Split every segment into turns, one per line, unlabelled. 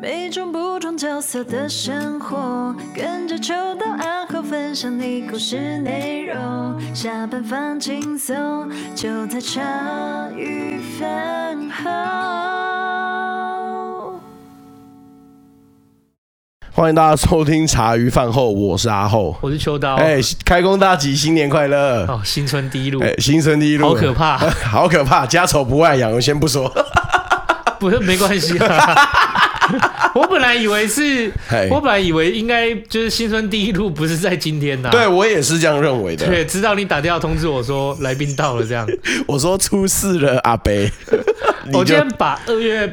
每种不同角色的生活，跟着秋到暗号分享你故事内容。下班放轻松，就在茶余饭后。
欢迎大家收听茶余饭后，我是阿后。
我是秋刀。
哎、开工大吉，新年快乐！
哦，新春第一路
哎、，新生第一路，
好可怕 啊
好可怕！家丑不外扬，我先不说。
不是没关系 啊。我本来以为是
嘿，
我本来以为应该就是新春第一路不是在今天呐、
对我也是这样认为的。
对，直到你打电话通知我说来宾到了这样。
我说出事了，阿北。你就
我今天把二月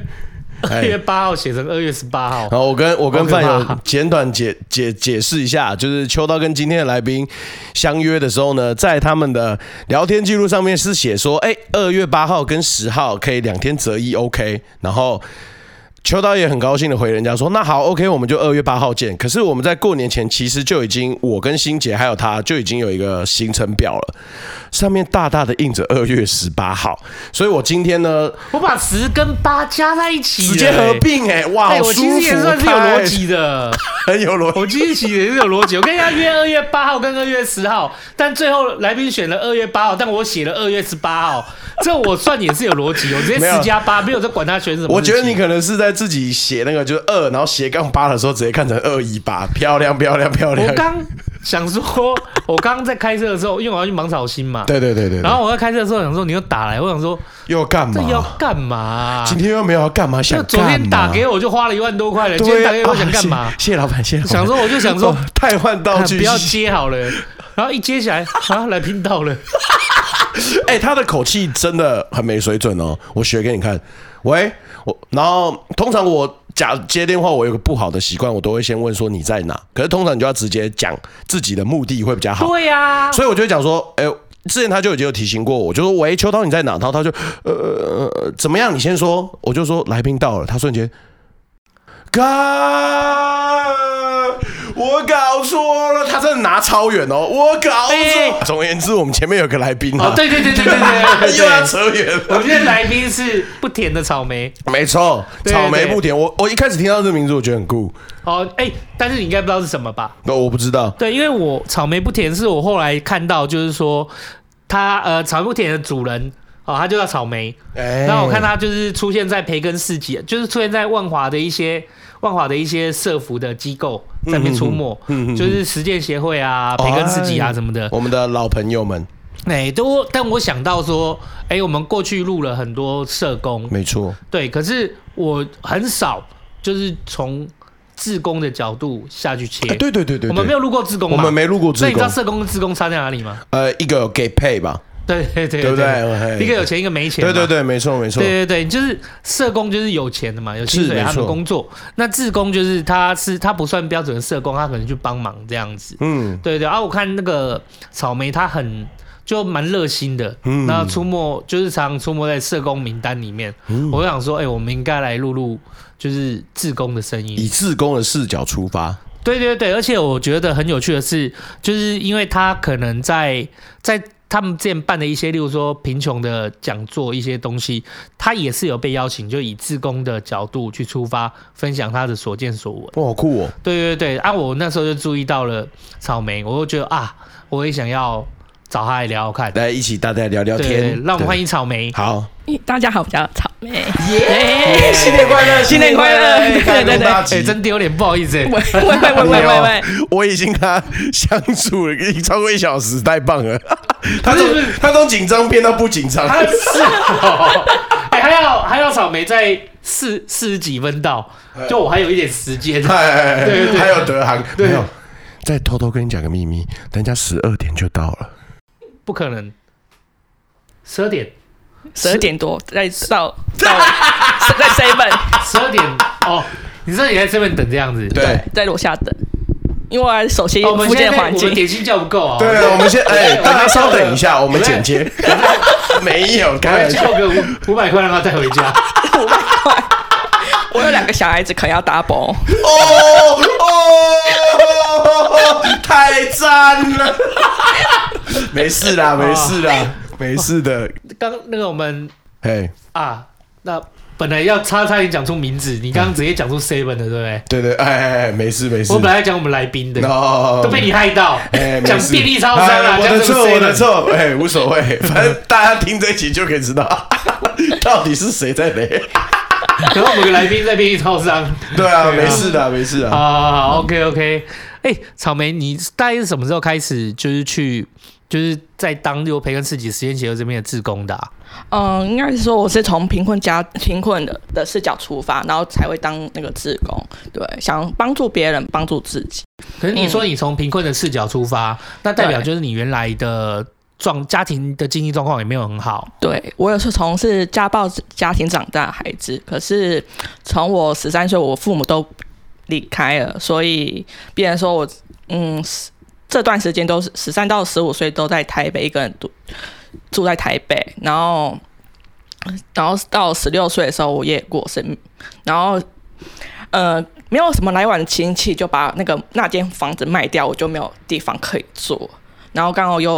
哎
二月八号写成二月十八号。
然后我跟我跟
好可
范
怕
友简短解解解释一下，就是秋刀跟今天的来宾相约的时候呢，在他们的聊天记录上面是写说，哎，二月八号跟十号可以两天择一，OK。然后秋刀也很高兴的回人家说，那好，OK，我们就二月八号见。可是我们在过年前其实就已经，我跟欣姐还有他就已经有一个行程表了，上面大大的印着二月十八号，所以我今天呢
我把十跟八加在一起、
直接合。并、哎，哇，
哎、
好
我
舒
其
服，
实也算是有逻
太，
辑的，
很有逻辑。
我其实其实也是有逻辑。我跟人家约二月八号跟二月十号，但最后来宾选了二月八号，但我写了二月十八号，这我算也是有逻辑。我直接
没有
十加八，没有在管他选什么事情。
我觉得你可能是在自己写那个就是二，然后斜杠八的时候直接看成二一八，漂亮漂亮漂亮。
我刚想说，我刚在开车的时候，因为我要去芒草心嘛，
对对对对，
然后我在开车的时候想说你又打来，我想说
又干
这要
嘛？
干嘛啊、
今天又没有要干嘛？
就
想
昨天打给
我，
我就花了一万多块了，今天
对
打
啊，
给我想干 嘛
啊？谢谢老板，谢谢老板。
想说我就想说
哦太换道
啊
具，
不要接好了，然后一接起来啊，来拼 到了，
哎，他的口气真的很没水准哦，我学给你看。喂，我然后通常我假接电话，我有个不好的习惯，我都会先问说你在哪。可是通常你就要直接讲自己的目的会比较好。
对呀、
所以我就讲说，哎、之前他就已经有提醒过我，就说喂，秋涛你在哪？然后他就呃呃呃怎么样？你先说。我就说来宾到了，他瞬间，嘎，我搞错了，他真的拿超远哦，我搞
哎
错。总而言之，我们前面有个来宾啊
哦，， 对对对对对对对
又要
对，
扯远了。
我今天来宾是不甜的草莓
没错，
对
草莓
对
不甜。我我一开始听到这个名字，我觉得很酷，
哦，哎、但是你应该不知道是什么吧？
那我不知道。
对，因为我草莓不甜是我后来看到，就是说它呃草莓不甜的主人哦，他就叫草莓，
哎
那我看他就是出现在培根市集，就是出现在万华的一些万华的一些社服的机构在那边出没，
嗯嗯嗯哦哎嗯
就是实践协会啊、培根市集啊什么的。
我们的老朋友们，
哎，都但我想到说，哎，我们过去录了很多社工，
没错，
对，可是我很少就是从志工的角度下去切，
哎对对对对，
我们没
有，
有录过志工嘛，
我们没录过志
所以你知
工
道，社工跟志工差在哪里吗？
呃，一个有给配吧，
对对对
对不对？
一个有钱，一个没钱嘛。
对对对，没错没错。
对对对，就是社工就是有钱的嘛，有薪
是
水，
没
他
错
们工作。那志工就是他是他不算标准的社工，他可能去帮忙这样子。
嗯，
对对啊，我看那个草莓，他很就蛮热心的，
嗯
那出没就是常常出没在社工名单里面。
嗯
我就想说，哎、我们应该来录录就是志工的声音
以。自工的视角出发，
对对对，而且我觉得很有趣的是，就是因为他可能在在他们之前办的一些，例如说贫穷的讲座一些东西，他也是有被邀请，就以自工的角度去出发，分享他的所见所闻。
哇，好酷哦！
对对对，啊，我那时候就注意到了草莓，我就觉得啊，我也想要找他来聊聊看。
来一起大家聊聊
对对对
天，，
让我们欢
迎。
迎草莓。
好，
大家好，我叫草莓。
耶新年快乐，
新年快乐
新年快
对对对
大吉
哎、真丢脸，不好意思、哎
喂喂喂喂喂喂喂，
我已经跟他相处了超过一小时，太棒了。他
不
从
是不是
他从紧张变到不紧张，哎
他是哦， 哎、还要还要草莓在四四十几分到，就我还有一点时间。
哎
对对对
还有德航，
对
没有。再偷偷跟你讲个秘密，人家十二点就到了。
不可能，十二点，
十二点多再 到到在 seven
十二点哦，你知道你在这边等这样子？
对
在楼下等，因为我要熟悉
哦，我们
哎附近
现
的
在
环
我们
境。
点心叫不够啊，
对，我们先哎，
我
大家稍等一下，我们
我在
剪接。 没有，开
赶快
玩笑。
叫个五五百块让他带回家。
五百块，我有两个小孩子，可能要 double。
哦哦，太赞了！没事啦，没事啦，没事的。
刚那个我们
嘿，
啊，那本来要差差点讲出名字，你刚刚直接讲出 seven 的，对不对？
对对，哎哎哎，没事没事。
我本来要讲我们来宾的，
哦
都被你害到
哎，
讲
没事
便利超商啊，
哎我
讲
的
什么
错，我的
seven
错，哎，无所谓，反正大家听这一集就可以知道到底是谁在雷。
然后我们的来宾在便利超商。
对啊，没事的，没事的。
啊，OK OK，哎、草莓，你大概是什么时候开始就是去就是在当六培根市集实验协会这边的志工的、啊？
嗯，应该是说我是从贫困家贫困的的视角出发，然后才会当那个志工，对，想帮助别人，帮助自己。
可是你说你从贫困的视角出发，那代表
对
就是你原来的状家庭的经济状况也没有很好。
对我也是从事家暴家庭长大的孩子，可是从我十三岁，我父母都离开了，所以别人说我嗯是这段时间都是十三到十五岁都在台北一个人住住在台北，然后然后到十六岁的时候我也过生，然后呃没有什么来往的亲戚就把那个那间房子卖掉，我就没有地方可以住。然后刚好又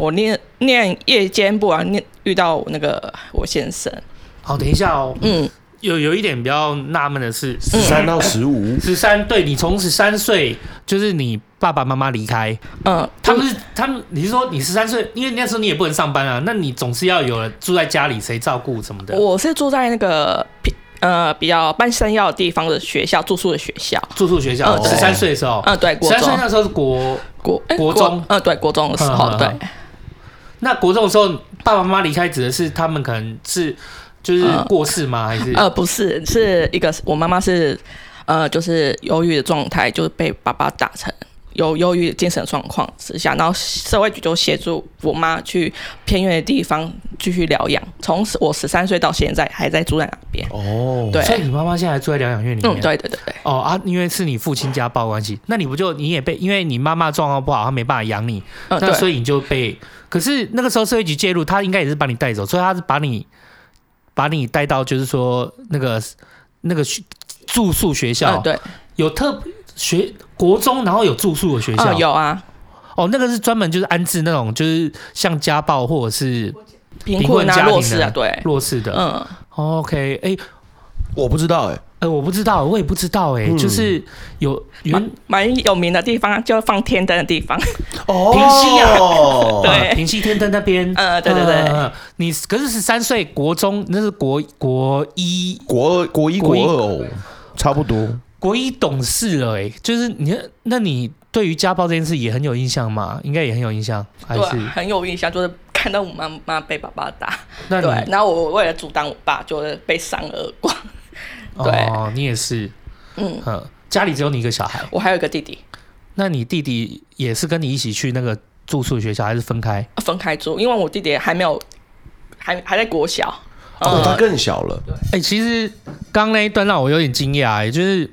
我念念夜间部啊，念遇到那个我先生，
好，等一下哦，
嗯，
有有一点比较纳闷的是，
十三到十五，
十三对你从十三岁就是你爸爸妈妈离开，
嗯，
他们是他们，你是说你十三岁，因为那时候你也不能上班啊，那你总是要有人住在家里，谁照顾什么的，
我是住在那个比呃比较半山腰的地方的学校，住宿的学校。
住宿学校。
嗯
十三岁的时候，
嗯，对，
十
国
三岁
中
那时候是国，
国哎
国中
嗯，对，国中的
嗯
时
嗯
候
嗯，
对，
那国中的时候，爸爸妈妈离开指的是他们可能是就是
嗯
过世吗？还是
呃，不是，是一个我妈妈是呃就是忧郁的状态，就是被爸爸打成。有忧郁精神状况之下，然后社会局就协助我妈去偏远的地方继续疗养，从我十三岁到现在还在住在那边。
哦，
对
所以你妈妈现在还住在疗养院里面？
嗯，对对对对，
哦啊，因为是你父亲家暴关系，那你不就你也被，因为你妈妈状况不好，她没办法养你，
嗯
那所
对，
以你就被。可是那个时候社会局介入，他应该也是把你带走，所以他是把你把你带到就是说那个那个学住宿学校，
嗯对，
有特学国中，然后有住宿的学校，
嗯有啊，
哦，那个是专门就是安置那种就是像家暴或者是
贫
困
困
家
啊、
庭
弱
的
势啊，对，
弱势的。
嗯，
OK，哎、
我不知道哎，
呃，我不知道，我也不知道、哎、
嗯
就是有原
蛮蛮有名的地方，啊就放天灯的地方。
哦
平息
对
呃平西天灯那边，
呃对对对
你可是十三岁国中，那是国国一
国国一
国
国
一
二哦，差不多。
国一懂事了、哎，就是你那你对于家暴这件事也很有印象吗？应该也很有印象， 还
对，
是
很有印象，就是看到我妈妈被爸爸打，
那
对
你，
然后我为了阻挡我爸，就是被扇耳光。
哦，你也是，
嗯，
嗯，家里只有你一个小孩，
我还有一个弟弟，
那你弟弟也是跟你一起去那个住宿学校，还是分开？
分开住，因为我弟弟还没有，还还在国小。
哦，他
嗯，
更小了。
哎、其实刚那一段让我有点惊讶、哎就是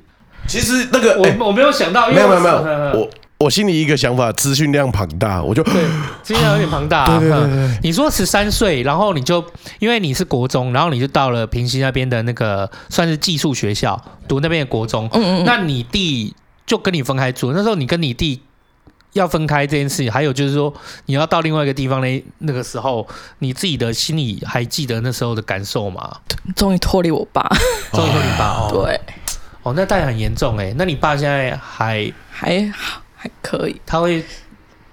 其实那个
我、
哎
我没有想到，因
没
为
有没
我
有没有，
嗯嗯
我我心里一个想法，资讯量庞大，我就
对，今天有点庞大、
对对对对对
嗯你说十三岁，然后你就因为你是国中，然后你就到了平西那边的那个算是寄宿学校读那边的国中，
嗯嗯
那你弟就跟你分开住，那时候你跟你弟要分开这件事，还有就是说你要到另外一个地方嘞，那个时候你自己的心里还记得那时候的感受吗？
终于脱离我爸，
终于说你爸哦，
对，
哦，那带很严重哎，那你爸现在还
还好，还可以。
他会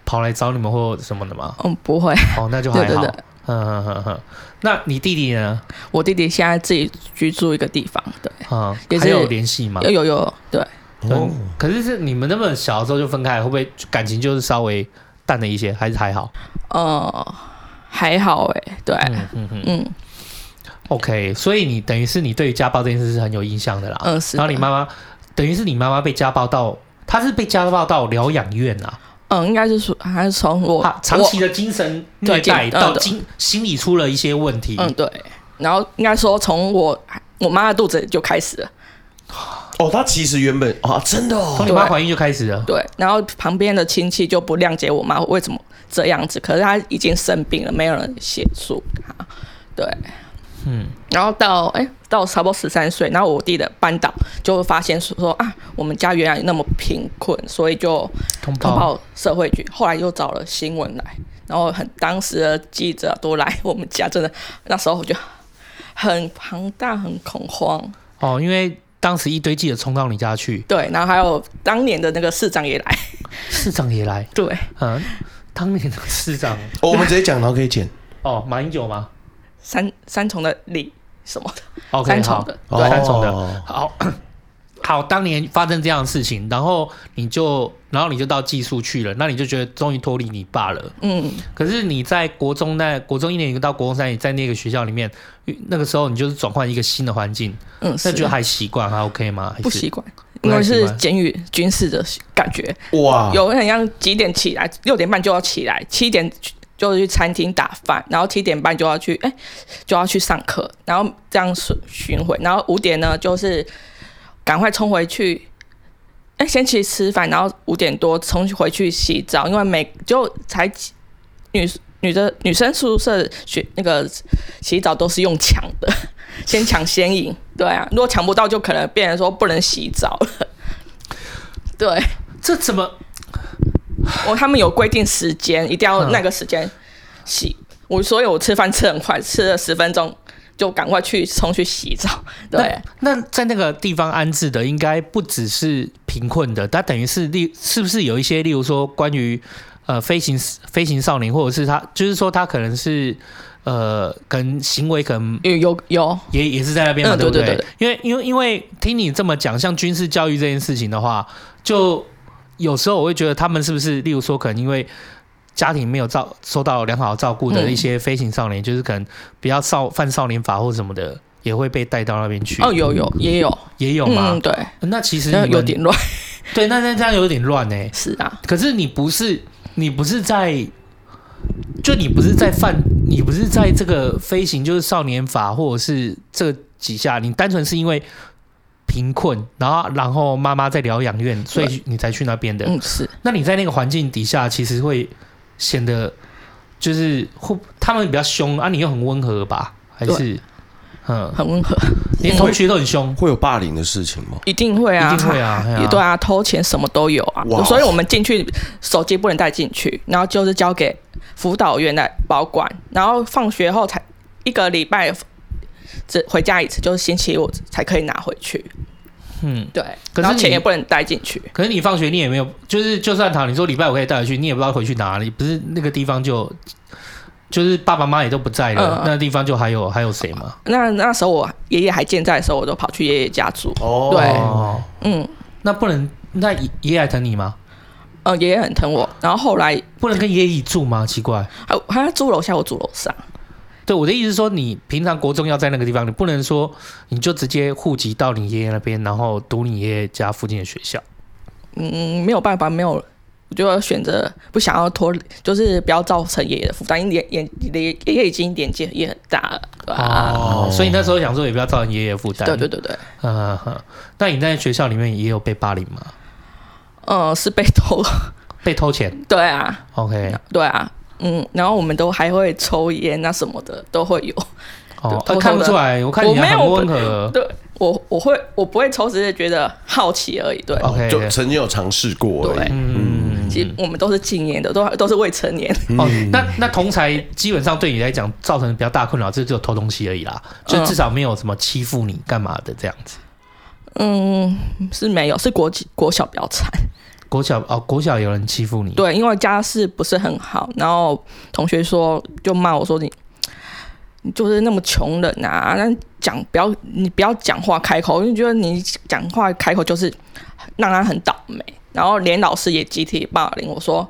跑来找你们或什么的吗？
嗯，不会，
哦，那就还
对
好
对对。
嗯嗯嗯嗯，那你弟弟呢？
我弟弟现在自己居住一个地方，对，
嗯，
也是
还有联系吗？
有有有，对，
哦
嗯，可是是你们那么小的时候就分开，会不会感情就是稍微淡了一些，还是还好？
呃，还好哎、对，
嗯嗯嗯
嗯
，OK。所以你等于是你对于家暴这件事是很有印象的啦。
嗯是的
然后你妈妈等于是你妈妈被家暴到，她是被家暴到疗养院啊，
嗯，应该是说还是从我
她啊长
我
期的精神虐待
对嗯
到
对
精心理出了一些问题。
嗯，对。然后应该说从我我妈的肚子就开始了，
哦，他其实原本啊，真的
从
哦，
你妈
对
怀孕就开始了。
对。然后旁边的亲戚就不谅解我妈为什么这样子，可是她已经生病了，没有人协助她，对。
嗯，
然后到哎、到差不多十三岁，然后我弟的班导就发现说说啊，我们家原来那么贫困，所以就
通
通
报。
报社会局，后来又找了新闻来，然后很当时的记者都来我们家，真的那时候我就很庞大，很恐慌。
哦，因为当时一堆记者冲到你家去，
对，然后还有当年的那个市长也来，
市长也 来，
对，
嗯，当年的市长
哦我们直接讲，然后可以剪。
哦，马英九吗
三三重的李什么的，
？OK，
三
好
重的，
哦
对，
三重的，好 好，当年发生这样的事情，然后你就然后你就到寄宿去了，那你就觉得终于脱离你爸了。
嗯，
可是你在国中那国中一年级到国中三年级，在那个学校里面，那个时候你就是转换一个新的环境，
嗯，
那
是
觉得还习惯还 OK 吗？还是
不习惯，
不
因
太
为
习
是
惯
监狱军事的感觉，
哇，
有很像几点起来，六点半就要起来，七点去就去餐厅打饭，然后七点半就要去，哎、就要去上课，然后这样巡巡回，然后五点呢就是赶快冲回去。哎、先去吃饭，然后五点多冲回去洗澡，因为每就才几女女的女生宿舍学那个洗澡都是用抢的，先抢先赢，对啊，如果抢不到就可能变成说不能洗澡了， 对，
这怎么
我哦他们有规定时间，一定要
嗯
那个时间洗。我所以我吃饭吃很快，吃了十分钟就赶快去冲去洗澡。对，
那在那个地方安置的，应该不只是贫困的，它等于是例是不是有一些，例如说关于呃飞行飞行少年，或者是他就是说他可能是呃可能行为可能
有有有，
也也是在那边嘛，
嗯
对不
对对对
因为因为因为听你这么讲，像军事教育这件事情的话，就有时候我会觉得他们是不是，例如说可能因为。家庭没有照受到良好照顾的
嗯
一些飞行少年，就是可能比较少犯少年法或什么的，也会被带到那边去。
哦，有有也有，
也有吗？
嗯，对，
那其实你
那
们
有点乱，
对，那那这样有点乱哎、
是啊，
可是你不是你不是在，就你不是在犯，你不是在这个飞行就是少年法或者是这几下，你单纯是因为贫困，然后然后妈妈在疗养院，所以你才去那边的。
嗯是，
那你在那个环境底下，其实会显得就是会他们比较凶啊，你又很温和吧？还是嗯，
很温和，
连同学都很凶，
会有霸凌的事情吗？
一定会啊，
一定会啊，哦嘿
也对啊，偷钱什么都有啊
哇，
所以我们进去手机不能带进去，然后就是交给辅导员来保管，然后放学后才一个礼拜只回家一次，就是星期五才可以拿回去。
嗯。
对，
可是
然后钱
你
也不能带进去。
可是你放学你也没有，就是就算好，你说礼拜五可以带回去，你也不知道回去哪里，不是那个地方就就是爸爸妈妈也都不在了，
嗯
那地方就还有还有谁吗？
那那时候我爷爷还健在的时候，我都跑去爷爷家住。
哦
对
哦，
嗯，
那不能，那爷爷还疼你吗？
呃，爷爷很疼我。然后后来，
不能跟爷爷一起住吗？奇怪，
啊，他住楼下，我住楼上。
对我的意思是说，你平常国中要在那个地方，你不能说你就直接户籍到你爷爷那边，然后读你爷爷家附近的学校。
嗯，没有办法，没有，我就选择不想要拖，就是不要造成爷爷的负担。因为爷爷爷爷已经年纪也很大了，对吧、
哦，所以那时候想说也不要造成爷爷的负担。
啊对对对对，
嗯，嗯，嗯那你在学校里面也有被霸凌吗？
嗯，是被偷。
被偷钱
对啊，
？OK，
对啊，嗯，然后我们都还会抽烟啊什么的，都会有。
哦，
对
呃
偷偷
看不
的
出来，我看你
我没有
很温和。
对，我我会我不会抽，只是觉得好奇而已。对，
OK，
就曾经有尝试过哎而已。
对
嗯，
其实我们都是禁烟的，都都是未成年。
哦，那那同才基本上对你来讲造成比较大困扰，就是只有偷东西而已啦，就
嗯
至少没有什么欺负你干嘛的这样子。
嗯，是没有，是国际国小比较惨。
国小哦，国小有人欺负你，
对，因为家世不是很好，然后同学说就骂我说你，你就是那么穷人啊，那讲不要你不要讲话开口，因为觉得你讲话开口就是让他很倒霉。然后连老师也集体霸凌我说，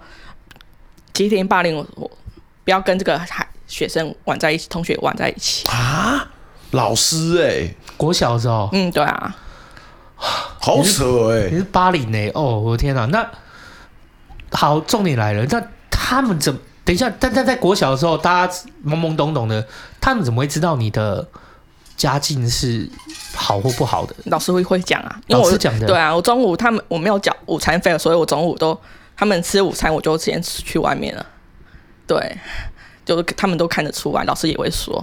集体霸凌我，我不要跟这个孩学生玩在一起，同学玩在一起。
啊，老师哎、
国小的时候
嗯，对啊，
好扯哎、
你是八零呢，哦，我的天哪，那好，重点来了，那他们怎么？等一下，但但在国小的时候，大家懵懵懂懂的，他们怎么会知道你的家境是好或不好的？
老师会会讲啊，因为
老
我
师讲的
对啊，我中午他们我没有缴午餐费，所以我中午都他们吃午餐，我就先去外面了。对，就是他们都看得出来，老师也会说，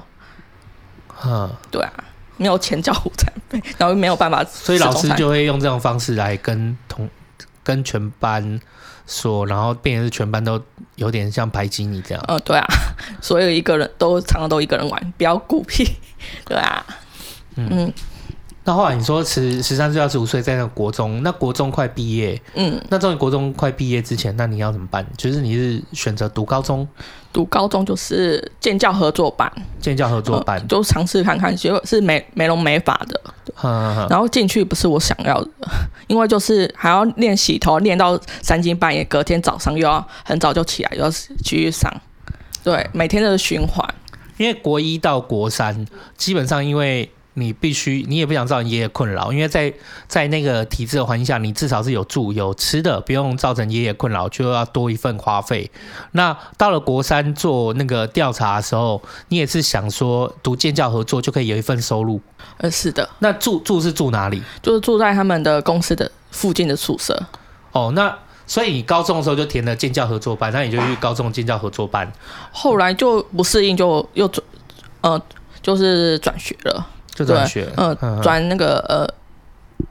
嗯，
对啊，没有钱缴午餐费，然后没有办法吃
所以老师
中餐
就会用这种方式来跟同跟全班说，然后变成是全班都有点像排挤你这样。
呃，对啊，所有一个人都常常都一个人玩，不要孤僻， 对啊，
嗯
嗯
那后来你说十十三岁到十五岁在那个国中，那国中快毕业，
嗯，
那终于国中快毕业之前，那你要怎么办？就是你是选择读高中，
读高中就是建教合作班，
建教合作班
呃，就尝试看看，结果是美美容美发的，
嗯嗯嗯
然后进去不是我想要的，因为就是还要练洗头，练到三更半夜，隔天早上又要很早就起来，又要继续上，对，每天都是循环，
因为国一到国三，基本上因为你必须，你也不想造成爷爷困扰，因为在在那个体制的环境下，你至少是有住有吃的，不用造成爷爷困扰，就要多一份花费。那到了国三做那个调查的时候，你也是想说读建教合作就可以有一份收入。
呃，是的，
那住住是住哪里？
就是住在他们的公司的附近的宿舍，
哦，那所以你高中的时候就填了建教合作班，那你就去高中建教合作班，
后来就不适应，就又转，呃，就是转学了，
就转学。
嗯、呃，转那个呃，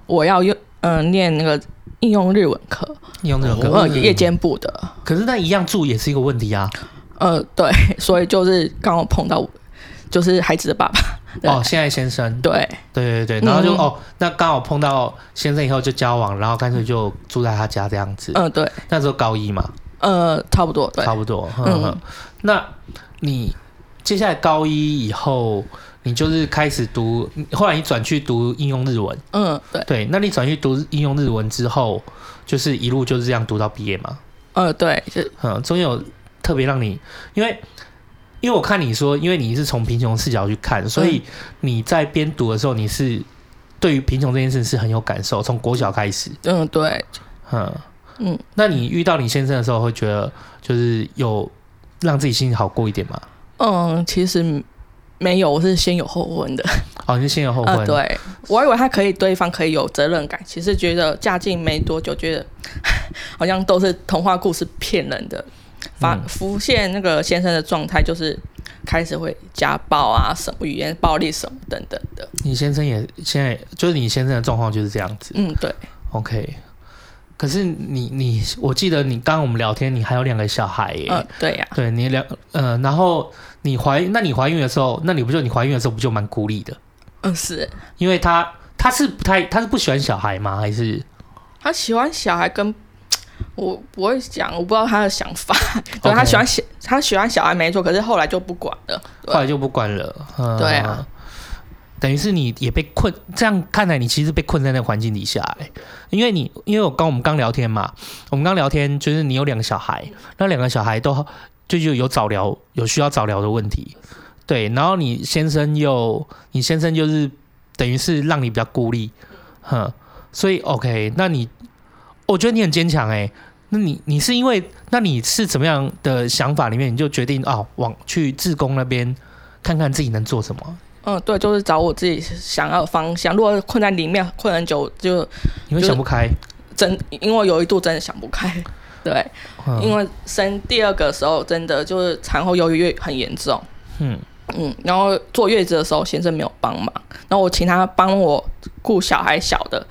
我要用，嗯、呃，念那个应用日文课，
用这种
哦
歌。
呃，夜间部的，
可是那一样住也是一个问题啊。
呃，对，所以就是刚好碰到我，就是孩子的爸爸。对
哦，现在先生，
对，
对对对，然后就、
嗯
哦，那刚好碰到先生以后就交往，然后干脆就住在他家这样子。
嗯、对，
那时候高一嘛，
呃，差不多，对，
差不多。呵呵
嗯
那你接下来高一以后，你就是开始读，后来你转去读应用日文，
嗯，对，
对，那你转去读应用日文之后，就是一路就是这样读到毕业嘛？
呃，对，就
嗯，中间有特别让你，因为因为我看你说，因为你是从贫穷视角去看，所以
嗯
你在边读的时候，你是对于贫穷这件事是很有感受，从国小开始，
嗯，对，
嗯
嗯，
那你遇到你先生的时候，会觉得就是有让自己心情好过一点吗？
嗯，其实没有，我是先有后婚的。
哦，你是先有后
啊、
悔，
对，我以为他可以，对方可以有责任感，其实觉得嫁进没多久，觉得 好像都是童话故事骗人的，发
嗯
浮现那个先生的状态就是开始会家暴啊，什么语言暴力什么等等的。
你先生也现在就是你先生的状况就是这样子
嗯，对，
，OK。可是你你，我记得你刚刚我们聊天，你还有两个小孩耶，
嗯、对呀、
对你两呃，然后你怀那你怀孕的时候，那你不就你怀孕的时候不就蛮孤立的？
嗯，是
因为他他是不太他是不喜欢小孩吗？还是
他喜欢小孩跟我不会讲，我不知道他的想法。 对
OK
他喜欢小，他喜欢小孩没错，可是后来就不管了。对
后来就不管了？嗯
对啊，
等于是你也被困，这样看来你其实被困在那个环境底下、欸，因为你因为我刚我们刚聊天嘛，我们刚聊天就是你有两个小孩，那两个小孩都就就有早疗有需要早疗的问题，对，然后你先生又你先生就是等于是让你比较孤立，哼，所以 OK，那你我觉得你很坚强哎，那你你是因为那你是怎么样的想法里面你就决定哦往去志工那边看看自己能做什么？
嗯，对，就是找我自己想要的方向。如果困在里面困很久，就
你会
就是
想不开，
真因为有一度真的想不开。 对，
嗯
因为生第二个的时候，真的就是产后忧郁越很严重。
嗯
嗯，然后坐月子的时候，先生没有帮忙，然后我请他帮我顾小孩小的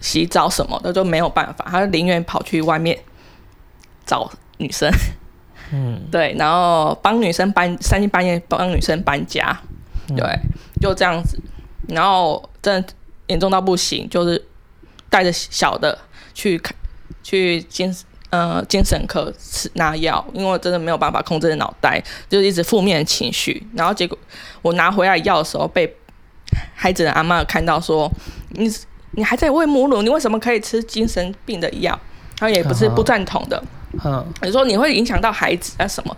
洗澡什么的，就没有办法，他宁愿跑去外面找女生，
嗯，
对，然后帮女生搬三更半夜帮女生搬家，
嗯
对，就这样子，然后真的严重到不行，就是带着小的去看去精呃精神科吃拿药，因为我真的没有办法控制脑袋，就一直负面情绪，然后结果我拿回来药的时候被孩子的阿妈看到说你你还在喂母乳，你为什么可以吃精神病的药？他也不
啊
是不赞同的，
嗯
你说你会影响到孩子啊什么？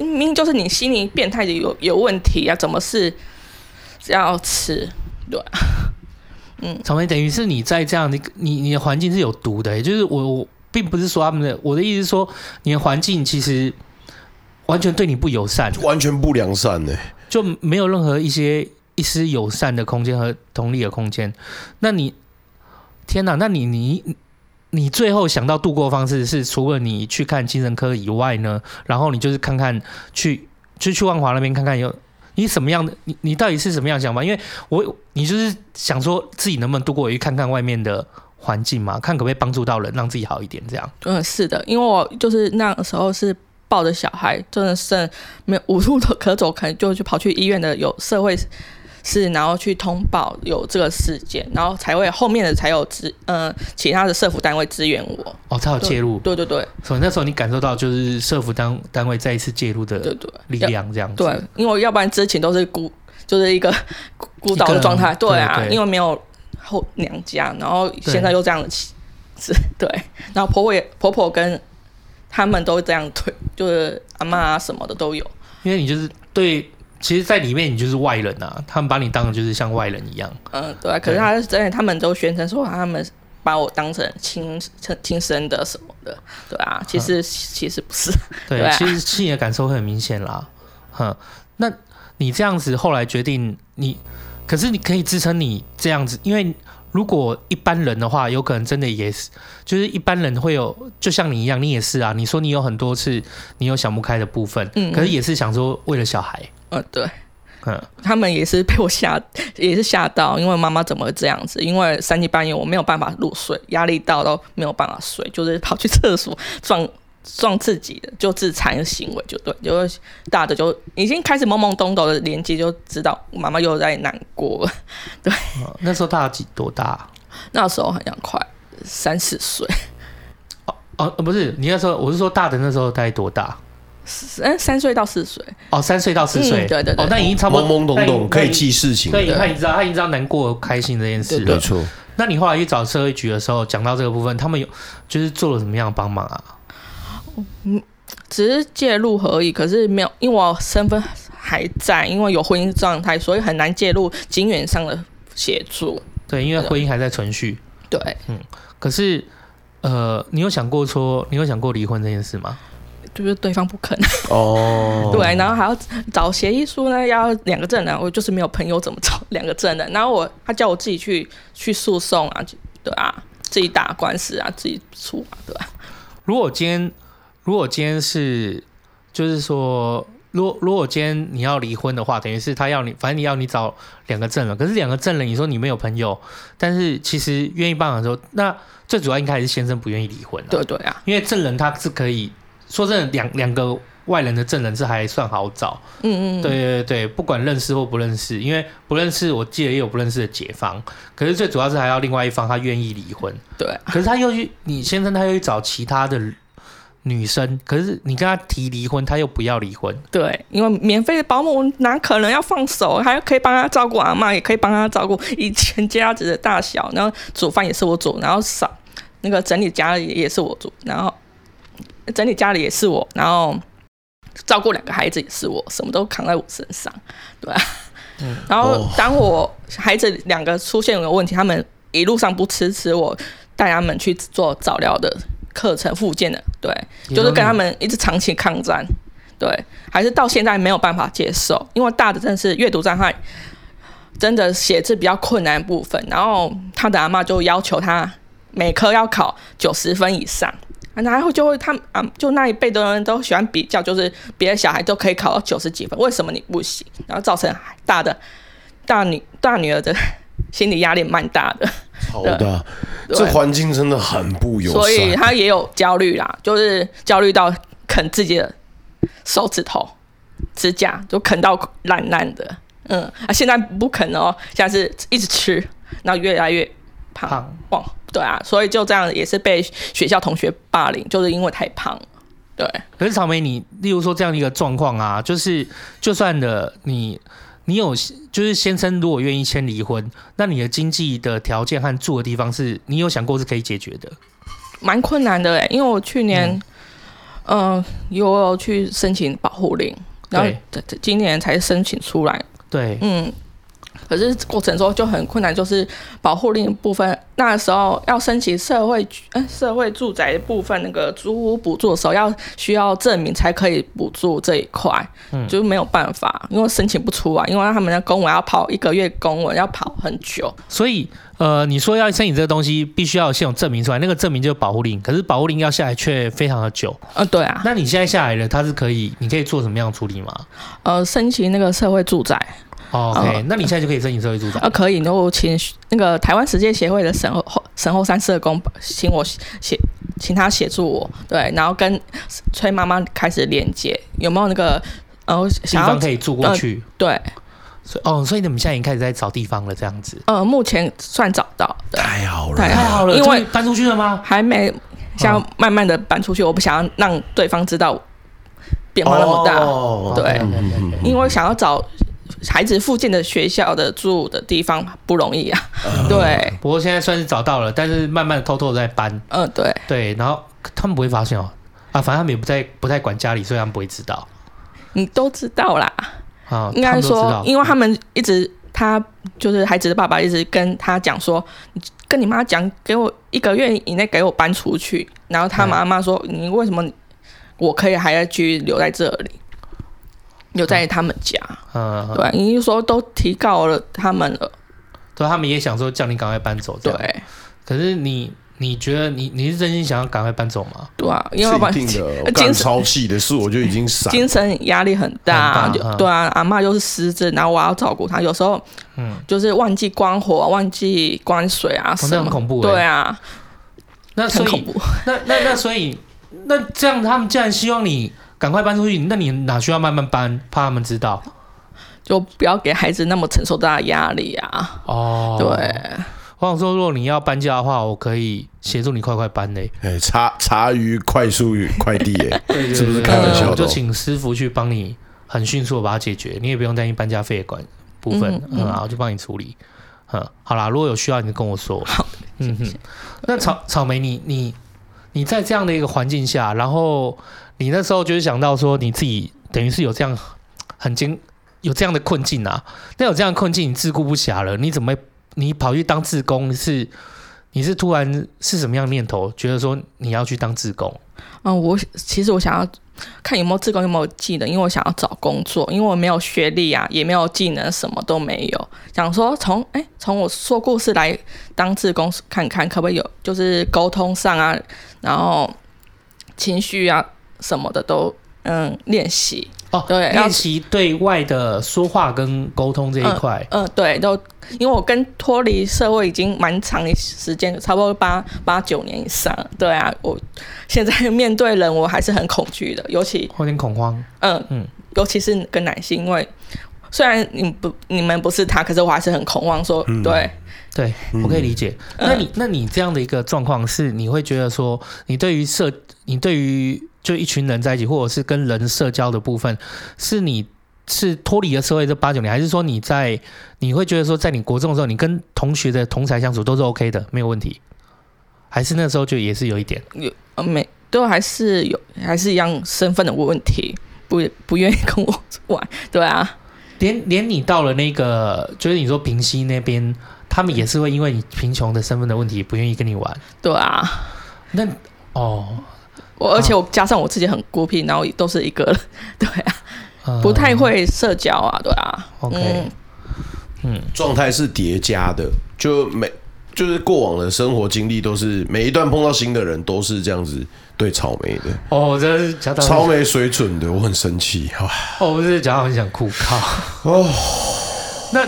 明明就是你心理变态的有有问题啊，怎么是要吃？
草莓等于是你在这样的一个你你的环境是有毒的、也欸就是我我并不是说他们的，我的意思是说你的环境其实完全对你不友善，
完全不良善哎呢、
就没有任何一些一丝友善的空间和同理的空间。那你天哪，那你你你最后想到度过方式是除了你去看精神科以外呢，然后你就是看看去就去万华那边看看有。你什么样的？你你到底是什么样的想法？因为我你就是想说自己能不能度过，也去看看外面的环境嘛，看可不可以帮助到人，让自己好一点。这样，
嗯，是的，因为我就是那个时候是抱着小孩，真的剩没有无路可走，可能就去跑去医院的有社会事，然后去通报有这个事件，然后才会后面的才有支呃其他的社服单位支援我。
哦，他有介入，
对对对
所以那时候你感受到就是社服单单位再一次介入
对
的
对
力量，这样子。
对，因为要不然之前都是孤，就是一个孤岛的状态。
一个人
对啊，
对对
因为没有后娘家，然后
对
现在又这样的起，是对，然后婆婆也婆婆跟他们都这样推，就是阿妈啊什么的都有。
因为你就是对，其实，在里面你就是外人啊，他们把你当成就是像外人一样。
嗯，对、啊，可是他是真的，他们都宣称说他们把我当成亲亲生的什么的，对啊，其实、其实不是，
对，
对啊
其实心里的感受会很明显啦。哼，那你这样子后来决定你，可是你可以支撑你这样子，因为如果一般人的话，有可能真的也是，就是一般人会有，就像你一样，你也是啊。你说你有很多次你有想不开的部分，
嗯
可是也是想说为了小孩，
嗯，对。
嗯，
他们也是被我吓， 也是吓到，因为妈妈怎么会这样子？因为三更半夜我没有办法入睡，压力大到没有办法睡，就是跑去厕所撞撞自己的，就自残的行为，就对，就是大的就已经开始懵懵懂懂的年纪就知道妈妈又在难过 了。
嗯那时候大几多大啊、
那时候好像快三四岁，
哦，呃不是，你那时候我是说大的那时候大概多大？
嗯，三岁到四岁，
哦，三岁到四岁、
嗯对对对
哦，那已经差不
懵
多
懵懂懂可以。记事情
那已经
的，
对，他已经知道，他已经知道难过、开心这件事
没
了。
错。
那你后来去找社会局的时候，讲到这个部分，他们有就是做了什么样的帮忙啊？
只是介入而已，可是没有，因为我身份还在，因为有婚姻状态，所以很难介入经援上的协助。
对，因为婚姻还在存续，
对，
可是呃，你有想过说，你有想过离婚这件事吗？
就是对方不肯，
哦，
对，然后还要找协议书呢，要两个证人，我就是没有朋友，怎么找两个证人？然后我他叫我自己去去诉讼啊，就对啊，自己打官司啊，自己出啊，对吧、
如果今天，如果今天是，就是说，如果如果今天你要离婚的话，等于是他要你，反正你要你找两个证人，可是两个证人，你说你没有朋友，但是其实愿意帮忙的时候，那最主要应该还是先生不愿意离婚、啊，
对对啊，
因为证人他是可以说真的，两两个外人的证人是还算好找，
嗯嗯，
对对对，不管认识或不认识，因为不认识，我记得也有不认识的解方，可是最主要是还要另外一方他愿意离婚，
对啊
可是他又去你先生他又去找其他的女生，可是你跟他提离婚，他又不要离婚，
对，因为免费的保姆哪可能要放手，还可以帮他照顾阿妈，也可以帮他照顾以前家子的大小，然后煮饭也是我煮，然后扫那个整理家里也是我煮，然后整理家里也是我，然后照顾两个孩子也是我，什么都扛在我身上，对吧、然后
哦
当我孩子两个出现有问题，他们一路上不支持我，带他们去做早疗的课程、复健的，对，就是跟他们一直长期抗战，对，还是到现在没有办法接受，因为大的真的是阅读障碍，真的写字比较困难的部分。然后他的阿妈就要求他每科要考九十分以上，然后就会他们啊，就那一辈的人都喜欢比较，就是别的小孩都可以考到九十几分，为什么你不行？然后造成大的大女大女儿的心理压力蛮大的。
好的，
对
这环境真的很不友
所以
善。
他也有焦虑啦，就是焦虑到啃自己的手指头、指甲，就啃到烂烂的。嗯，啊，现在不啃了哦，现在是一直吃，然后越来越胖。
胖
哦，对啊，所以就这样也是被学校同学霸凌，就是因为太胖了。对，
可是草莓你，例如说这样的一个状况啊，就是就算的你，你有就是先生如果愿意先离婚，那你的经济的条件和住的地方是你有想过是可以解决的，
蛮困难的哎，因为我去年，嗯、有去申请保护令，然后这这今年才申请出来，
对，
嗯，可是过程中就很困难，就是保护令的部分，那时候要申请社会局呃社会住宅的部分那个租屋补助的时候，要需要证明才可以补助这一块，
嗯
就是没有办法，因为申请不出来，啊因为他们的公文要跑一个月，公文要跑很久，
所以，呃，你说要申请这个东西，必须要先有证明出来，那个证明就是保护令，可是保护令要下来却非常的久。
呃，对啊，
那你现在下来了，它是可以，你可以做什么样的处理吗、
呃，申请那个社会住宅，
哦、？OK，、
哦
那你现在就可以申请社会住宅。
啊，可以，然后请那个台湾实践协会的沈后沈后山社工请我协请他协助我，对，然后跟崔妈妈开始连接，有没有那个呃
地
想
方
要
呃可以住过去，
对
所以哦，所以你们现在已经开始在找地方了，这样子。
呃，目前算找到的，
太好
太
了，
太好了，
因为
终于搬出去了吗？
还没想要慢慢的搬出去，我不想要让对方知道变化那么大，
哦
对
嗯嗯嗯嗯
因为想要找孩子附近的学校的住的地方不容易啊。
嗯
对，
不过现在算是找到了，但是慢慢偷偷的在搬，
嗯、对，
对，然后他们不会发现哦，啊，反正他们也不在不太管家里，所以他们不会知道
你都知道啦，
啊。
应该
他们都知
说
道，
因为他们一直他就是孩子的爸爸一直跟他讲说，你跟你妈讲，给我一个月以内给我搬出去。然后他妈妈说，你为什么我可以还要继续留在这里，留在他们家？
嗯，嗯嗯
对，你就说都提告了他们了，
对，他们也想说叫你赶快搬走，这
对
样。可是你你觉得你你是真心想要赶快搬走吗？
对啊，因为不然
是一定 的，我
精
干
神
超气的事我就已经 闪，
精神压力很大，
很大
就
嗯
对啊，阿嬷又是失智，然后我要照顾她，有时候
嗯，
就是忘记关火、啊忘记关水啊什
哦
么，
那很恐怖欸
对啊，
那
很
所
恐
以
怖。
那那那所以那这样，他们既然希望你赶快搬出去，那你哪需要慢慢搬？怕他们知道
就不要给孩子那么承受大的压力啊。
哦。
对，，
我想说，如果你要搬家的话，我可以协助你快快搬欸嘞、
哎，茶茶余快速与快递 耶，
对
是不是开
玩笑的哦
我就请师傅去帮你很迅速的把它解决，你也不用担心搬家费的管部分，
嗯
嗯，
嗯
啊我就帮你处理。嗯，好啦，如果有需要你就跟我说。
好，
嗯哼，那草草莓你，你你在这样的一个环境下，然后你那时候就是想到说你自己等于是有这样很经有这样的困境啊，那有这样的困境你自顾不暇了，你怎么会你跑去当志工是？你是突然是什么样的念头，觉得说你要去当志工？
嗯，我其实我想要看有没有志工有没有技能，因为我想要找工作，因为我没有学历啊，也没有技能，什么都没有。想说从哎从我说故事来当志工看看，可不可以有就是沟通上啊，然后情绪啊什么的都嗯练习，
哦，
对要
练习对外的说话跟沟通这一块，
嗯，对，都因为我跟脱离社会已经蛮长的时间，差不多八八九年以上。对啊，我现在面对人，我还是很恐惧的，尤其
有点恐慌。
嗯
嗯
嗯，尤其是跟男性，因为虽然你不你们不是他，可是我还是很恐慌说，对，
对，我可以理解。
嗯
那你那你这样的一个状况是，你会觉得说，你对于社，你对于就一群人在一起，或者是跟人社交的部分，是你是脱离了社会这八九年，还是说你在你会觉得说，在你国中的时候，你跟同学的同才相处都是 OK 的，没有问题？还是那时候就也是有一点
呃，没都还是有还是一样身份的问题，不不愿意跟我玩。对啊，
连连你到了那个，就是你说平西那边，他们也是会因为你贫穷的身份的问题，不愿意跟你玩。
对啊，
那哦，
我而且我加上我自己很孤僻，然后都是一个人，对啊，
呃
不太。会社交啊，对啊。
OK，、
状态是叠加的，就每就是过往的生活经历都是每一段碰到新的人都是这样子对草莓的，
哦，我真的是讲到
超没水准的，我很生气，好吧？
哦，我真的讲到很想哭，靠！
哦，
那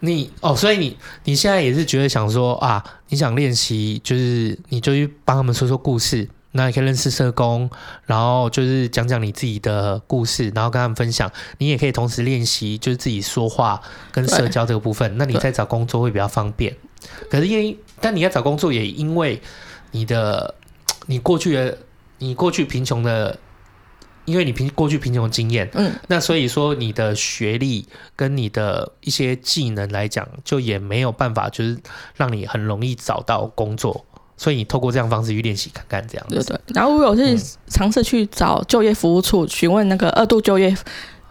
你哦，所以你你现在也是觉得想说啊，你想练习，就是你就去帮他们说说故事，那也可以认识社工，然后就是讲讲你自己的故事，然后跟他们分享。你也可以同时练习，就是自己说话跟社交这个部分。那你在找工作会比较方便。可是因为，但你要找工作也因为你的你过去的你过去贫穷的，因为你贫过去贫穷的经验，
嗯，
那所以说你的学历跟你的一些技能来讲，就也没有办法，就是让你很容易找到工作。所以你透过这样方式去练习看看，这样
对
子。
对。嗯然后我有去尝试去找就业服务处询问那个二度就业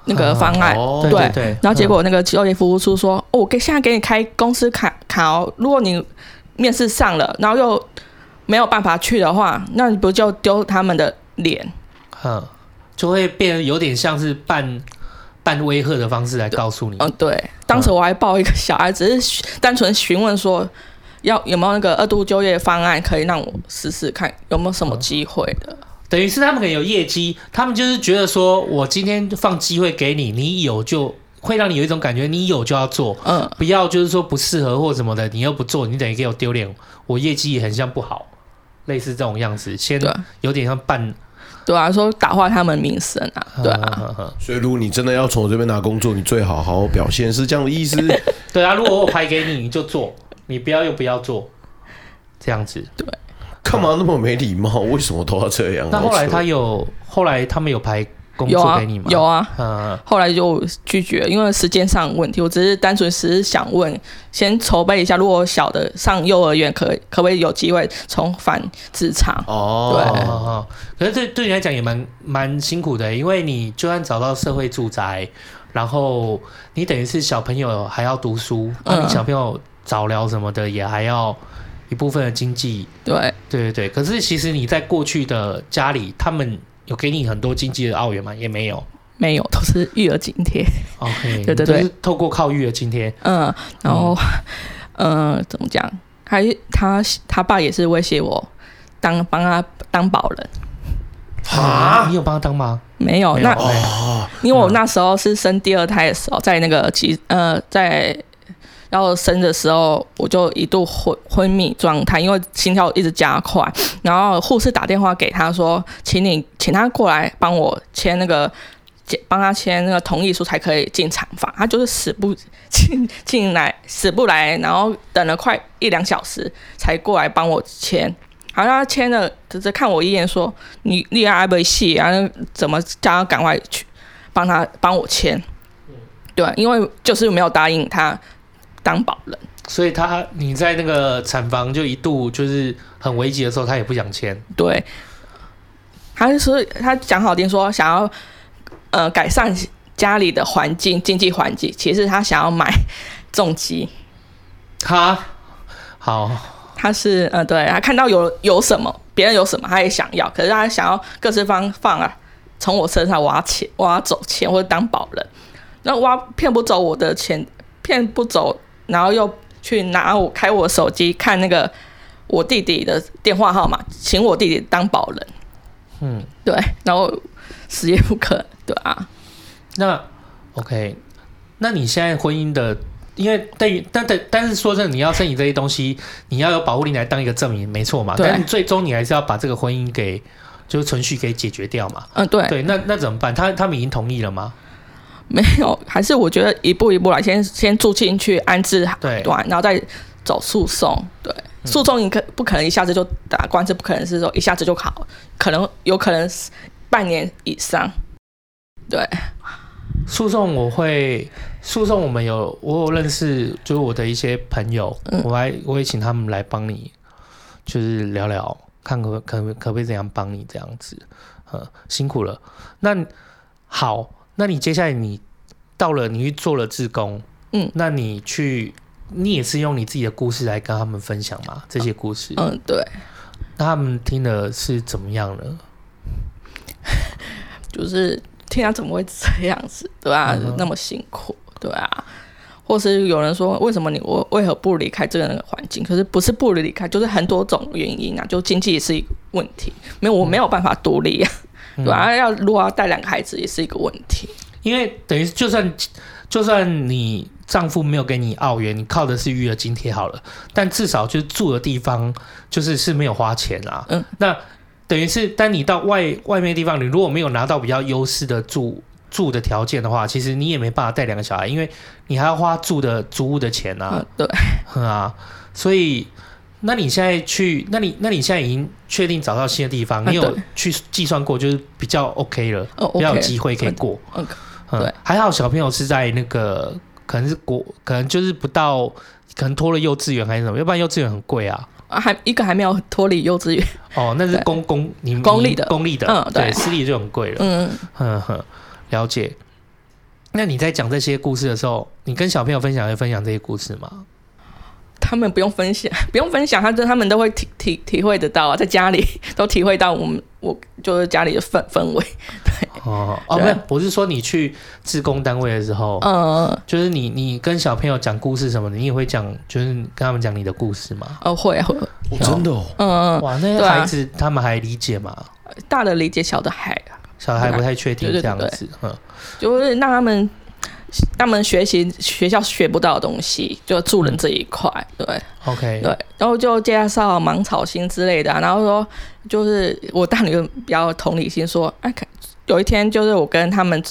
那个方案，
哦
对
呃对嗯
对，
然后结果那个就业服务处说，哦，我给现在给你开公司卡卡哦，如果你面试上了，然后又没有办法去的话，那你不就丢他们的脸？
嗯，就会变得有点像是半半威吓的方式来告诉你。
嗯，对。当时我还抱一个小孩，只是询单纯询问说。要有没有那个二度就业方案可以让我试试看有没有什么机会的？
等于是他们可能有业绩，他们就是觉得说我今天放机会给你，你有就会让你有一种感觉，你有就要做，
嗯，
不要就是说不适合或什么的，你又不做，你等于给我丢脸，我业绩也很像不好，类似这种样子，先
对啊
有点像半
对啊，说打坏他们名声啊，对啊，
啊，
所以如果你真的要从我这边拿工作，你最好好好表现，是这样的 意思？
对啊，如果我拍给你，你就做，你不要又不要做，这样子。
干嘛那么没礼貌？为什么都要这样？
那后来他
好扯
有，后来他们有排工
有
作
啊
给你吗？，
有啊，
嗯，
后来就拒绝，因为时间上问题，我只是单纯只是想问，先筹备一下，如果小的上幼儿园可可不可以有机会重返职场？
哦
哦，
哦，可是对对你来讲也蛮蛮辛苦的，因为你就算找到社会住宅，然后你等于是小朋友还要读书，那、
嗯
你小朋友早疗什么的也还要一部分的经济，
对，
对对对。可是其实你在过去的家里，他们有给你很多经济的澳元吗？也没有。
没有，都是育儿津贴。
OK， 你
对对
都
对
是透过靠育儿津贴，
嗯，然后，嗯、呃，怎么讲？还他他爸也是威胁我当帮他当保人，
啊
你有帮他当吗？
没有。
没有
那
哦
因为我那时候是生第二胎的时候，在那个其呃在要生的时候，我就一度昏昏迷状态，因为心跳一直加快。然后护士打电话给他说，请你请他过来帮我签那个。帮他签那个同意书才可以进产房，他就是死不进进来，死不来，然后等了快一两小时才过来帮我签。好像他签了，只是看我一眼说你你还没戏，然后怎么叫他赶快去帮他帮我签。对，因为就是没有答应他当保人，
所以他你在那个产房就一度就是很危急的时候，他也不想签。
对，他就说他讲好听说想要呃改善家里的环境经济环境，其实他想要买重机，
他好，
他是呃对他看到有有什么别人有什么他也想要，可是他想要各式方放啊，从我身上挖钱挖走钱或者当保人，那挖骗不走我的钱，骗不走，然后又去拿我开我手机看那个我弟弟的电话号码，请我弟弟当保人，
嗯，
对，然后死也不肯，对啊，
那 OK，那你现在婚姻的，因为对于但但但是说真的，你要申请这些东西，你要有保护令来当一个证明，没错嘛。
对
但是最终你还是要把这个婚姻给就是存续给解决掉嘛。
嗯、对，
对，那那怎么办？他他们已经同意了吗？
没有，还是我觉得一步一步来，先先住进去安置
对
对，然后再走诉讼。对，诉讼你可不可能一下子就打官司？不可能是说一下子就好，可能有可能是半年以上。对，
诉讼我会诉讼，我们有我有认识，就是我的一些朋友，
嗯
我还我会请他们来帮你，就是聊聊，看可可可不可以怎样帮你这样子，呃，辛苦了。那好，那你接下来你到了，你去做了志工，
嗯
那你去，你也是用你自己的故事来跟他们分享嘛？这些故事，
嗯，对，
那他们听的是怎么样呢？
就是天啊，怎么会这样子？ 对吧、
嗯哼
那么辛苦，对啊。或是有人说，为什么你我为何不离开这个环境？可是不是不离开，就是很多种原因啊，就经济也是一个问题，没有我没有办法独立啊。
嗯
对啊，要如果要带两个孩子也是一个问题。
因为等于就算就算你丈夫没有给你澳元，你靠的是育儿津贴好了，但至少就是住的地方就是是没有花钱啊。
嗯，
那等于是当你到外外面的地方，你如果没有拿到比较优势的住住的条件的话，其实你也没办法带两个小孩，因为你还要花住的租屋的钱啊
嗯，，对，
嗯、啊，所以。那你现在去，那你那你现在已经确定找到新的地方，
嗯
你有
对
去计算过，就是比较 OK 了，
哦
比较有
，OK，
机会可以过。
嗯，
嗯
对，
还好小朋友是在那个，可能是国，可能就是不到，可能拖了幼稚园还是什么，要不然幼稚园很贵啊。
啊还一个还没有脱离 幼稚园，
哦，那是
对
公公你
公立
你
的
公立的，
嗯
对，
对
私立就很贵了。
嗯，
嗯哼，了解。那你在讲这些故事的时候，你跟小朋友分享会分享这些故事吗？
他们不用分享， 不用分享，他这他们都会体体体会得到啊，在家里都体会到我们我就是家里的氛氛围，
哦哦，不
对
是，我是说你去志工单位的时候，
嗯，
就是你你跟小朋友讲故事什么的，你也会讲，就是跟他们讲你的故事吗？
呃，会啊会，
哦真的哦，
嗯，
哇，那些
对啊
孩子、他们还理解吗？
大的理解小的孩，
小孩不太确定
对对
这样
对
子，嗯。
就是让他们他们学习学校学不到的东西，就助人这一块，对。
OK，
对，然后就介绍芒草心之类的啊、然后说就是我大女儿比较同理心说，哎，看有一天就是我跟他们，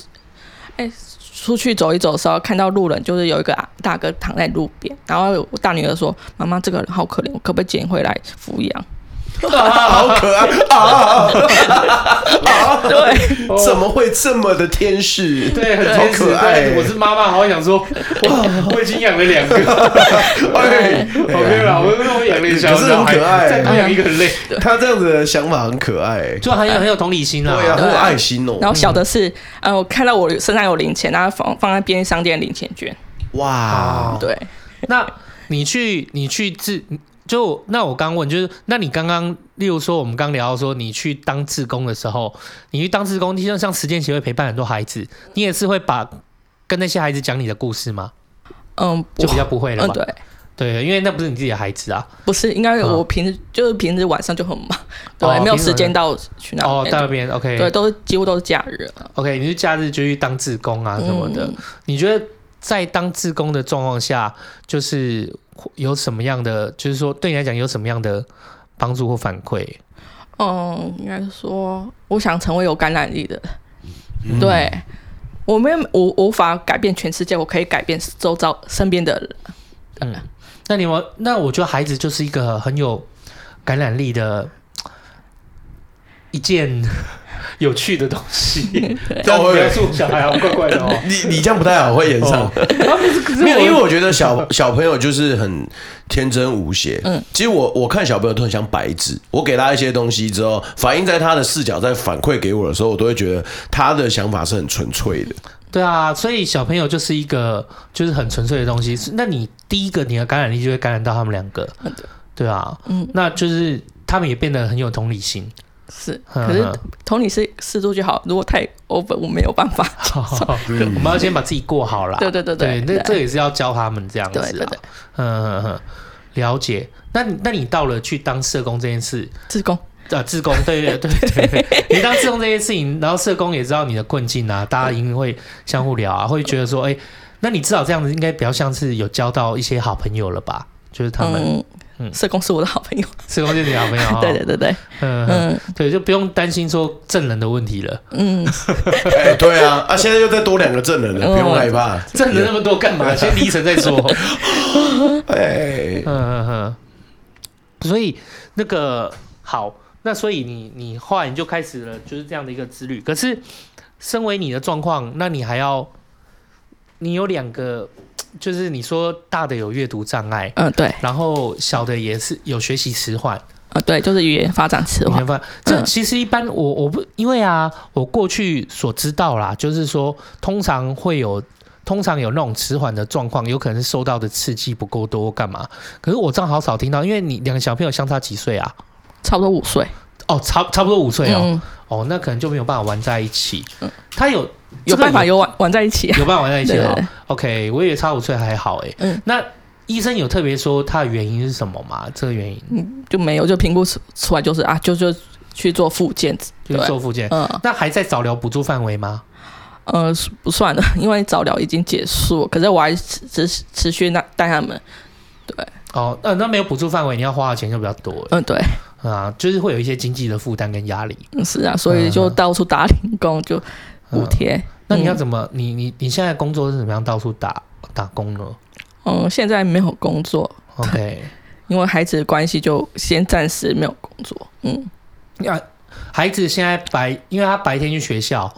哎，出去走一走的时候，看到路人就是有一个啊大哥躺在路边，然后我大女儿说：“妈妈，这个人好可怜，我可不可以捡回来抚养
好可爱啊！？”
对，
怎么会这么的天使？
对，很
好
天使。
可爱
但。我是妈妈，好想 说，哇，我已经养了两个，
哎，
好没有啦，我 我养了一个小
可是很
小孩
可爱，
再多养一个很累。
他这样子的想法很可爱。
就很有很有同理心啦。
对
啊
呀，很有爱心
然
哦。
后小的是，呃，我看到我身上有零钱，然后放放在便利商店零钱券，
哦
哇，
对，
那你去你去自就那我刚问就是，那你刚刚例如说我们刚聊到说你去当志工的时候，你去当志工，就像像实践协会陪伴很多孩子，你也是会把跟那些孩子讲你的故事吗？
嗯，
就
不
比较不会了
嗯
吧？
对，
对，因为那不是你自己的孩子啊。
不是应该我
嗯
平时、就是平时晚上就很忙，对，
哦
没有
平时
时间到去那
哦，
边
到那边 OK，
对，都是几乎都是假日啊
OK，你是假日就去当志工啊什么的。
嗯
你觉得在当志工的状况下，就是有什么样的，就是说对你来讲有什么样的帮助或反馈？哦
嗯，应该说，我想成为有感染力的人。
嗯
对，我没有，我我无法改变全世界，我可以改变周遭身边的人。
嗯，那你们那我觉得孩子就是一个很有感染力的一件有趣的东 西。这
哦
样描述小孩好怪怪的哦。
你你这样不太好，会演上。没有，因为我觉得小小朋友就是很天真无邪。嗯，其实我我看小朋友都很像白纸，我给他一些东西之后，反映在他的视角，在反馈给我的时候，我都会觉得他的想法是很纯粹的。
对啊，所以小朋友就是一个就是很纯粹的东西。那你第一个你的感染力就会感染到他们两个，对啊，
嗯
那就是他们也变得很有同理心。
是，
嗯
可是同理是适度就好，如果太 over，我没有办法。
我们要先把自己过好啦。
对对对
对
对，
那
对
这也是要教他们这样子、啊。
对对对
嗯嗯嗯，了解。那你那你到了去当社工这件事，
自工，
啊，志工，对对对对， 你当志工这件事情，然后社工也知道你的困境啊，大家一定会相互聊啊，会觉得说，哎、那你至少这样子应该比较像是有交到一些好朋友了吧？就是他们、
嗯，
嗯
社工是我的好朋友。，
社工就是你好朋友、哦
对对对对，
嗯，嗯
嗯
对，就不用担心说证人的问题了，
嗯，
哎，对啊，啊，现在又再多两个证人了，
嗯
不用害怕。
证人那么多干 嘛？先离层再说。
哎，
嗯嗯嗯，所以那个好，那所以你你后来你就开始了就是这样的一个之旅。可是，身为你的状况，那你还要，你有两个，就是你说大的有阅读障碍，
嗯，对，
然后小的也是有学习迟缓。
呃，对，就是语言发展迟
你
缓
看。吧，这
嗯
其实一般我我不因为啊，我过去所知道啦，就是说通常会有。通常有那种迟缓的状况，有可能是受到的刺激不够多，干嘛？可是我这样好少听到，因为你两个小朋友相差几岁啊？
差不多五岁，
哦，差差不多五岁哦、
嗯，
哦，那可能就没有办法玩在一起。他有
有办法
有
有玩玩在一起啊。
有办法玩在一起
对
哦
对对。
OK，我以为差五岁还好哎、
嗯
那医生有特别说他的原因是什么吗？这个原因
就没有，就评估出出来就是啊，就就去做复健，
就是
对
做复健。
嗯
那还在早疗补助范围吗？
呃，不算了， 因为早疗已经结束，可是我还持持持续那带他们，
哦，呃，那没有补助范围，你要花的钱就比较多了
嗯，对，
啊，就是会有一些经济的负担跟压力。
嗯是啊，所以就到处打零工，就补贴。
那你要
嗯
怎么？你你你现在工作是怎么样？到处打打工呢
嗯，现在没有工作，
？OK，
因为孩子的关系，就先暂时没有工作。嗯，
那 孩子现在白，因为他白天去学校，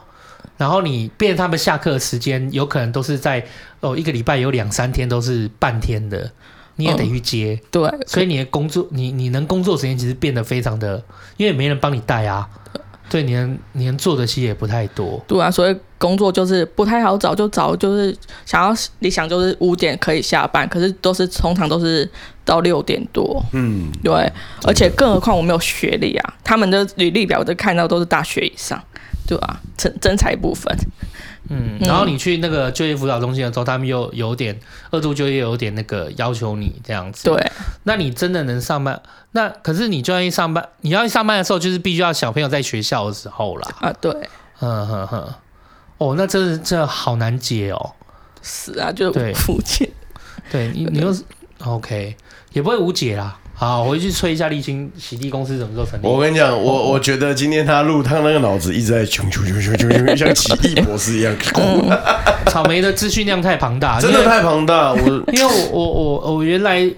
然后你变成他们下课的时间，有可能都是在哦一个礼拜有两三天都是半天的，你也得去接，
对，
所以你的工作，你你能工作时间其实变得非常的，因为没人帮你带啊，对，你能你能做的其实也不太多。
对啊，所以工作就是不太好找，就找就是想要理想就是五点可以下班，可是都是通常都是到六点多。
嗯，
对，而且更何况我没有学历啊，他们的履历表都看到都是大学以上，对吧、啊？真真才部分，
嗯，
嗯
然后你去那个就业辅导中心的时候，他们又有点二度就业，有点那个要求你这样子。
对，
那你真的能上班？那可是你就要一上班，你要一上班的时候，就是必须要小朋友在学校的时候啦。
啊，对，
嗯哼哼，哦，那真的真的好难解哦。
死啊，就是
对
无福建。
对你，你又是 OK，也不会无解啦。好，我回去催一下沥青洗地公司什么时候成立。
我跟你讲，我我觉得今天他录，他那个脑子一直在穷穷穷穷穷穷，像奇异博士一 样，
嗯草莓的资讯量太 庞大，
真
因
的
为
太庞 大。我。
因为我我我我原来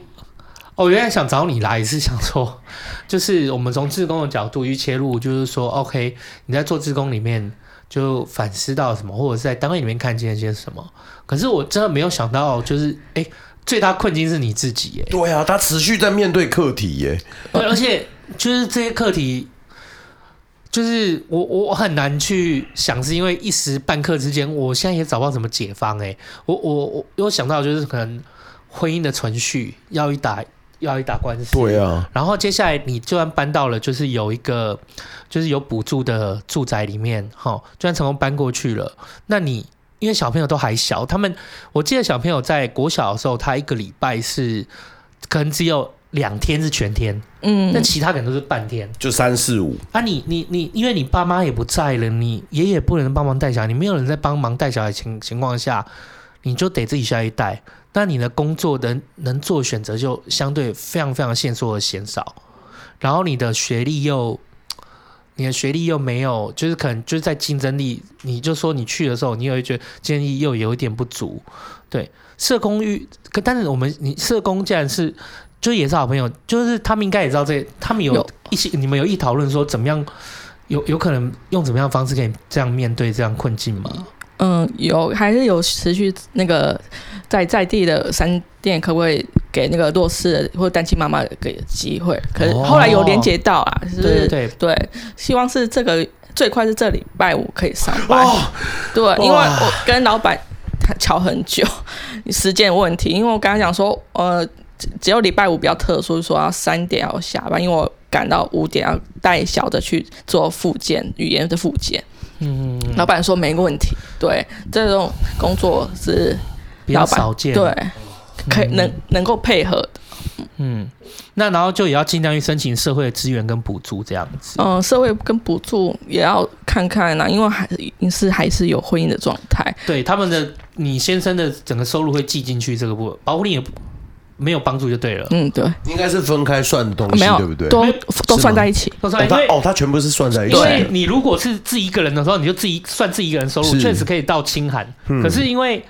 我原来想找你来是想说，就是我们从志工的角度去切入，就是说，OK，你在做志工里面就反思到什么，或者是在单位里面看见一些什么。可是我真的没有想到，就是哎、最大困境是你自己耶
对啊，他持续在面对课题耶。
对，而且就是这些课题，就是我我我很难去想，是因为一时半刻之间，我现在也找不到什么解方哎、我我我我想到就是可能婚姻的存续要一打要一打官司，
对啊，
然后接下来你就算搬到了，就是有一个就是有补助的住宅里面，哈，就算成功搬过去了，那你因为小朋友都还小，他们我记得小朋友在国小的时候，他一个礼拜是可能只有两天是全天，
嗯
那，其他可能都是半天。
就三四五，
啊你，你你因为你爸妈也不在了，你爷爷不能帮忙带小孩，你没有人在帮忙带小孩情情况下，你就得自己下一代。那你的工作能能做的选择就相对非常非常线索的减少，然后你的学历又，你的学历又没有，就是可能就是在竞争力，你就说你去的时候，你也会觉得竞争力又有一点不足。对，社工遇，可但是我们你社工既然是。就也是好朋友，就是他们应该也知道这，他们有
有
一起，你们有一起讨论说怎么样，有有可能用怎么样的方式可以这样面对这样困境吗？
嗯，有还是有持续那个在在地的商店，可不可以给那个弱势的或单亲妈妈给机会？可是
哦
后来有连接到啊，就是
对对对，
对希望是这个最快是这礼拜五可以上班。
哦，
对，因为我跟老板瞧很久时间问题，因为我刚刚讲说，呃，只只有礼拜五比较特殊，说要三点要下班，因为我赶到五点要带小的去做复健，语言的复健。
嗯，
老板说没问题，对，这种工作是
比较
老板
少见，
对，可以能能够配合的，
嗯，那然后就也要尽量去申请社会的资源跟补助这样子。
嗯、社会跟补助也要看看啦、因为还是还是有婚姻的状态，
对他们的你先生的整个收入会记进去这个部分，保护令也不没有帮助就对了。
嗯，对，
应该是分开算的东西，
没有，
对不对？
都
没有
都
是
算
吗
在一起，
都算
哦，
因
他
为
哦，他全部是算在一起
因
对
为
的。
你如果是自己一个人的时候，你就自己算自己一个人收入，
是嗯
确实可以到清寒。可是因为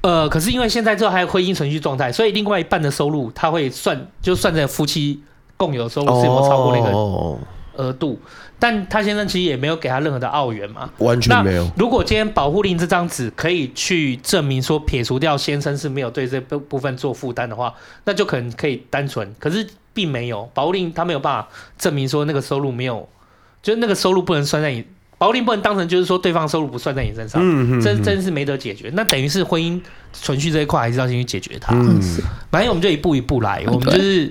呃，可是因为现在这还有婚姻存续状态，所以另外一半的收入他会算，就算在夫妻共有收入是否超过那个
哦，
额度。但他先生其实也没有给他任何的澳元嘛。
完
那
全没有。
如果今天保护令这张纸可以去证明说撇除掉先生是没有对这部部分做负担的话，那就可能可以单纯。可是并没有保护令，他没有办法证明说那个收入没有，就是那个收入不能算在你保护令不能当成就是说对方收入不算在你身上，
嗯嗯
这真是没得解决。那等于是婚姻存续这一块还是要先去解决它。
嗯，
反正我们就一步一步来，我们就是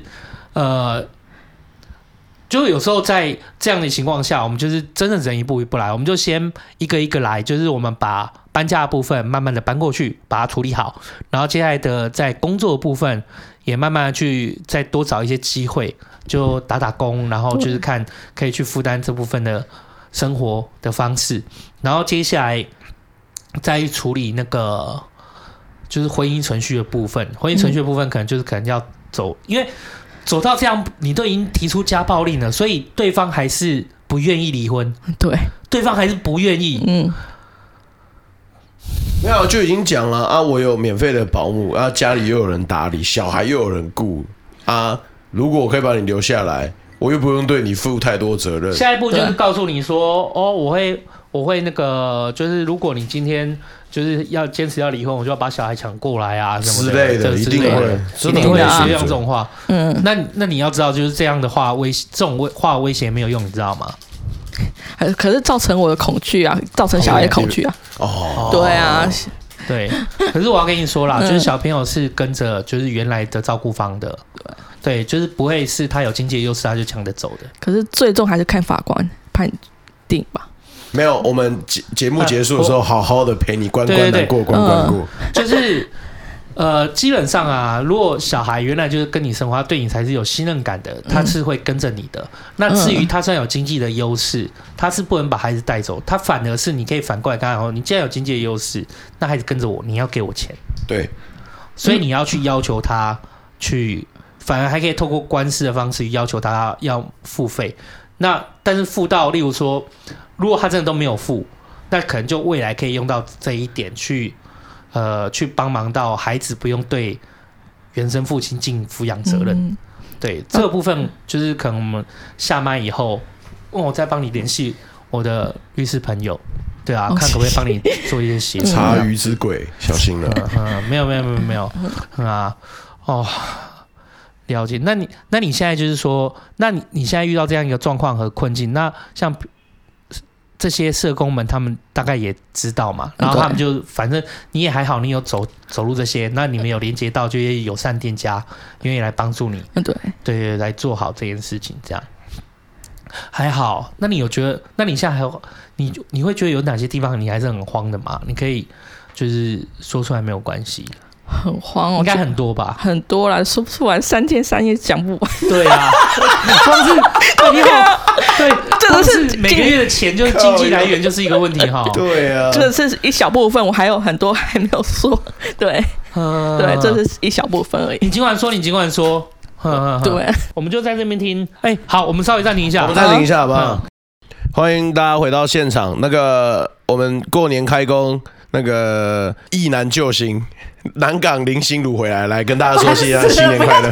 呃，就有时候在这样的情况下，我们就是真的只能一步一步来，我们就先一个一个来，就是我们把搬家的部分慢慢的搬过去，把它处理好，然后接下来的在工作的部分也慢慢的去再多找一些机会，就打打工，然后就是看可以去负担这部分的生活的方式，然后接下来再处理那个就是婚姻程序的部分，婚姻程序的部分可能就是可能要走，因为走到这样，你都已经提出家暴令了，所以对方还是不愿意离婚，
对，
对方还是不愿意，
嗯，
没有就已经讲了啊，我有免费的保姆啊，家里又有人打理，小孩又有人顾啊。如果我可以把你留下来，我又不用对你负太多责任。
下一步就是
对
告诉你说，哦，我会，我会那个，就是如果你今天就是要坚持要离婚，我就要把小孩抢过来啊什么
之类的
这
一
之
定
类
会
的，
真的
一定会
会
说
是
这种话。
嗯，
那那你要知道，就是这样的话威这种威话威胁没有用，你知道吗？
还可是造成我的恐惧啊，造成小孩的恐惧啊，
哦，
对啊，
对，可是我要跟你说啦，
嗯
就是小朋友是跟着就是原来的照顾方的，对，就是不会是他有经济优势他就抢着走的。
可是最终还是看法官判定吧，
没有，我们节节目结束的时候，好好的陪你关
对
关
对
难
对
过关关过。
就是呃，基本上啊，如果小孩原来就是跟你生活，他对你才是有信任感的，他是会跟着你的。那至于他虽然有经济的优势，他是不能把孩子带走，他反而是你可以反过来跟他哦说，你既然有经济的优势，那孩子跟着我，你要给我钱，
对，
所以你要去要求他去，反而还可以透过官司的方式要求他要付费。那但是付到，例如说，如果他真的都没有付，那可能就未来可以用到这一点去，呃，去帮忙到孩子不用对原生父亲尽抚养责任。
嗯
对这个部分，就是可能我们下麦以后，问我再帮你联系我的律师朋友，对啊，
哦
看可不可以帮你做一些 协助。
茶余之鬼，小心啊了。
嗯，没有没有没有没有，嗯啊，哦，了解。那你那你现在就是说，那你你现在遇到这样一个状况和困境，那像这些社工们，他们大概也知道嘛，然后
对
他们就反正你也还好，你有走走路这些，那你们有连接到这些友善店家，愿意来帮助你，
嗯，对，
对对，对来做好这件事情，这样。还好，那你有觉得？那你现在还有你你会觉得有哪些地方你还是很慌的吗？你可以就是说出来没有关系，
很慌哦，
应该
就
很多吧？
很多啦，说不出来，三天三夜讲不 完，啊
对 啊，光是你好，对，
这都
光
是
是每个月的钱就是经济来源就是一个问题哈。
对啊，
这是一小部分，我还有很多还没有说， 对
嗯
对， 这是一小部分而已，
你尽管说，你尽管说。呵呵呵，
对，
我们就在这边听。哎、好，我们稍微暂停一下。
我们暂停一下好不好
嗯？
欢迎大家回到现场。那个，我们过年开工，那个意男救星南港林心如回来，来跟大家说新新年快乐，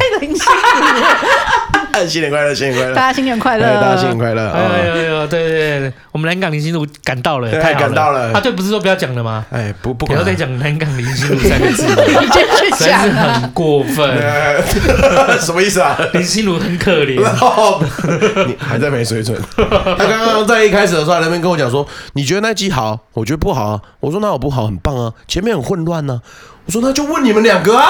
哎新年快乐，新年快乐，
大家新年快乐！
哎大家新年快乐
哎呦哎
啊！
呦哎呦，对对对，我们南港林心如赶到了，
对
太好
赶到了
啊，对，不是说不要讲了吗？
哎，不不
不
管
要
了
再讲南港林心如三个字，
你 就去
实在
讲
是
啊！
很过分。
呃 什么意思啊？
林心如很可怜，
然后 你还在没水 准。他刚刚在一开始的时候，还在那边跟我讲说，你觉得那集好，我觉得不好啊。我说那我不好，很棒啊，前面很混乱呢、我说那就问你们两个啊，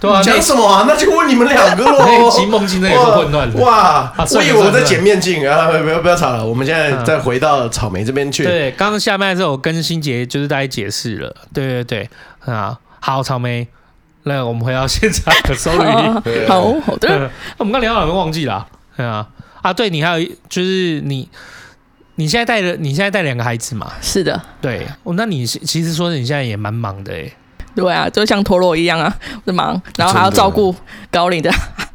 对啊，
讲
那
什么啊？那就问你们两 个喽。
那一集梦境那也是混乱的。
哇
啊！
我
算了
以为我在
算了
剪面镜啊，不要不要吵了，我们现在再回到草莓这边去。
对，刚刚下麦的时候，我跟欣杰就是大概解释了，对对对，啊，好，草莓，那我们回到 现场，sorry，
嗯
好 好好的，
嗯 我们刚聊到哪个忘记了啊？对啊，啊，对你还有一就是你，你现在带了，你现在带两个孩子嘛？
是的，
对，哦，那你是其实说你现在也蛮忙的哎，
对啊，就像陀螺一样啊，我的忙，然后还要照顾高龄的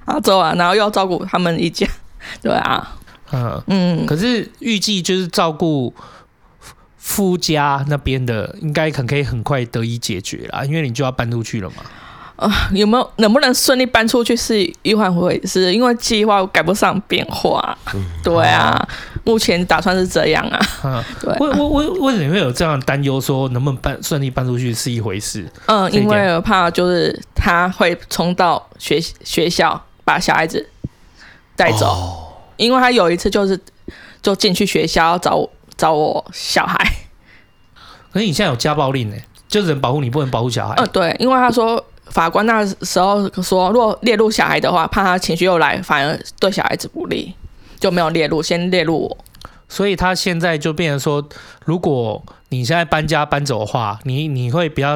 阿周啊，然后又要照顾他们一家， 对啊，
嗯，
嗯，
可是预计就是照顾夫夫家那边的，应该很可以很快得以解决啦，因为你就要搬出去了嘛。
呃有没有能不能顺利搬出去是一换回事，因为计划赶不上变化，对啊，目前打算是这样啊，
嗯，
对啊
为为为为什么会有这样的担忧？说能不能搬顺利搬出去是一回事，
嗯，
这一
因
点
为我怕就是他会冲到学学校把小孩子带走，因为他有一次就是就进去学校找我找我小孩，
可是你现在有家暴令呢、欸就只能保护你，不能保护小孩。
嗯，对，因为他说法官那时候说，若列入小孩的话，怕他情绪又来，反而对小孩子不利，就没有列入，先列入我。
所以他现在就变成说，如果你现在搬家搬走的话，你你会比较，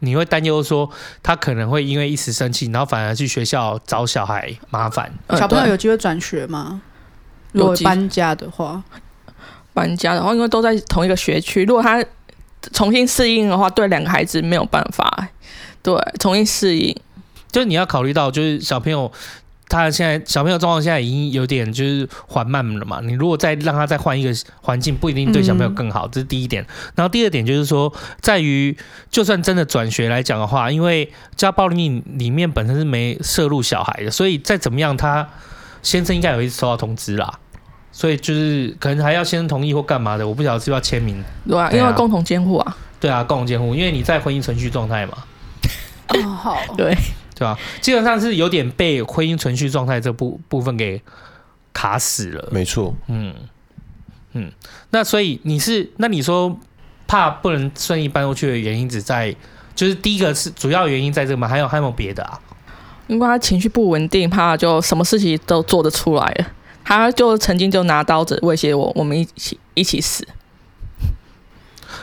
你会担忧说他可能会因为一时生气，然后反而去学校找小孩麻烦。
嗯
小朋友
对
有机会转学吗？如果
有机
搬家的话，
搬家，然后因为都在同一个学区，如果他重新适应的话，对两个孩子没有办法。对，重新适应，
就是你要考虑到，就是小朋友他现在小朋友状况现在已经有点就是缓慢了嘛。你如果再让他再换一个环境，不一定对小朋友更好，这是第一点。然后第二点就是说，在于就算真的转学来讲的话，因为家暴令里面本身是没摄入小孩的，所以再怎么样，他先生应该有一次收到通知啦。所以就是可能还要先生同意或干嘛的，我不晓得是不是要签名。
对啊，
对啊
因为共同监护啊，
对啊，共同监护，因为你在婚姻存续状态嘛。
哦，好，
对，
对啊，基本上是有点被婚姻存续状态这部部分给卡死了。
没错，
嗯嗯，那所以你是那你说怕不能顺利搬出去的原因，只在就是第一个是主要原因在这个嘛，还有还有没有别的啊？
因为他情绪不稳定，怕就什么事情都做得出来了。他就曾经就拿刀子威胁我，我们一起一起死。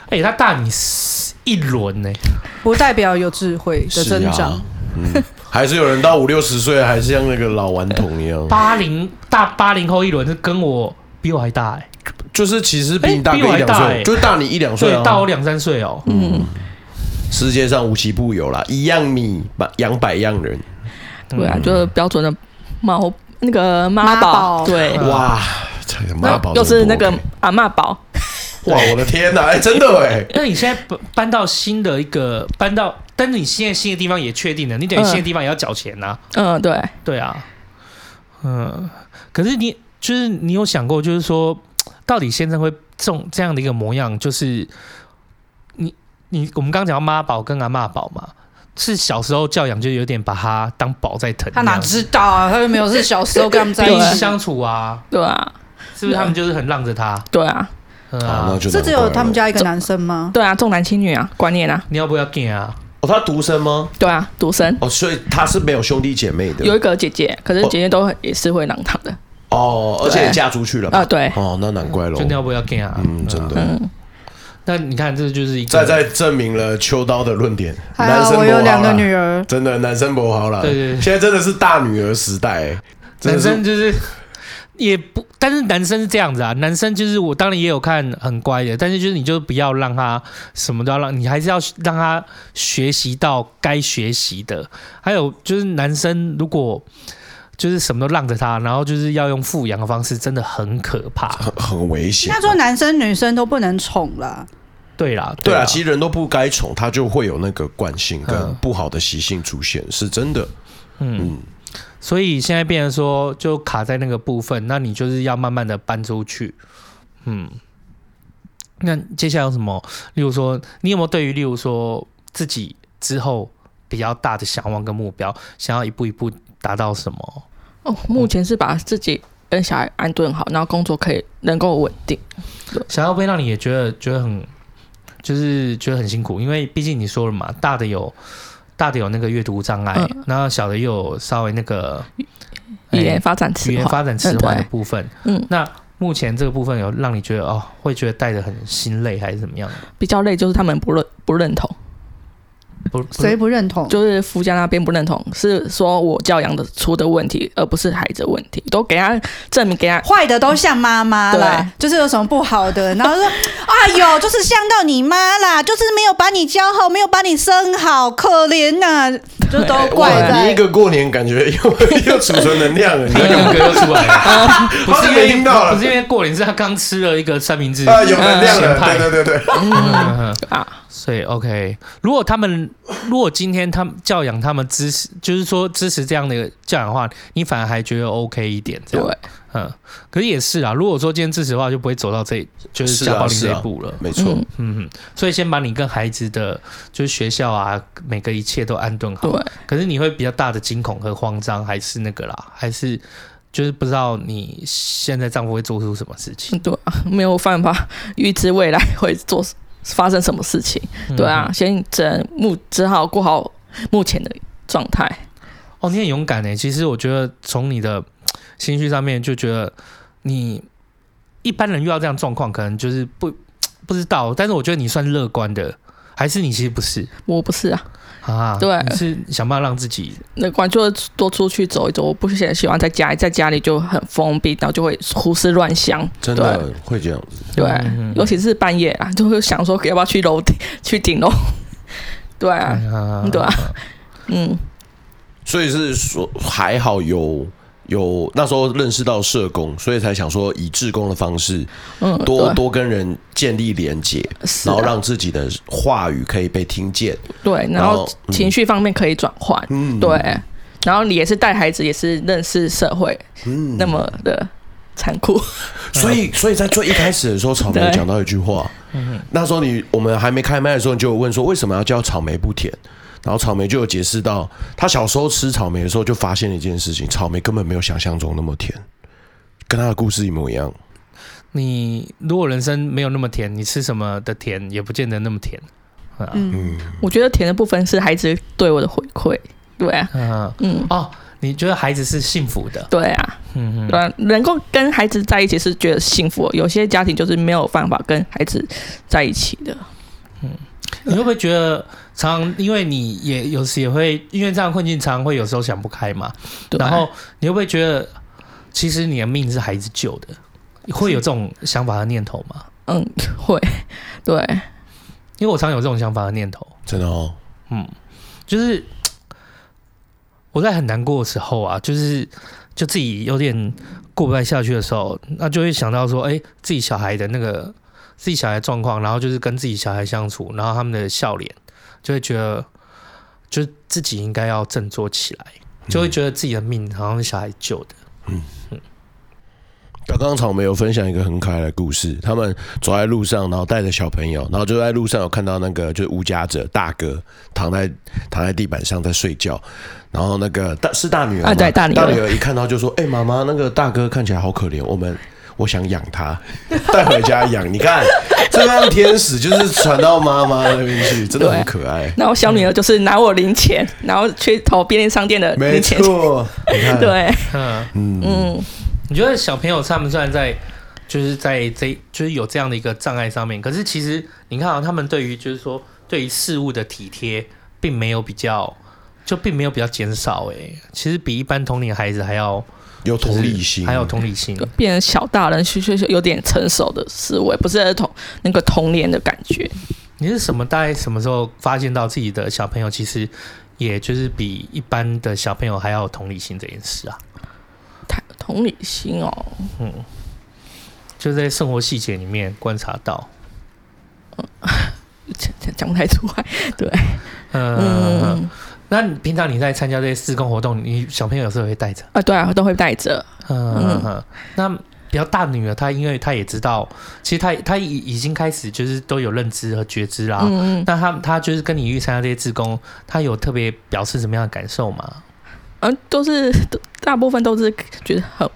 哎、他大你十一轮呢、
嗯
不代表有智慧的增
是
长
啊。，嗯，还是有人到五六十岁还是像那个老顽童一样，
八零大八零后一轮是跟我比我还大哎、
就是其实比你大个
哎比我
一
还
两
大
岁，
哎
就是大你一两岁
对，大我
啊。
两三岁哦、
嗯，
世界上无奇不有啦，一样米百养百样人，
对
嗯
啊，就是标准的猫那个妈
妈
宝，
宝
对，
哇，这个妈宝
又是啊
真的
那个
不 OK
阿嬷宝，
哇，我的天哪，哎，真的哎，
那你现在搬搬到新的一个搬到，但是你现在新的地方也确定了，你等于
嗯
新的地方也要缴钱啊呐、
嗯，对，
对啊，嗯，可是你就是你有想过，就是说，到底先生会这种这样的一个模样，就是你你我们刚刚讲到妈宝跟阿嬷宝嘛，是小时候教养就有点把他当宝在疼，
他哪知道啊？他又没有是小时候跟他们在
在一
一
起
起，
相处啊？
对啊，
是不是他们就是很让着他？
对啊，
嗯
哦那
啊，
就是
只有他们
家
家一个男生吗？
对啊，重男轻女啊，观念啊，
你要不要见啊？
哦，他独生吗？
对啊，独生。
哦，所以他是没有兄弟姐妹的
有一个姐姐，可是姐姐都也是会让他的
哦，而且也
对
嫁出去了吧
啊，对，
哦，那难怪喽
就。你要不要见啊？
嗯，真的。
嗯，
那你看，这就是一个
再再证明了秋刀的论点，
还
男
好
生啊
我
不
有
好
两个
啦
女儿，
真的男生不好啦。
对对对
现在真的是大女儿时代、欸，真
男
的是
生就是也不，但是男生是这样子啊，男生就是我当然也有看很乖的，但是就是你就不要让他什么都要让，你还是要让他学习到该学习的。还有就是男生如果就是什么都让着他，然后就是要用富养的方式，真的很可怕。
很很危险啊
应该。说男生女生都不能宠啦。
对啦，
对
啦
啊，，其实人都不该宠，他就会有那个惯性跟
嗯
不好的习性出现，是真的。
嗯，所以现在变成说就卡在那个部分，那你就是要慢慢的搬出去，嗯。那接下来有什么？例如说，你有没有对于例如说自己之后比较大的向往跟目标，想要一步一步达到什么？
哦，目前是把自己跟小孩安顿好，然后工作可以能够稳定，
想要会让你也觉得觉得很，就是觉得很辛苦，因为毕竟你说了嘛，大的有大的有那个阅读障碍，
嗯 E
然后小的又有稍微那个
语
哎
言发展迟
语言
缓，
发展迟缓的部分。
嗯对嗯
那目前这个部分有让你觉得哦，会觉得带的很心累，还是怎么样？
比较累就是他们不认不认同，
不，不
谁不认同？
就是夫家那边不认同，是说我教养的出的问题，而不是孩子的问题，都给他证明给他。
坏的都像妈妈啦，就是有什么不好的，然后说，哎呦，就是像到你妈啦，就是没有把你教好，没有把你生好，可怜呐、就都怪
哇，你
在
一。个过年感觉又 又储存能量了，你
勇哥又出 来了，哦不
好久
是因
没
为
听到了
不是因为过年，是他刚吃了一个三明治
啊，有能量
咸
了，
派
对对对对，
嗯
啊，
所以 OK，如果他们如果今天他们教养他们支持，就是说支持这样的教养的话，你反而还觉得 OK 一点，这
对
样，嗯，可是也是啦，如果说今天支持的话，就不会走到这就是
是啊
家暴力
是
这
啊
一步了。
没错
嗯，，
嗯，所以先把你跟孩子的，就是学校啊，每个一切都安顿好。
对，
可是你会比较大的惊恐和慌张，还是那个啦，还是就是不知道你现在丈夫会做出什么事情。
对啊，没有办法预知未来会做发生什么事情，
嗯
对啊，先整目只好过好目前的状态，
嗯，哦，你很勇敢诶。其实我觉得从你的心绪上面就觉得你一般人遇到这样状况，可能就是不不知道，但是我觉得你算乐观的，还是你其实不是
我不是啊，
啊？
对
你是想办法让自己
那关就多出去走一走，我不喜喜欢在家里，在家里就很封闭，然后就会胡思乱想，
真的会这样子。
对，啊
嗯嗯
尤其是半夜啊，就会想说要不要去楼顶去顶楼，对啊，
啊
对啊，嗯，
所以是说还好有有那时候认识到社工，所以才想说以志工的方式
嗯，
多
对
多跟人建立连接，
是
然后
啊，
让自己的话语可以被听见。
对，然
然
后
后嗯
情绪方面可以转换，
嗯，
对，，然后你也是带孩子，也是认识社会，
嗯
那么的残酷，
所以，所以在最一开始的时候，草莓
嗯对嗯
讲到一句话，那时候你我们还没开麦的时候，你就有问说为什么要叫草莓不甜，然后草莓就有解释到，他小时候吃草莓的时候就发现了一件事情，草莓根本没有想象中那么甜，跟他的故事一模一样。
你如果人生没有那么甜，你吃什么的甜也不见得那么甜。啊、嗯
嗯，
我觉得甜的部分是孩子对我的回馈，对啊，
嗯
嗯，
哦，你觉得孩子是幸福的？
对啊，
嗯嗯，
呃，能够跟孩子在一起是觉得幸福的，哦有些家庭就是没有办法跟孩子在一起的。
你会不会觉得常常因为你也有时也会因为这样的困境，常常会有时候想不开嘛？
对
然
啊
后你会不会觉得其实你的命是孩子救的？会有这种想法和念头吗？
嗯，会，对，
因为我常有这种想法和念头，
真的哦，
就是我在很难过的时候啊，就是就自己有点过不太下去的时候，那就会想到说，哎、自己小孩的那个自己小孩的状况，然后就是跟自己小孩相处，然后他们的笑脸，就会觉得，就是自己应该要振作起来，就会觉得自己的命好像是小孩救的。
刚刚草莓有分享一个很可爱的故事，他们走在路上，然后带着小朋友，然后就在路上有看到那个就是无家者大哥躺在躺在地板上在睡觉，然后那个大是大女儿吗
啊对大女儿
大女儿一看到就说：“哎、妈妈，那个大哥看起来好可怜，我们。”我想养他，带回家养。你 看，这让天使就是传到妈妈那边去，真的很
对
可爱。
然后小女儿就是拿我零钱，然后去投便利商店的
没
零钱。
错，你看，
对，
嗯，
嗯，
你觉得小朋友他们虽然在就是在这就是有这样的一个障碍上面，可是其实你看啊，他们对于就是说对于事物的体贴，并没有比较，就并没有比较减少、欸，其实比一般同龄孩子还要
有
就是
同理心，
还有同理心。
变成小大人，确确实有点成熟的思维，不是儿童那个童年的感觉。
你是什么大概什么时候发现到自己的小朋友其实也就是比一般的小朋友还要有同理心这件事啊？
太同理心哦，
就在生活细节里面观察到，
讲讲讲不太出来。
嗯，
嗯
那你平常你在参加这些施工活动，你小朋友有时候会带着。
啊，对啊，都会带着。
嗯，嗯那比较大女儿，她因为她也知道，其实她她已已经开始就是都有认知和觉知啦。
嗯嗯
那她她就是跟你去参加这些志工，她有特别表示什么样的感受吗？
嗯，都是都大部分都是觉得很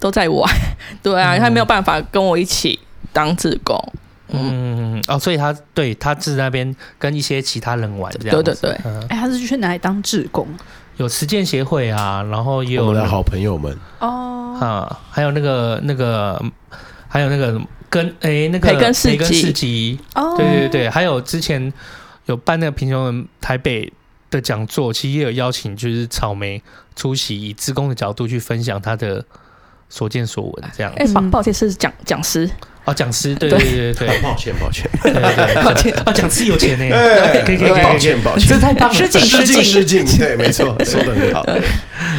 都在玩。 对啊，
嗯
他没有办法跟我一起当志工。嗯，
嗯，哦，所以她对她是那边跟一些其他人玩这样
对
子。
对对，
嗯，
哎，他是去哪里当志工？
有实践协会啊，然后也
我
有
们的好朋友们，
哦，
啊，还有那个那个，还有那个跟诶、那个
培根市集
市集
哦
对对对，还有之前有办那个贫穷人台北的讲座，其实也有邀请就是草莓出席，以职工的角度去分享他的所见所闻，这样。
哎、抱抱歉，是讲讲师，
哦，讲师，对对对对对
啊抱歉，抱歉，
对对，抱歉，哦，讲师有钱呢，
哎
可以可以可以，
抱歉，抱歉，
这太棒了，
失敬
失敬
失
失敬，对，没 错，说的很好，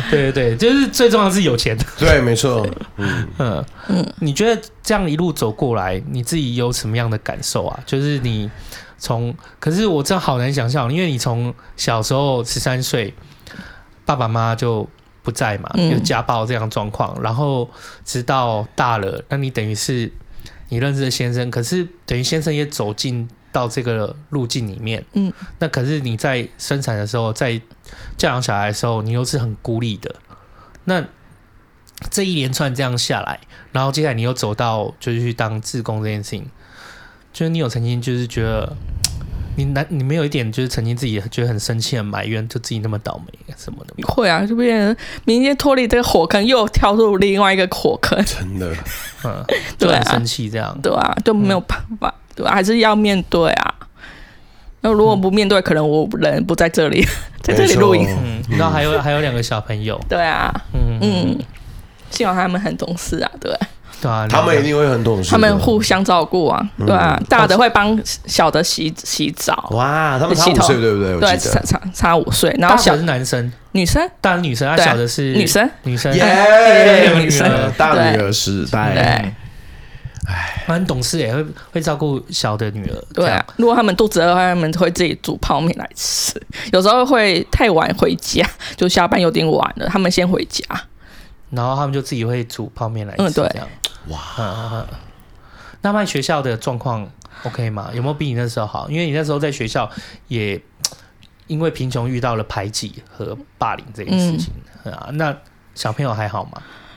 对对对，就是最重要的是有钱，
对，没错，嗯，
嗯嗯，你觉得这样一路走过来，你自己有什么样的感受啊？就是你从，可是我真的好难想象，因为你从小时候十三岁，爸爸妈妈就不在嘛，
嗯
有家暴这样的状况，然后直到大了，那你等于是你认识的先生，可是等于先生也走进到这个路径里面，
嗯，
那可是你在生产的时候，在教养小孩的时候，你又是很孤立的，那。这一连串这样下来，然后接下来你又走到就是去当志工这件事情，就是你有曾经就是觉得你难你没有一点就是曾经自己觉得很生气很埋怨，就自己那么倒霉什么的吗，
会啊，就变成明天脱离这个火坑，又跳入另外一个火坑，
真的，
嗯，就
对啊
很生气这样。
对啊，就没有办法，对吧、还是要面对啊。那如果不面对，可能我人不在这里， 在这里录影
没。错
嗯，然后还有还有两个小朋友，
对啊，
嗯
嗯，幸好他们很懂事啊，对，
对啊，
他们一
两个
定会很懂事的，嗯哦
他们互相照顾啊，对啊，大的会帮小的洗洗澡，
哇，他们差
洗
五
头
岁，对不对？哦我
对，
记
差
得，
差差五岁，然
大
后
的
小
是男生，
女生
大的女生，啊，
对啊
小的是
女生，
女生，哎
耶
两个女
女
儿
生，
大女儿时代，
对
蛮懂事也会会照顾小的女儿，
对
这样
啊，如果他们肚子饿的话，他们会自己煮泡面来吃。有时候会太晚回家，就下班有点晚了，他们先回家。
然后他们就自己会煮泡面来吃，
嗯对
这样。哇，那卖学校的状况 OK 吗？有没有比你那时候好？因为你那时候在学校也因为贫穷遇到了排挤和霸凌这件事情、
嗯
啊，那小朋友还好吗？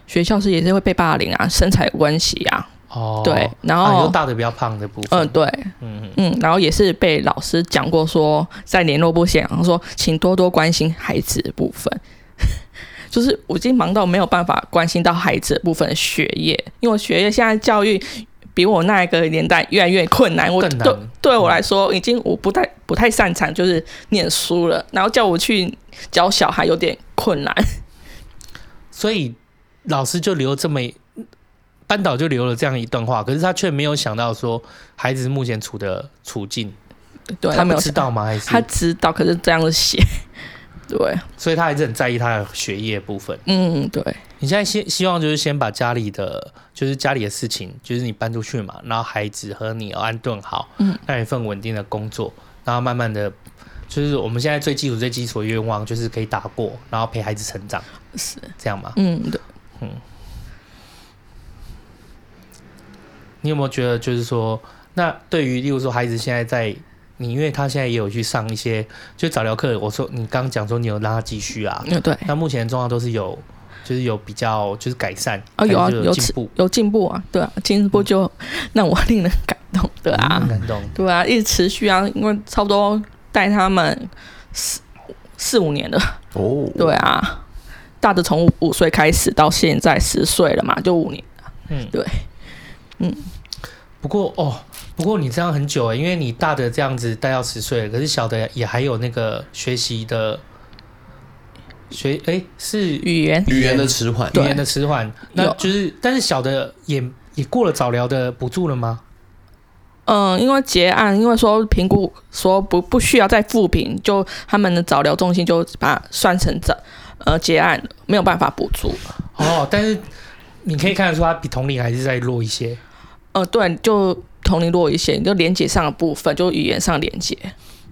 学校是也是会被霸凌啊，身材有关系啊，
哦，
对，然
啊，你
后
说大的比较胖的部分，
嗯，对，嗯嗯，然后也是被老师讲过说，在联络部现场说，请多多关心孩子的部分。 就是我已经忙到没有办法关心到孩子的部分的学业，因为我学业现在教育比我那一个年代越来越困难，我
更难嗯
对对我来说已经我不太不太擅长就是念书了，然后叫我去教小孩有点困难。
所以老师就留这么一班导就留了这样一段话，可是他却没有想到说孩子目前处的处境，
对
他
没
不
有
知道吗？还是
他知道，可是这样子写， 对，
所以他还是很在意他的学业部分。
嗯，对，
你现在希希望就是先把家里的，就是家里的事情，就是你搬出去嘛，然后孩子和你安顿好，
嗯，
那一份稳定的工作，然后慢慢的，就是我们现在最基础最基础的愿望就是可以打过，然后陪孩子成长，
是，
这样嘛？
嗯，对，
你有没有觉得就是说，那对于例如说孩子现在在你，因为他现在也有去上一些就早疗课，我说你刚刚讲说你有让他继续啊，
嗯，对，
那目前的状况都是有，就是有比较就是改善，
哦有啊
还是有
有
进步，
有进步啊，对啊，进步就让我令人感动，对啊，
嗯嗯感动。
对啊，一直持续啊，因为差不多带他们四四五年了，
哦，
对啊，大的从五岁开始到现在十岁了嘛，就五年，
嗯，
对，嗯。
不过哦，不过你这样很久哎，因为你大的这样子带到十岁了，可是小的也还有那个学习的学哎是语
语言
语言的
迟缓
对
言的迟缓，那
有
就是但是小的也也过了早疗的补助了吗？
嗯，因为结案，因为说评估说不不需要再复评，就他们的早疗中心就把它算成早呃结案，没有办法补助。
哦，但是你可以看得出他比同龄还是再弱一些。
呃，对，就同龄弱一些，就连接上的部分，就语言上连 接。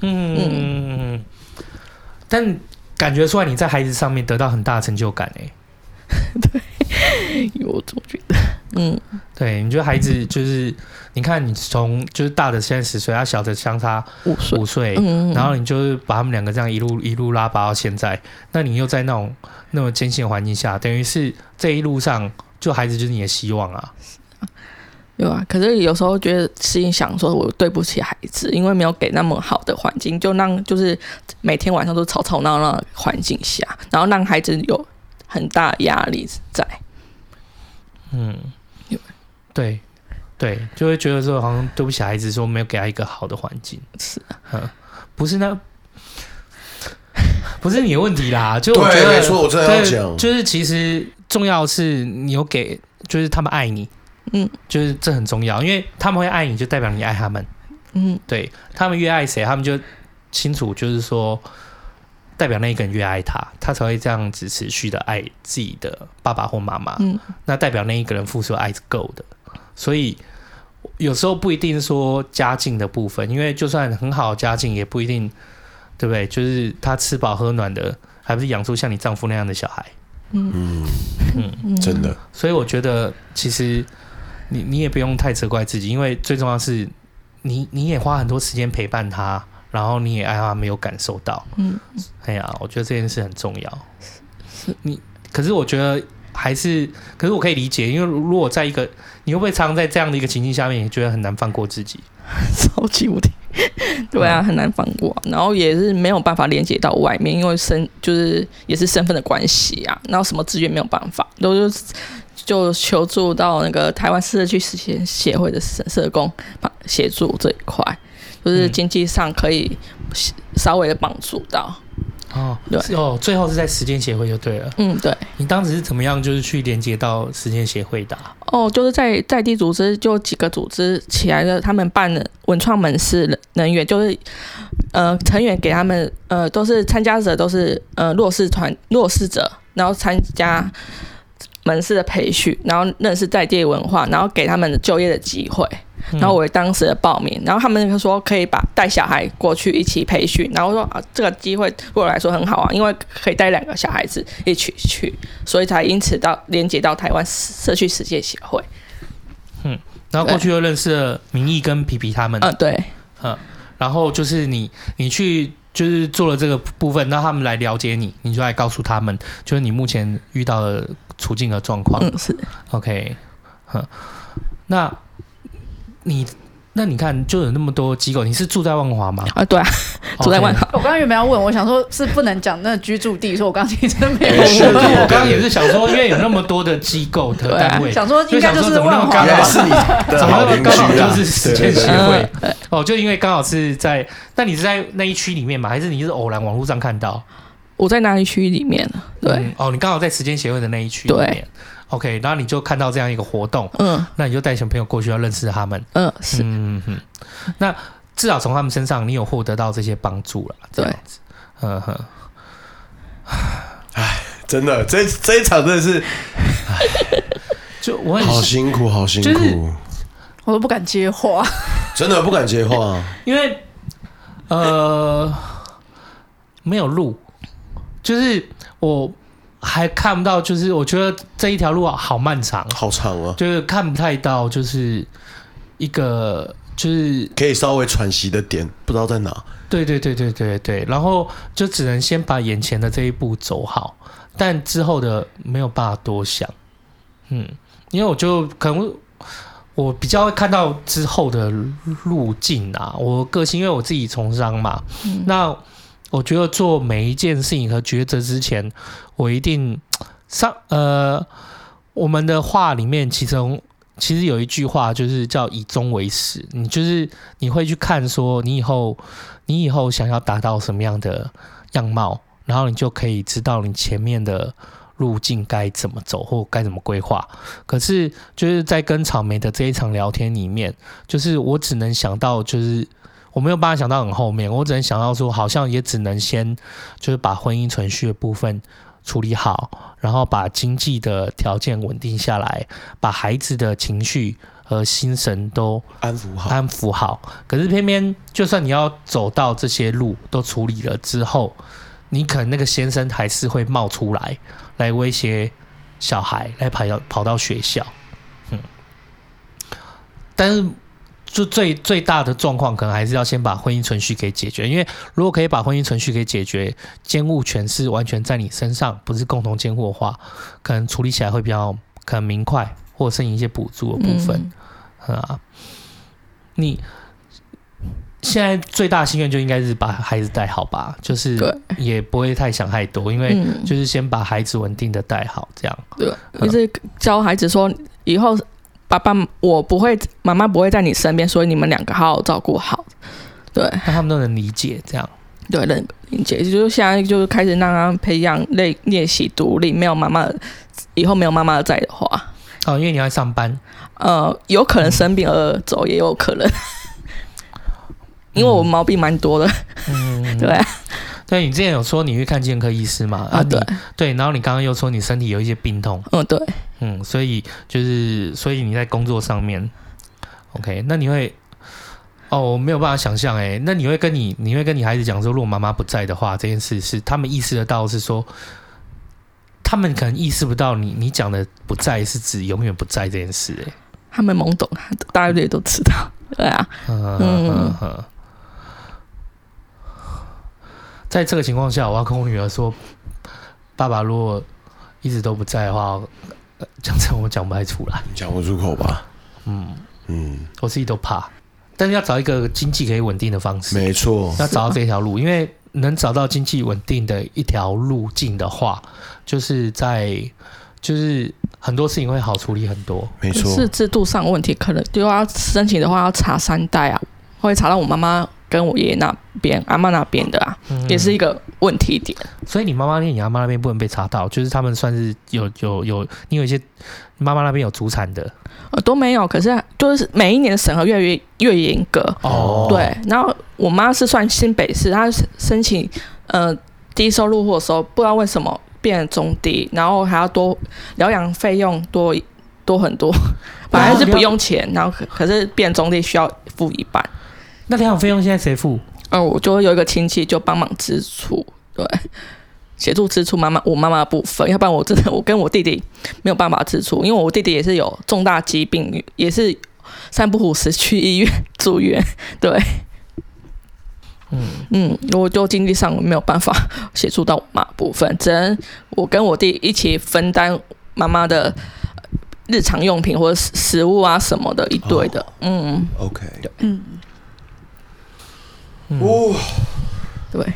嗯，嗯但感觉出来你在孩子上面得到很大的成就感哎。
我总觉得，嗯，
对，你觉得孩子就是，你看你从就是大的现在十岁，他小的相差
五岁，
五岁，
嗯，
然后你就是把他们两个这样一路一路拉拔到现在，那你又在那种那么艰辛的环境下，等于是这一路上，就孩子就是你的希望啊。
对吧？可是嗯有时候觉得心想说，我对不起孩子，因为没有给那么好的环境，就让就是每天晚上都吵吵闹闹的环境下，然后让孩子有很大的压力在。
嗯，对，对，就会觉得说好像对不起孩子，说没有给他一个好的环境，
是啊
嗯，不是那。不是你的问题啦，就我觉
对，没
得
错，我真呃的要讲
对，，就是其实重要的是你有给，就是他们爱你，
嗯，
就是这很重要，因为他们会爱你，就代表你爱他们，
嗯，
对他们越爱谁，他们就清楚，就是说代表那一个人越爱他，他才会这样子持续的爱自己的爸爸或妈妈，
嗯，
那代表那一个人付出的爱是够的，所以。有时候不一定说家境的部分，因为就算很好的家境，也不一定，对不对？就是他吃饱喝暖的，还不是养出像你丈夫那样的小孩。
嗯，
嗯，
真的，
所以我觉得其实你你也不用太责怪自己，因为最重要的是你你也花很多时间陪伴他，然后你也爱他没有感受到。
嗯，
哎呀，我觉得这件事很重要。你可是我觉得还是，可是我可以理解，因为如果在一个你会不会常常在这样的一个情境下面，也觉得很难放过自己？
超级无敌，对啊，很难放过、然后也是没有办法连接到外面，因为身就是也是身份的关系啊，然后什么资源没有办法，都就就求助到那个台湾社区实践协会的社社工帮协助这一块，就是
嗯
经济上可以稍微的帮助到。
哦，
对
是哦，最后是在时间协会就对了。
嗯，对。
你当时是怎么样，就是去连接到时间协会的啊、
哦，就是在在地组织，就几个组织起来的，他们办的文创门市人人员，就是呃成员给他们呃都是参加者都是呃弱势团弱势者，然后参加门市的培训，然后认识在地文化，然后给他们就业的机会。
嗯
然后我当时的报名，然后他们就说可以把带小孩过去一起培训，然后说啊这个机会对我来说很好啊，因为可以带两个小孩子一起去，所以才因此到连接到台湾社区实践协会。
嗯然后过去又认识了明义跟皮皮他们，
嗯，对，
嗯，然后就是你你去就是做了这个部分，让他们来了解你，你就来告诉他们，就是你目前遇到的处境
嗯
和状况。
嗯是，
OK，哼，那你那你看，就有那么多机构，你是住在万华吗？哦
啊，对啊， 住在万 豪。
我刚刚原本要问，我想说是不能讲那居住地，所以我刚刚其实没有
哎是
问。
我刚刚也是想说，因为有那么多的机构 的
啊
单位，
想说应该就是万华
刚
原
好
来是你的
怎
好
么
邻
刚好
居
就
啊
是实践协
对
会哦，就因为刚好是在，那你是在那一区里面吗？还是你是偶然网络上看到？
我在哪里区里面呢？对，
嗯哦，你刚好在时间协会的那一区里面。OK，然后你就看到这样一个活动，
嗯
那你就带小朋友过去要认识他们。
嗯，是，
嗯哼，那至少从他们身上你有获得到这些帮助了。这样子，嗯哼，
真的，这这一场真的是
就我很
好辛苦，好辛
就是
苦，
我都不敢接话。
真的不敢接话。啊
因为呃没有路，就是我还看不到，就是我觉得这一条路好漫长，
好长啊，
就是看不太到，就是一个就是
可以稍微喘息的点，不知道在哪。
对对对对对对，然后就只能先把眼前的这一步走好，但之后的没有办法多想，嗯，因为我就可能我比较会看到之后的路径啊，我个性因为我自己从商嘛，那我觉得做每一件事情和抉择之前，我一定上呃，我们的话里面其中。其实有一句话就是叫以终为始，你就是你会去看说你以后你以后想要达到什么样的样貌，然后你就可以知道你前面的路径该怎么走或该怎么规划。可是就是在跟草莓的这一场聊天里面，就是我只能想到就是。我没有办法想到很后面，我只能想到说，好像也只能先就是把婚姻存续的部分处理好，然后把经济的条件稳定下来，把孩子的情绪和心神都
安抚好，
安抚好。可是偏偏就算你要走到这些路都处理了之后，你可能那个先生还是会冒出来，来威胁小孩，来跑到跑到学校。嗯，但是。就最最大的状况，可能还是要先把婚姻存续给解决，因为如果可以把婚姻存续给解决，监护权是完全在你身上，不是共同监护的话，可能处理起来会比较可能明快，或者剩一些补助的部分。
嗯
啊，你现在最大心愿就应该是把孩子带好吧，就是
对
嗯
也不会太想太多，因为
嗯，
就是先把孩子稳定的带好，这样。
对，
嗯
就是教孩子说，以后爸爸我不会，妈妈不会在你身边，所以你们两个好好照顾好。对
那他们都能理解这样。
对，能理解，就是现在就是开始让他培养练练习独立，没有妈妈，以后没有妈妈在的话，
哦，因为你要上班，
呃，有可能生病而走，也有可能。 因为我毛病蛮多的，
嗯，
对啊
对，你之前有说你去看健科医师嘛？
啊，
你
对，
对，然后你刚刚又说你身体有一些病痛，
嗯，对，
嗯，所以就是，所以你在工作上面，OK，那你会，哦，我没有办法想象，哎，那你会跟你，你会跟你孩子讲说，如果妈妈不在的话，这件事是他们意识得到，是说，他们可能意识不到你，你讲的不在是指永远不在这件事，哎，
他们懵懂，大家也都知道，对啊，
嗯
嗯
嗯嗯。在这个情况下，我要跟我女儿说，爸爸如果一直都不在的话，呃讲真我讲不太出来。
你讲不出口吧？
嗯
嗯，
我自己都怕。但是要找一个经济可以稳定的方式，
没错，
要找到这条路，因为能找到经济稳定的一条路径的话，就是在就是很多事情会好处理很多。
没
可
错，
是制度上的问题，可能就要申请的话要查三代啊，会查到我妈妈跟我爷爷那边、阿妈那边的啊，
嗯
也是一个问题点。
嗯所以你妈妈那边、你阿妈那边不能被查到，就是他们算是有有有，你有一些妈妈那边有主产的
呃，都没有，可是就是每一年的审核越来越越严格。
哦
对，然后我妈是算新北市，她申申请呃低收入户的时候，不知道为什么变成中低，然后还要多疗养费用多多很多， 本来是不用钱，然后可可是变中低需要付一半。
那疗养费用现在谁付？
嗯，我就有一个亲戚就帮忙支出，对，协助支出妈妈我妈妈的部分，要不然我真的我跟我弟弟没有办法支出，因为我弟弟也是有重大疾病，也是三不五时去医院住院，对，
嗯，
嗯，我就经济上没有办法协助到我妈的部分，只能我跟我弟一起分担妈妈的呃日常用品或者食食物啊什么的一堆的，嗯，
OK，哦
对，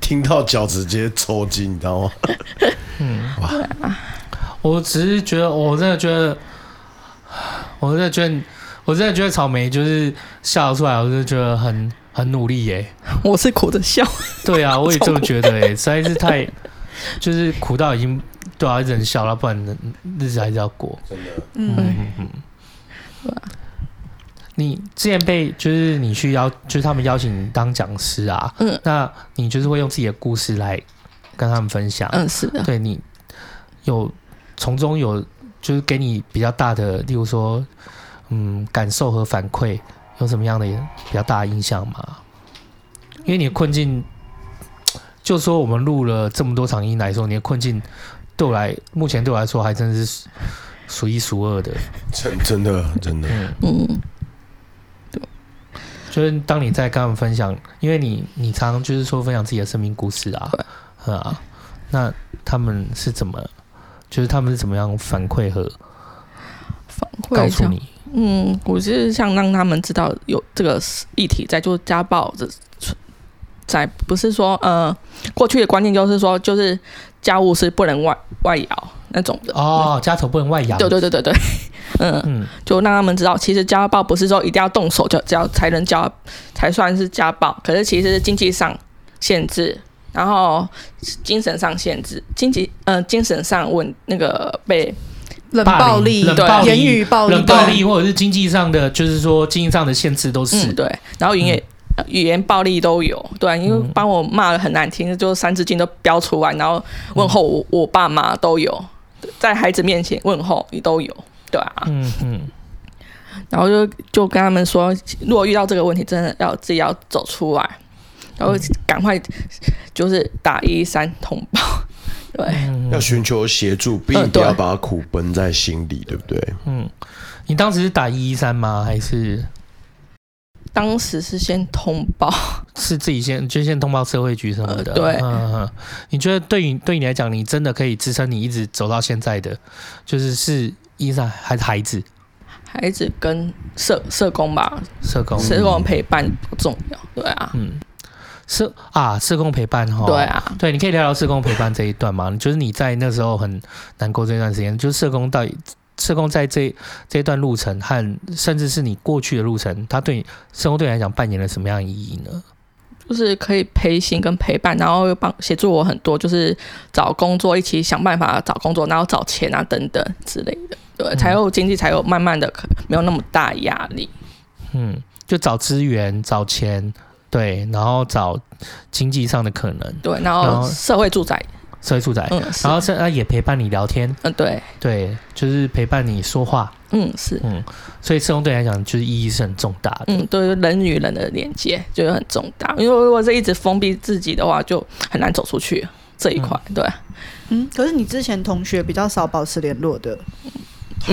听到脚直接抽筋，你知道吗？
我只是觉得，我真的觉得，我真的觉得，我真的觉得草莓就是笑出来，我就觉得很很努力耶、
我是苦着笑，
对啊，我也这么觉得哎、实在是太就是苦到已经对啊，忍笑了，不然能日子还是要过。嗯
嗯，
你之前被就是你去邀，就是他们邀请你当讲师啊，
嗯
那你就是会用自己的故事来跟他们分享，
嗯，是的，
对你有从中有就是给你比较大的，例如说嗯感受和反馈，有什么样的比较大的印象吗？因为你的困境，就说我们录了这么多场音来说，你的困境对我来目前对我来说还真的是数一数二的。
真真的真的，
嗯，
就是当你在跟他们分享，因为你你常常就是说分享自己的生命故事啊，嗯啊，那他们是怎么，就是他们是怎么样反馈和
反馈
告
一
诉
下，
你？
嗯，我是想让他们知道有这个议题在，就是家暴这在不是说呃，过去的观念就是说，就是家务是不能外外摇那种的。
哦，家丑不能外扬。
对对对对对，嗯，
嗯，
就让他们知道，其实家暴不是说一定要动手就叫才能家才算是家暴，可是其实是经济上限制，然后精神上限制，经济呃精神上问那个被
冷
霸凌
暴力、
冷暴力
言语
哦
暴力、
冷暴力或者是经济上的，就是说经济上的限制都是。
嗯对，然后语言、呃语言暴力都有，对，啊因为
嗯
把我骂的很难听，就三字经都飙出来，然后问候我、我爸妈都有，在孩子面前问候也都有，对啊，
嗯嗯
然后就就跟他们说，如果遇到这个问题，真的要自己要走出来，然后赶快就是打一三通报。对，
嗯
要寻求协助，
呃
并不要把苦闷在心里，对不对？
嗯，你当时是打一一三吗？还是
当时是先通报，
是自己先就先通报社会局什么的？
呃对
嗯嗯，你觉得对于对你来讲，你真的可以支撑你一直走到现在的，就是是一三还是孩子
孩子跟社社工吧，
社工？
社工陪伴不重要。对啊，
嗯，社啊社工陪伴哈。
对啊，
对，你可以聊聊社工陪伴这一段吗？就是你在那时候很难过这段时间，就是社工到底社工在这这一段路程和甚至是你过去的路程，它对你社工对你来讲扮演了什么样的意义呢？
就是可以陪行跟陪伴，然后又帮协助我很多，就是找工作，一起想办法找工作，然后找钱啊等等之类的。对，才有经济，才有慢慢的可没有那么大压力。
嗯，就找资源、找钱，对，然后找经济上的可能，
对，然
然后
后社会住宅，
社会住宅，
嗯，是
然后甚至也陪伴你聊天，
嗯，对，
对，就是陪伴你说话，
嗯，是，
嗯，所以社工对你来讲就是意义是很重大的。
嗯，对，人与人的连接就是很重大，因为如果是一直封闭自己的话，就很难走出去这一块，对，
嗯，可是你之前同学比较少保持联络的，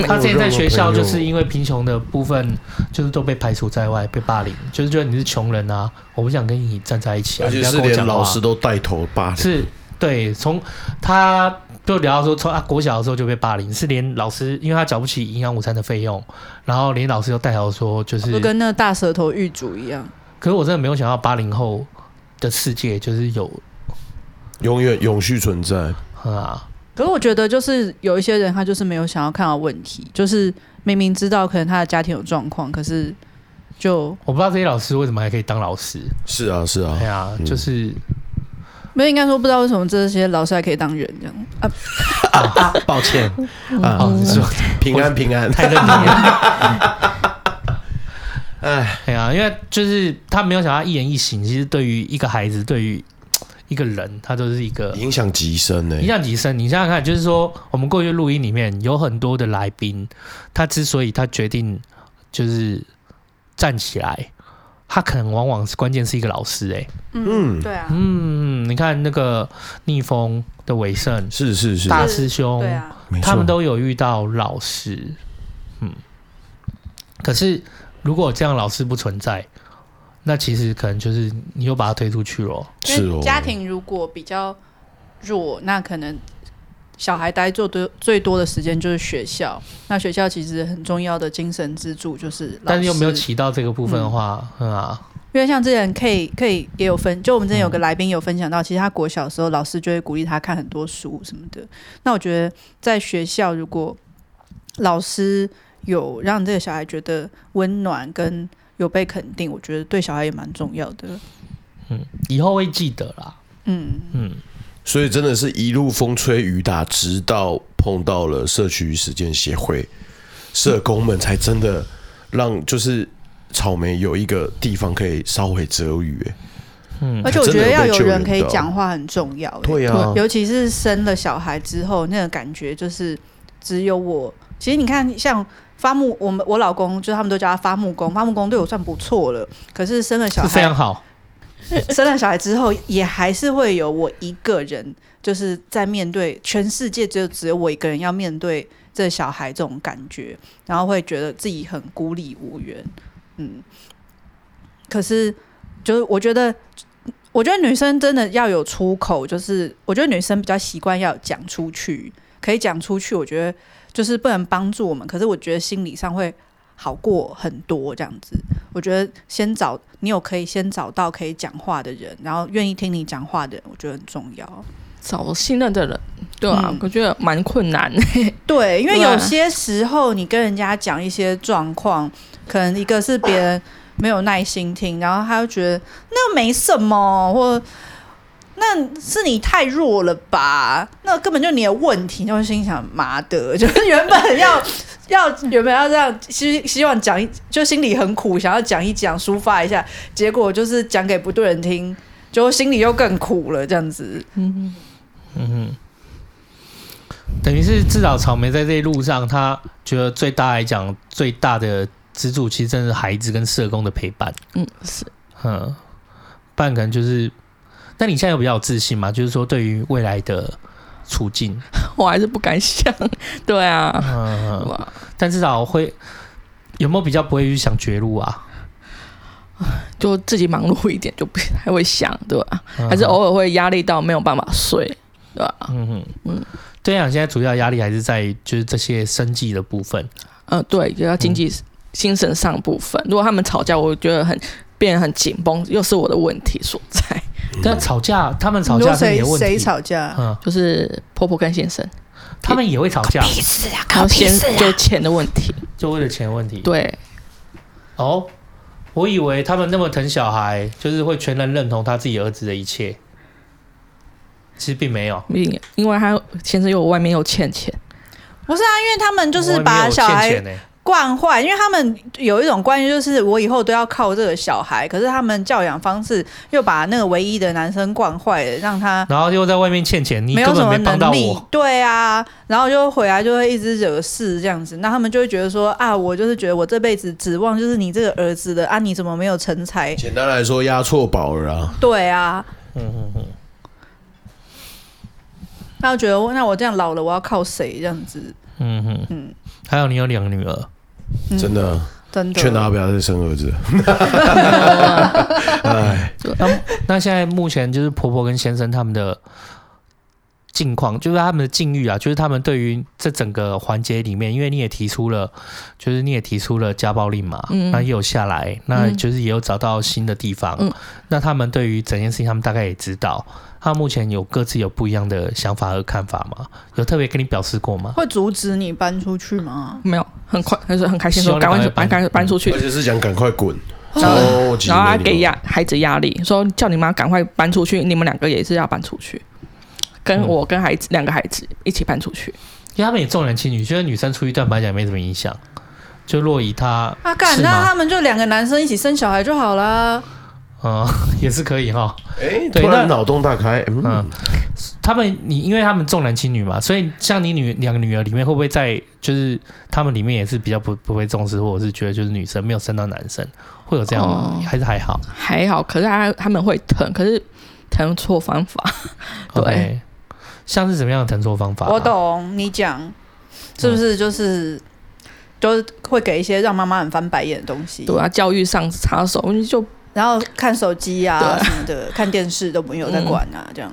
他之前在学校就是因为贫穷的部分，就是都被排除在外，被霸凌，就是觉得你是穷人啊，我不想跟你站在一起啊，
而且
你不要
是
跟我
连
讲话
老师都带头霸凌，
是对，从他就聊到说，从他啊国小的时候就被霸凌，是连老师，因为他缴不起营养午餐的费用，然后连老师都带头说，就是，
就跟那大舌头狱主一样。
可是我真的没有想到八零后的世界就是有
永远永续存在。
啊，
可是我觉得，就是有一些人他就是没有想要看到问题，就是明明知道可能他的家庭有状况，可是就
我不知道这些老师为什么还可以当老师，
是啊，是啊
哎，呀，就是
没有应该说不知道为什么这些老师还可以当人这样啊，
抱歉
哦，
啊，
你说
平安平安。
太认真了。哎，对啊，因为就是他没有想到一言一行，其实对于一个孩子，对于一个人，他都是一个
影响极深欸呢、
影响极深。你想想看，就是说我们过去录音里面有很多的来宾，他之所以他决定就是站起来，他可能往往是关键是一个老师、欸。哎，
嗯
对啊，
嗯，你看那个逆风的尾盛
是是是，
大师兄，
对啊，
没错
他们都有遇到老师，嗯，可是如果这样老师不存在，那其实可能就是你哦又把他推出去了。
是哦，
庭如果比较弱，那可能小孩待最多最多的时间就是学校。那学校其实很重要的精神支柱就是老师，
但是又没有起到这个部分的话，嗯啊，
因为像之前 K K 也有分，就我们之前有个来宾有分享到，其实他国小的时候老师就会鼓励他看很多书什么的。那我觉得在学校，如果老师有让这个小孩觉得温暖跟有被肯定，我觉得对小孩也蛮重要的。
以后会记得啦。
嗯，
嗯，
所以真的是一路风吹雨打，直到碰到了社区实践协会，社工们才真的让就是草莓有一个地方可以稍微遮雨、欸。
嗯
而且我觉得要
真的有
有
被救
人
援
可以
到
讲话很重要、欸。
对啊
尤其是生了小孩之后，那个感觉就是只有我。其实你看，像发木，我们我老公就是他们都叫他发木工，发木工对我算不错了。可是生了小
是非
孩
常，好。
生了小孩之后，也还是会有我一个人，就是在面对全世界，只有只有我一个人要面对这小孩这种感觉，然后会觉得自己很孤立无援。嗯，可是就是我觉得，我觉得女生真的要有出口，就是我觉得女生比较习惯要讲出去，可以讲出去。我觉得就是不能帮助我们，可是我觉得心理上会好过很多这样子。我觉得先找你有可以先找到可以讲话的人，然后愿意听你讲话的人，我觉得很重要。
找信任的人，对啊，
嗯
我觉得蛮困难。
对，因为
对啊
有些时候你跟人家讲一些状况，可能一个是别人没有耐心听，然后他就觉得那没什么，或那是你太弱了吧，那根本就你的问题。就心想，妈的， 就是原本要要原本要这样，希希望讲一，就心里很苦，想要讲一讲抒发一下，结果就是讲给不对人听，就心里又更苦了，这样子。
嗯，
嗯哼，等于是至少草莓在这一路上，他觉得最大来讲最大的支柱，其实真的是孩子跟社工的陪伴。
嗯，是
嗯，不然可能就是，但你现在有比较有自信嘛？就是说对于未来的处境，
我还是不敢想。对啊，
嗯，
哇，
但至少会有没有比较不会去想绝路啊？
就自己忙碌一点，就不太会想，对吧？
嗯
还是哦偶尔会压力到没有办法睡，对吧？
嗯哼嗯
嗯，
对啊，现在主要压力还是在于就是这些生计的部分。
嗯，对，也要经济、
嗯
精神上部分。如果他们吵架，我觉得很变得很紧绷，又是我的问题所在，
但吵架，他们吵
你
架
说
是你
谁
的问
谁
题。
吵架？
嗯，
就是婆婆跟先生，
他们也会吵架，
屁事啊，
然
搞
后
屁
先
事啊！
就钱的问题，
就为了钱的问题。
对，
哦，我以为他们那么疼小孩，就是会全然认同他自己儿子的一切，其实并没有。
因因为他先生又外面又欠钱，
不是啊，因为他们就
我
是
也没
把
哦有
小
欠
孩
钱欸
惯坏，因为他们有一种观念，就是我以后都要靠这个小孩，可是他们教养方式又把那个唯一的男生惯坏了，让他
然后又在外面欠钱，你
没
根
有什
本
么
没帮到
能力
我。。
对啊，然后就回来就会一直惹事这样子，那他们就会觉得说啊，我就是觉得我这辈子指望就是你这个儿子的啊，你怎么没有 成才？
简单来说，押错宝了啊！
对啊，
嗯嗯嗯，
那我觉得那我这样老了，我要靠谁这样子？
嗯哼，
嗯
还有你有两个女儿，
嗯
真的，
真的
劝他不要再生儿子。哎，
那现在目前就是婆婆跟先生他们的境况，就是他们的境遇啊，就是他们对于这整个环节里面，因为你也提出了，就是你也提出了家暴令嘛，
嗯
那也有下来，那
嗯
就是也有找到新的地方，
嗯
那他们对于整件事情，他们大概也知道，他们目前有各自有不一样的想法和看法吗？有特别跟你表示过吗？
会阻止你搬出去吗？
没有很快，就是很开心
希
说
望
赶快
赶快嗯
搬赶快搬出去
而，且是想赶快滚，
然后
超级
然后他
没礼
给
貌
压孩子压力，说叫你妈赶快搬出去，你们两个也是要搬出去，跟
嗯
我跟孩子两个孩子一起搬出去。
因为他们也重男轻女，觉得女生出去对他们来讲也没什么影响，就若以她
啊，干
是
那
吗
他们就两个男生一起生小孩就好啦。
嗯， 也是可以哈。
哎，
对
突然
那
脑洞大开，嗯
嗯，他们，你因为他们重男轻女嘛，所以像你女两个女儿里面，会不会在就是他们里面也是比较不不会重视，或者是觉得就是女生没有生到男生，会有这样吗？
哦
还是还好？
还好，可是他他们会疼，可是疼错方法。对
OK，像是怎么样的疼痛方法、啊
我。懂你讲，是不是就是、就是会给一些让妈妈很翻白眼的东西，
对啊，教育上插手，你就
然后看手机啊
对
什么的，看电视都没有在管啊，这样。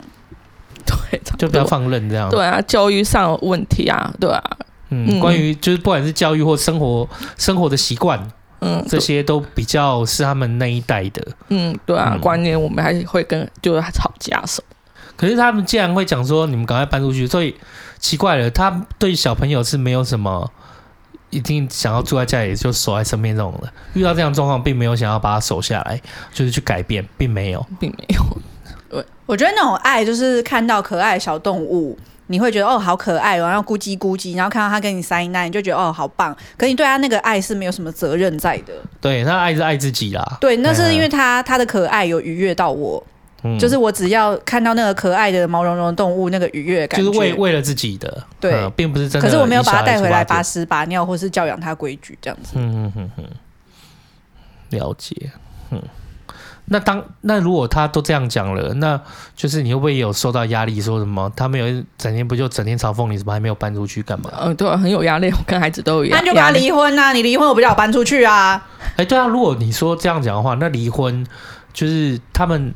差
就
多
不要放任这样。
对啊，教育上有问题啊，对啊，
嗯，
嗯
关于就是不管是教育或生活生活的习惯，
嗯，
这些都比较是他们那一代的。
嗯，对啊，
嗯
观念我们还会跟就是吵架什么，
可是他们竟然会讲说你们赶快搬出去，所以奇怪了，他对小朋友是没有什么一定想要住在家里就守在身边这种的。遇到这样的状况，并没有想要把他守下来，就是去改变，并没有。
并没有。
我觉得那种爱就是看到可爱的小动物，你会觉得哦好可爱哦，然后咕叽咕叽，然后看到它跟你塞奶，你就觉得哦好棒。可你对它那个爱是没有什么责任在的，
对他爱是爱自己啦，
对，那是因为它它的可爱有愉悦到我，
嗯
就是我只要看到那个可爱的毛茸茸的动物，那个愉悦的感
就
觉。
是为为了自己的，
对
嗯并不是真的。
可是我没有把它带回来拔。屎拔尿，或是教养它规矩这样子。
嗯嗯嗯嗯，了解。嗯，那当那如果他都这样讲了，那就是你会不会也有受到压力？说什么他们有整天不就整天嘲讽你，怎么还没有搬出去干 嘛？
嗯，对啊，很有压力，我跟孩子
嗯
都有
那
压
你就跟
压
他
力。
离婚呐、你离婚我不叫我搬出去啊。
哎、对啊，如果你说这样讲的话，那离婚就是他们，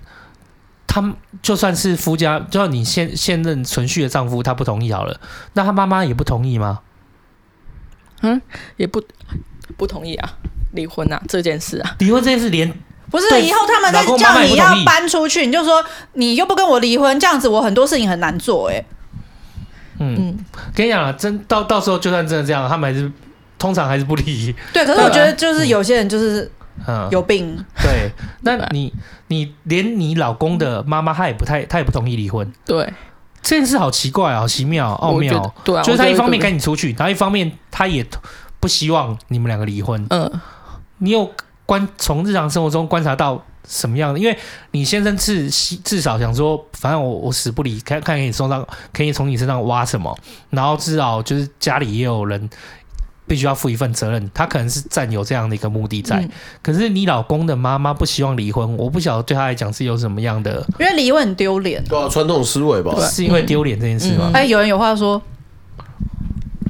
他们就算是夫家，就算你现现任存续的丈夫他不同意好了，那他妈妈也不同意吗？
也不不同意啊，离婚啊这件事啊，
离婚这件事连
不是，
对
以后他们再
老公妈
叫
妈也
你
不
要
同意
搬出去，你就说你又不跟我离婚，这样子我很多事情很难做、欸。
嗯，
嗯，
跟你讲了，真到到时候就算真的这样，他们还是通常还是不离。
哎，对。可是我觉得就是有些人就是
嗯，
有病，
对，那你你连你老公的妈妈，她也不太，她也不同意离婚，
对，
这件事好奇怪、哦好奇妙、奥
我觉
妙哦
得。对啊，
就是他
我觉
一
得
方面
对
赶你出去，然后一方面他也不希望你们两个离婚。
嗯，
你有观从日常生活中观察到什么样的？因为你先生至至少想说，反正我我死不离，看看你身上可以从你身上挖什么，然后至少就是家里也有人必须要负一份责任，他可能是占有这样的一个目的在。
嗯
可是你老公的妈妈不希望离婚，我不晓得对他来讲是有什么样的，
因为离婚很丢脸。
对啊，传统思维吧，
对
是因为丢脸这件事吗？
嗯
哎、有人有话说，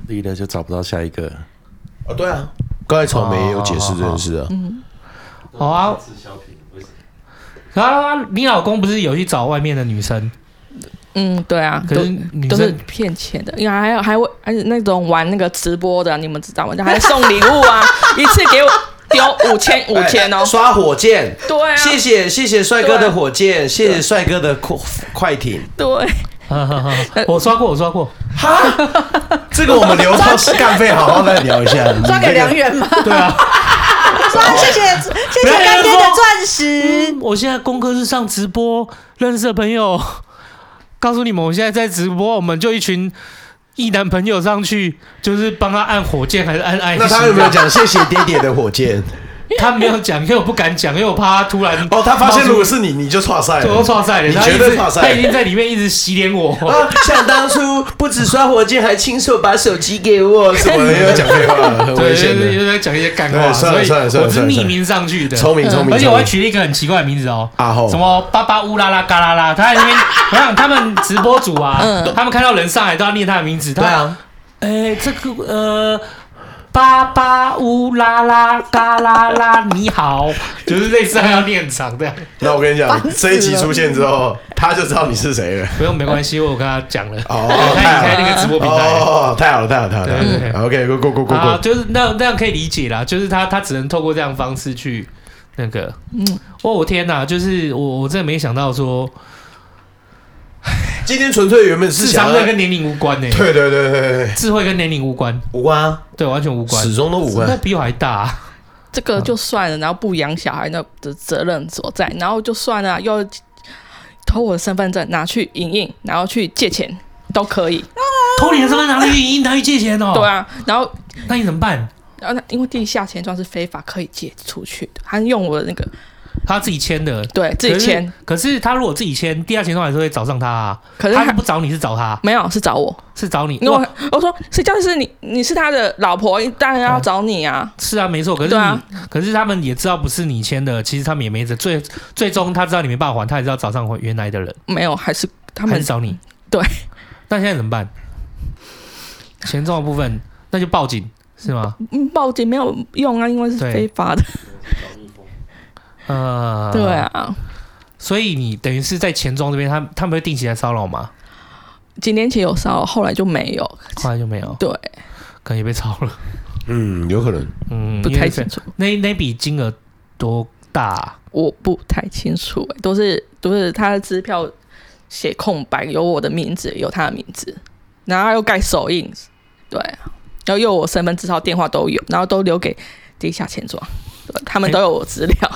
离了就找不到下一个。
啊，对啊，刚才草莓也有解释这件事啊，
好啊。然后啊你老公不是有去找外面的女生？
嗯，对啊，
可
都
是女
都是
生
骗钱的，因为还有还会还有那种玩那个直播的，啊你们知道吗？就还送礼物啊，一次给我丢五千五千哦
哎，刷火箭，
对啊，
谢谢谢谢帅哥的火箭，谢谢帅哥的快快艇，
对，
呃
我哦刷过，我刷过，
这个我们留到干费好好再聊一下，
刷给梁远吗？
对啊。
啊
说谢谢谢谢干爹的钻石，
嗯我现在功课是上直播，认识的朋友， 告诉你们，我现在在直播，我们就一群异男朋友上去，就是帮他按火箭还是按爱心。
那他有没有？讲谢谢爹爹的火箭？
他没有讲，因为我不敢讲，因为我怕他突然
哦，他发现如果是你，你就错赛
我都
了。
错赛了，
你
他
绝
一
对
直
错赛
他已经在里面一直洗脸我。
啊！想当初不止刷火箭，还亲手把手机给我，什么又讲废话了，很
对，
危
就
险
是
的。
又在讲一些干
对
话，
算
所
了
以
算了算了
我是
算了
匿名上去的。
聪明聪明，
而且我
聪
还
明
取了一个很奇怪的名字哦，
阿后
什么巴巴乌拉拉嘎啦啦，他在那边，我想他们直播组啊，他们看到人上来都要念他的名字，他
对啊，
哎，这个呃，巴巴乌拉拉嘎啦啦，你好，就是类似还要练场这样。
那我跟你讲，这一集出现之后，他就知道你是谁了。
不用，没关系，我有跟他讲了，
哦
我开开那个直播平台。
哦，太好了，太好了，太好
对对
了。
对
OK，过过过过
啊，
过。
就是那那样可以理解啦，就是他他只能透过这样的方式去那个，
嗯
哦，我天哪，就是我我真的没想到说
今天纯粹原本是
智
想
商
要
那跟年龄无关呢、
对对对对对对，
智慧跟年龄无关，
无关啊，
对，完全无关
始，终都无
那
关。
比我还大、啊，
这个就算了，然后不养小孩那的责任所在，然后就算了，又偷我的身份证拿去影印，然后去借钱都可以，
偷你的身份拿去银拿去借钱哦，
对，啊，然后
那你怎么办？
然后那因为地下钱庄是非法可以借出去的，他用我的那个
他自己签的，
对自己签，
可是他如果自己签，第二钱庄还是会找上他啊。
可是
他
他
是不找你是找他，
没有是找我，
是找你。
因为
哇，
我我说谁叫你是你你是他的老婆，当然要找你啊，
是啊，没错。可是你，
对啊
可是他们也知道不是你签的，其实他们也没辙。最最终他知道你没办法还，他也知道找上回原来的人，
没有还是他
他还
们
是找你。
对，
那现在怎么办？钱庄的部分，那就报警是吗？
嗯报警没有用啊，因为是
对
非法的，
呃，
对。啊，啊
所以你等于是在钱庄这边，他他们会定期来骚扰吗？
几年前有烧，后来就没有。
后来就没有，
对，
可能也被抄了。
嗯，有可能。
嗯，
不
因
太
为
清楚，
那那笔金额多大啊、
我不太清楚、欸都是都是他的支票写空白，有我的名字，有他的名字，然后他又盖手印，对，啊然后又有我身份证号、电话都有，然后都留给地下钱庄，对
哎
他们都有我资料。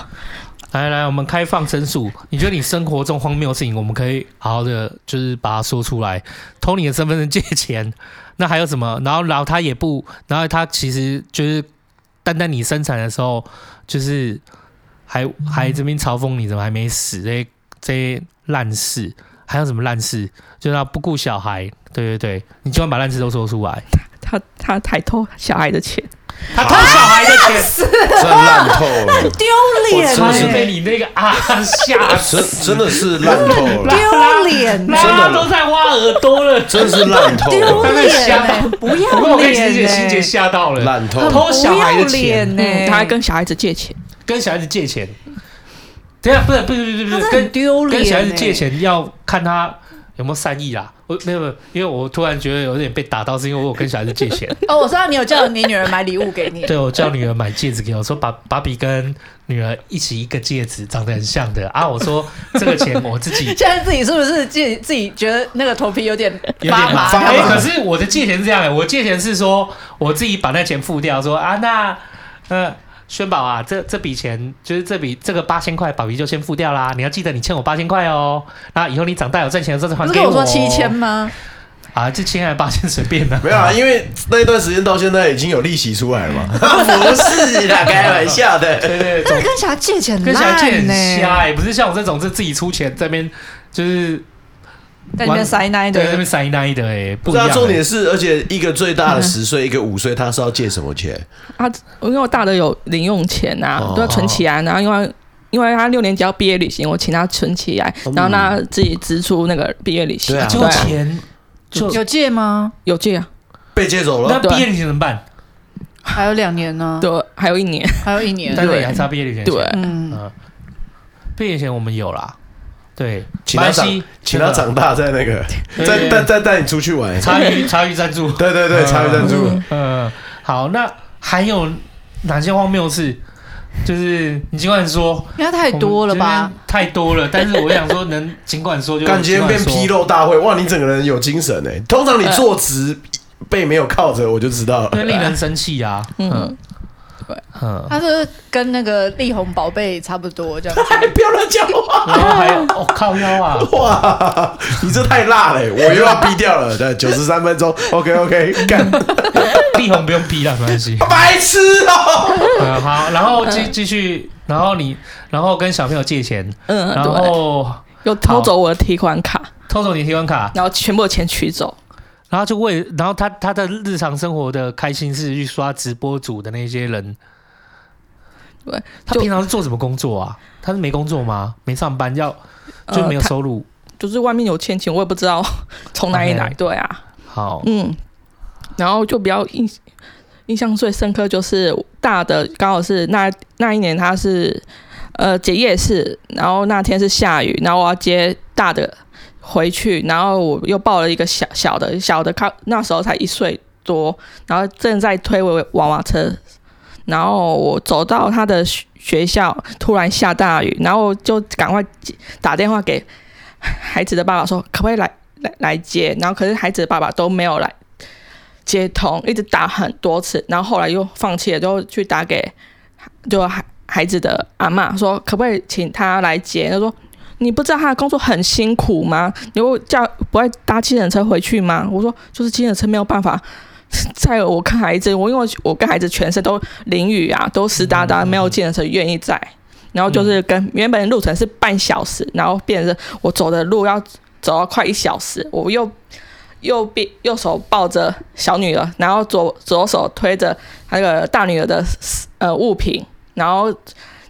来来，我们开放申诉。你觉得你生活中荒谬的事情，我们可以好好的就是把它说出来。偷你的身份证借钱，那还有什么？然后，然后他也不，然后他其实就是单单你生产的时候，就是还还这边嘲讽你怎么还没死这些这些烂事，还有什么烂事？就是他不顾小孩，对对对，你今晚把烂事都说出来。
他他还偷小孩的钱，
他偷小孩的钱，
真烂透了，
丢
我
脸
真的
他是
是
被你那个啊吓死。
真真的是烂透了，
丢脸，
大家都在挖耳朵了，
真的是烂透
丢
了，
脸欸，不
不过
要
我跟姐姐
脸
心
欸
姐吓到了，
烂透
欸
很
了。
偷小孩的
不要
钱
脸
嗯，
欸
他还跟小孩子借钱，
跟小孩子借钱。等一下，不是不是不是不
他
是
真的很
跟
丢脸
跟
欸
小孩子借钱要看他有没有善意啦。我没有没有，因为我突然觉得有点被打到，是因为我有跟小孩子借 钱。
哦，我知道你有叫你女儿买礼物给你，
对，我叫女儿买戒指给我，说把芭比跟女儿一起一个戒指，长得很像的啊。我说这个钱我自己
现在自己是不是自己自己觉得那个头皮有点
有点
发麻？
哎、可是我的借钱是这样、欸，我借钱是说我自己把那钱付掉，说啊，那呃，轩宝啊，这这笔钱就是这笔这个八千块，宝仪就先付掉啦。你要记得你欠我八千块哦，那以后你长大有赚钱的时候再
不
还
是
给
跟我说
我
七千吗？
啊，这千还八千随便的、
没有 啊，因为那一段时间到现在已经有利息出来了嘛。 不是啦，开玩笑的。
对对
那
对，
你跟小孩借钱
跟小孩借
烂
很
呢、
欸
瞎哎、不是像我这种是自己出钱这边就是
在那边
玩
塞奶
对这边
的，
塞奶的哎、
不
不一
是
样、
啊， 重点
欸
是，而且一个最大的十岁，一个五岁，他是要借什么钱？
他啊因为我大的有零用钱啊，
哦
都要存起来，然后因为。因为他六年级要毕业旅行，我请他存起来，
哦
然后让他自己支出那个毕业旅行。
对啊
就钱就
有借 吗？
有借啊，
被借走
那
了，
毕业
啊
旅行怎么办？
还有两年呢，
哦
对，还有一年，
还有一年。
但是也还差毕业旅行钱
对，
嗯，
嗯，毕业前我们有啦，对，
请他长
马来西，
请他长大再那个，再再再带你出去玩。
茶余茶余 赞助，
对对对，啊差别赞助。
嗯，好，那还有哪些荒谬事？就是你尽管说，
应该太多了吧？？
太多了，但是我想说，能尽管说就
干，今天变
尽管
批
说。
肉大会，哇，你整个人有精神哎。通常你坐直背没有靠着，我就知道
对，
了。
令人生气啊！嗯
嗯，
嗯，
他是跟那个力宏宝贝差不多这样 子，
不要乱讲话！
然后还有，我靠腰啊！
哇，你这太辣 了欸，我又要逼掉了。对，九十三分钟，OK OK，干，
力宏不用批了，没关系。
白痴哦！
嗯，好，然后继继续，然后你，然后跟小朋友借钱，
嗯，
然
对，
后
又偷走我的提款卡，
偷走你的提款卡，
然后全部的钱取走。
然后就为，然后他他的日常生活的开心是去刷直播组的那些人。
对，
他
就
平常是做什么工作啊？他是没工作吗？没上班，要就没有
呃他
收入。
就是外面有欠钱，我也不知道从哪里来。
OK
对啊，
好，
嗯，然后就比较印印象最深刻就是大的，刚好是那那一年他是呃结夜市，然后那天是下雨，然后我要接大的回去，然后我又抱了一个小小的小的，靠那时候才一岁多，然后正在推我娃娃车。然后我走到他的学学校，突然下大雨，然后我就赶快打电话给孩子的爸爸说，可不可以来来来接，然后可是孩子的爸爸都没有来接通，一直打很多次，然后后来又放弃了，就去打给就孩孩子的阿嬷说可不可以请他来接，他说。你不知道他的工作很辛苦吗？你会叫不会搭计程车回去吗？我说就是计程车没有办法 载我跟孩子，我因为我跟孩子全身都淋雨啊，都湿哒哒，没有计程车愿意载。然后就是跟原本的路程是半小时，然后变成是我走的路要走到快一小时，我右右边右手抱着小女儿，然后左左手推着那个大女儿的呃物品，然后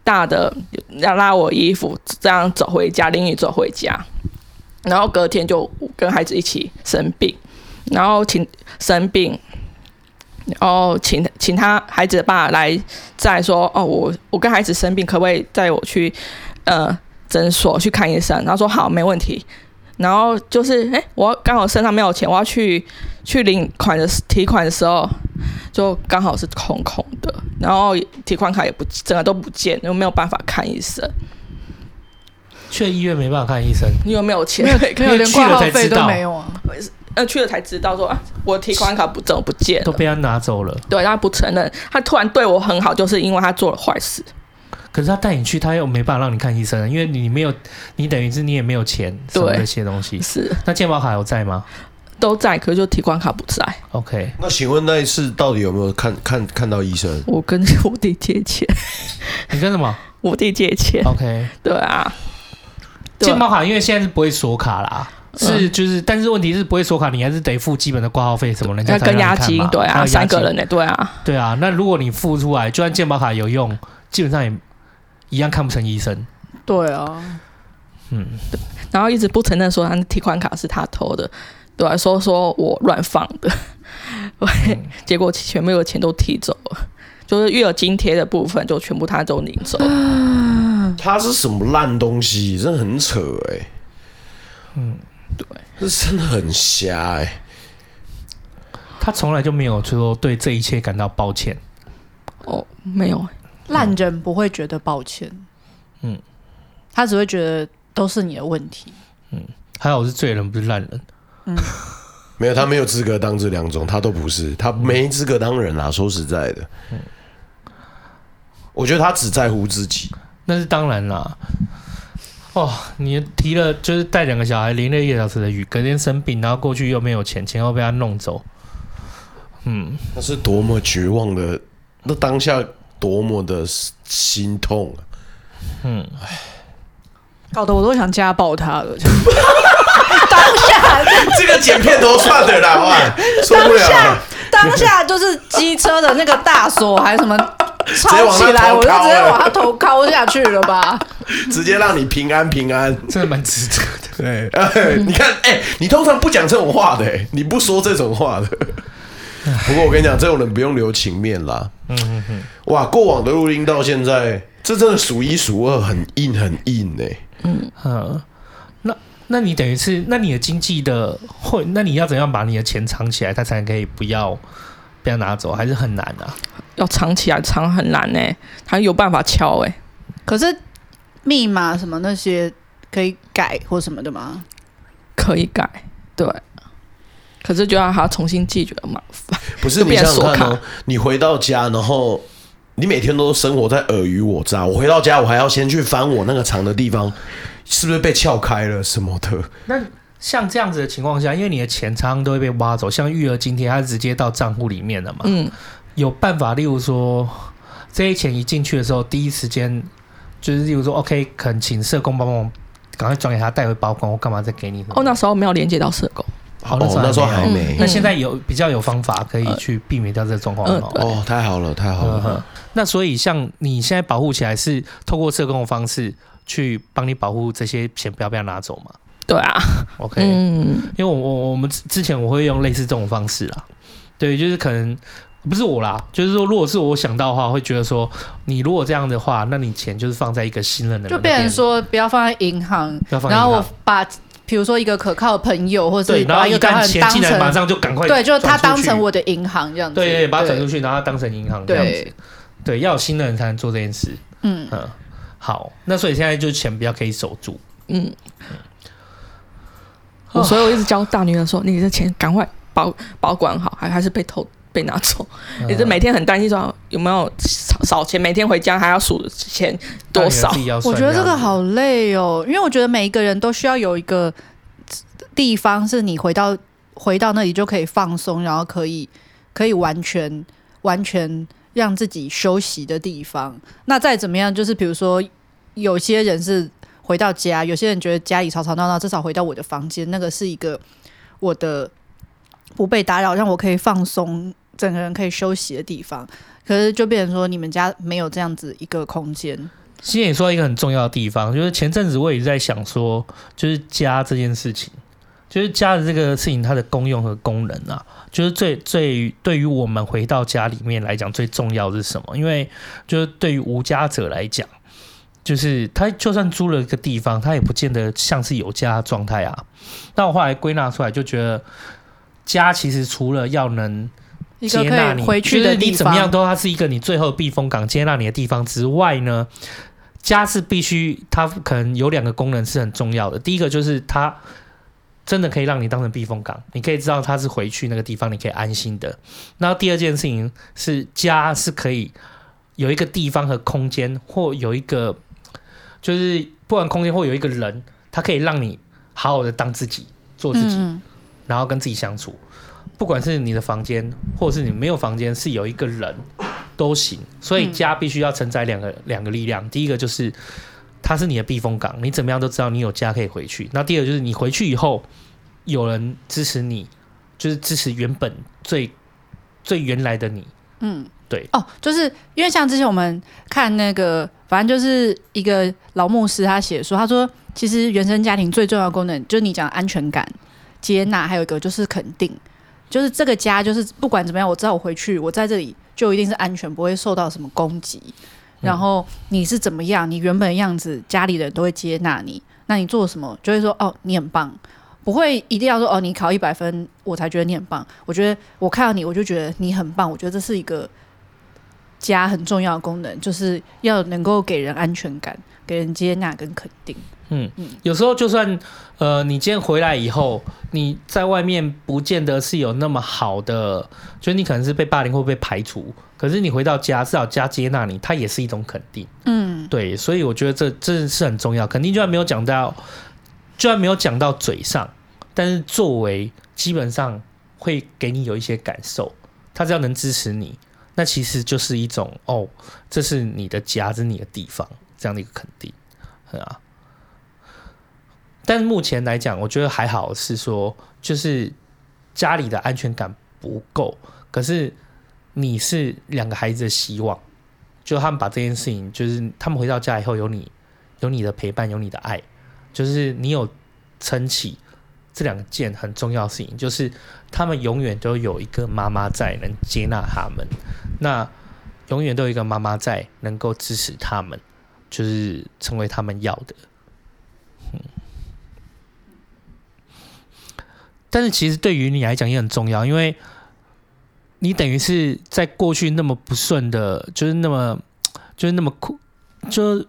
大的要拉我衣服，这样走回家，淋雨走回家。然后隔天就跟孩子一起生病，然后请生病，然后请请他孩子的爸来再说哦，我我跟孩子生病，可不可以带我去呃诊所去看医生？然后说好，没问题。然后就是哎、诶我刚好身上没有钱，我要去去领款的时提款的时候，就刚好是空空的，然后提款卡也不整个都不见，又没有办法看医生，
去医院没办法看医生，
你有没有钱
没 有
可以看？
没有连挂
因为
号
去了才
费
知
都
道
没有啊，
呃，去了才知道说啊，我提款卡不怎么不见
都
了。
被他拿走了。
对，他不承认，他突然对我很好，就是因为他做了坏事。
可是他带你去，他又没办法让你看医生，因为你没有，你等于是你也没有钱什么
对
这些东西。
是
那健保卡有在吗
都在，可是就提款卡不在。
？OK，
那请问那一次到底有没有看看看到医生？
我跟我弟借钱，
你跟什么
我弟借钱。
？OK，
对啊，对啊嗯
健保卡因为现在是不会锁卡啦，是就是，但是问题是不会锁卡，你还是得付基本的挂号费什么，人家
那
才会
跟
让
押
你看
金
嘛，
对
还有
啊，
押
三个
金
人呢，对啊，
对啊，那如果你付出来，就算健保卡有用，基本上也一样看不成医生。
对啊，
嗯，
然后一直不承认说他的提款卡是他偷的，对啊，说说我乱放的， 对，结果全部的钱都提走了，就是育儿津贴的部分就全部他都领走 了。
他是什么烂东西？真的很扯哎、嗯，对，这真的很瞎哎、
他从来就没有说对这一切感到抱歉。
哦，没有，
烂人不会觉得抱歉，
嗯
嗯，他只会觉得都是你的问题。
还好我是罪人，不是烂人。
没有，他没有资格当这两种，他都不是，他没资格当人啊。说实在的，我觉得他只在乎自己。
那是当然啦。哦，你提了就是带两个小孩淋了一个小时的雨，隔天生病，然后过去又没有钱，钱又被他弄走。嗯，
那是多么绝望的，那当下多么的心痛啊！
搞得我都想家暴他 了，
这个剪片头算的啦， 哇，受不了啊了，
当下就是机车的那个大锁还 是什么抄起来，我
直接往他头
就直接
敲了
往他头敲下去了吧？
直接让你平安平 安。
真的蛮值得的。
对，哎你看，哎、你通常不讲这种话的、哎你不说这种话的。不过我跟你讲，这种人不用留情面啦。嗯嗯嗯。哇，过往的录音到现在，这真的数一数二，很硬很硬哎、
嗯，那那你等于是，那你的经济的会，那你要怎样把你的钱藏起来，他才可以不要不要拿走，还是很难啊。
要藏起来藏很难呢、他有办法敲哎、
可是密码什么那些可以改或什么的吗？
可以改，对。可是就要他重新记，觉得麻烦。
不是
就
你
变
想想看
锁
哦
卡，
你回到家，然后你每天都生活在尔虞我诈。我回到家，我还要先去翻我那个藏的地方，是不是被撬开了什么的？
那像这样子的情况下，因为你的钱常常都会被挖走，像育儿津贴，它直接到账户里面了嘛。
嗯，
有办法，例如说这些钱一进去的时候，第一时间就是例如说，OK，恳请社工帮忙，赶快转给他带回保管，我干嘛再给你？
哦，那时候没有连接到社工，
好，
哦那
那
时
时
候
候
还
还
嗯
没有。
没。
那现在有比较有方法可以
呃
去避免掉这个状况
嗯
吗？
对
哦，太好了，太好
嗯
了
哼。那所以像你现在保护起来是透过社工的方式去帮你保护这些钱不要被他拿走嘛
对啊，
？OK，、
嗯，
因为我我我们之之前我会用类似这种方式啦，对，就是可能不是我啦，就是说如果是我想到的话，会觉得说你如果这样的话，那你钱就是放在一个信任的人
就
那
变
边，
成说不要放在银行，
不要放
然后我
银行
把比如说一个可靠的朋友，或者
对，
是
然后
把一
一
个可靠
旦
的人
钱
当
进来，马
成
上就赶快
对，就是他
转
当
出去
成我的银行这样子，
对，把它转出
去，
去，然后它当成银行这样子
对，，
对，要有信任人才能做这件事，
嗯，
嗯，好，那所以现在就是钱比较可以守住，
嗯，我所以我一直教大女儿说：“你的钱赶快保保管好，还还是被偷被拿走。”
嗯
也是每天很担心说有没有少少钱，每天回家还要数钱多少
呃当然自。己要
我
算
觉得这
样
个
子，
好累哦，因为我觉得每一个人都需要有一个地方是你回到回到那里就可以放松，然后可以可以完全完全让自己休息的地方。那再怎么样，就是比如说有些人是回到家，有些人觉得家里吵吵闹闹，至少回到我的房间，那个是一个我的不被打扰，让我可以放松，整个人可以休息的地方。可是就变成说，你们家没有这样子一个空间。
今天也说到一个很重要的地方，就是前阵子我也在想说，就是家这件事情，就是家的这个事情它的功用和功能啊，就是最最对于我们回到家里面来讲最重要的是什么？因为就是对于无家者来讲，就是他就算租了一个地方，他也不见得像是有家的状态啊。那我后来归纳出来，就觉得家其实除了要能
一个
接
可
纳
以
你，
回去
就是
的
你
地
怎么样
方，
都它是一个你最后避风港、接纳你的地方之外呢，家是必须它可能有两个功能是很重要的。第一个就是它真的可以让你当成避风港，你可以知道它是回去那个地方，你可以安心的。那第二件事情是家是可以有一个地方和空间，或有一个就是不管空间或有一个人，它可以让你好好的当自己，做自己。
嗯，
然后跟自己相处，不管是你的房间，或者是你没有房间，是有一个人都行。所以家必须要承载两个两个力量，第一个就是它是你的避风港，你怎么样都知道你有家可以回去。那第二个就是你回去以后有人支持你，就是支持原本最最原来的你。
哦，就是因为像之前我们看那个，反正就是一个老牧师他写说，他说其实原生家庭最重要的功能就是你讲的安全感、接纳，还有一个就是肯定，就是这个家就是不管怎么样，我知道我回去，我在这里就一定是安全，不会受到什么攻击。然后你是怎么样，你原本的样子，家里人都会接纳你。那你做什么，就会说哦，你很棒，不会一定要说哦，你考一百分我才觉得你很棒。我觉得我看到你，我就觉得你很棒。我觉得这是一个家很重要的功能，就是要能够给人安全感，给人接纳跟肯定。
嗯，有时候就算呃，你今天回来以后，你在外面不见得是有那么好的，就是你可能是被霸凌或被排除，可是你回到家，至少家接纳你，它也是一种肯定。
嗯，
对，所以我觉得这这是很重要。肯定就算没有讲到，就算没有讲到嘴上，但是作为基本上会给你有一些感受，他只要能支持你，那其实就是一种哦，这是你的家，这是你的地方，这样的一个肯定，对啊。但目前来讲，我觉得还好，是说就是家里的安全感不够，可是你是两个孩子的希望，就他们把这件事情，就是他们回到家以后有你有你的陪伴，有你的爱，就是你有撑起这两件很重要的事情，就是他们永远都有一个妈妈在能接纳他们，那永远都有一个妈妈在能够支持他们，就是成为他们要的。但是其实对于你来讲也很重要，因为你等于是在过去那么不顺的，就是那么就是那么苦，就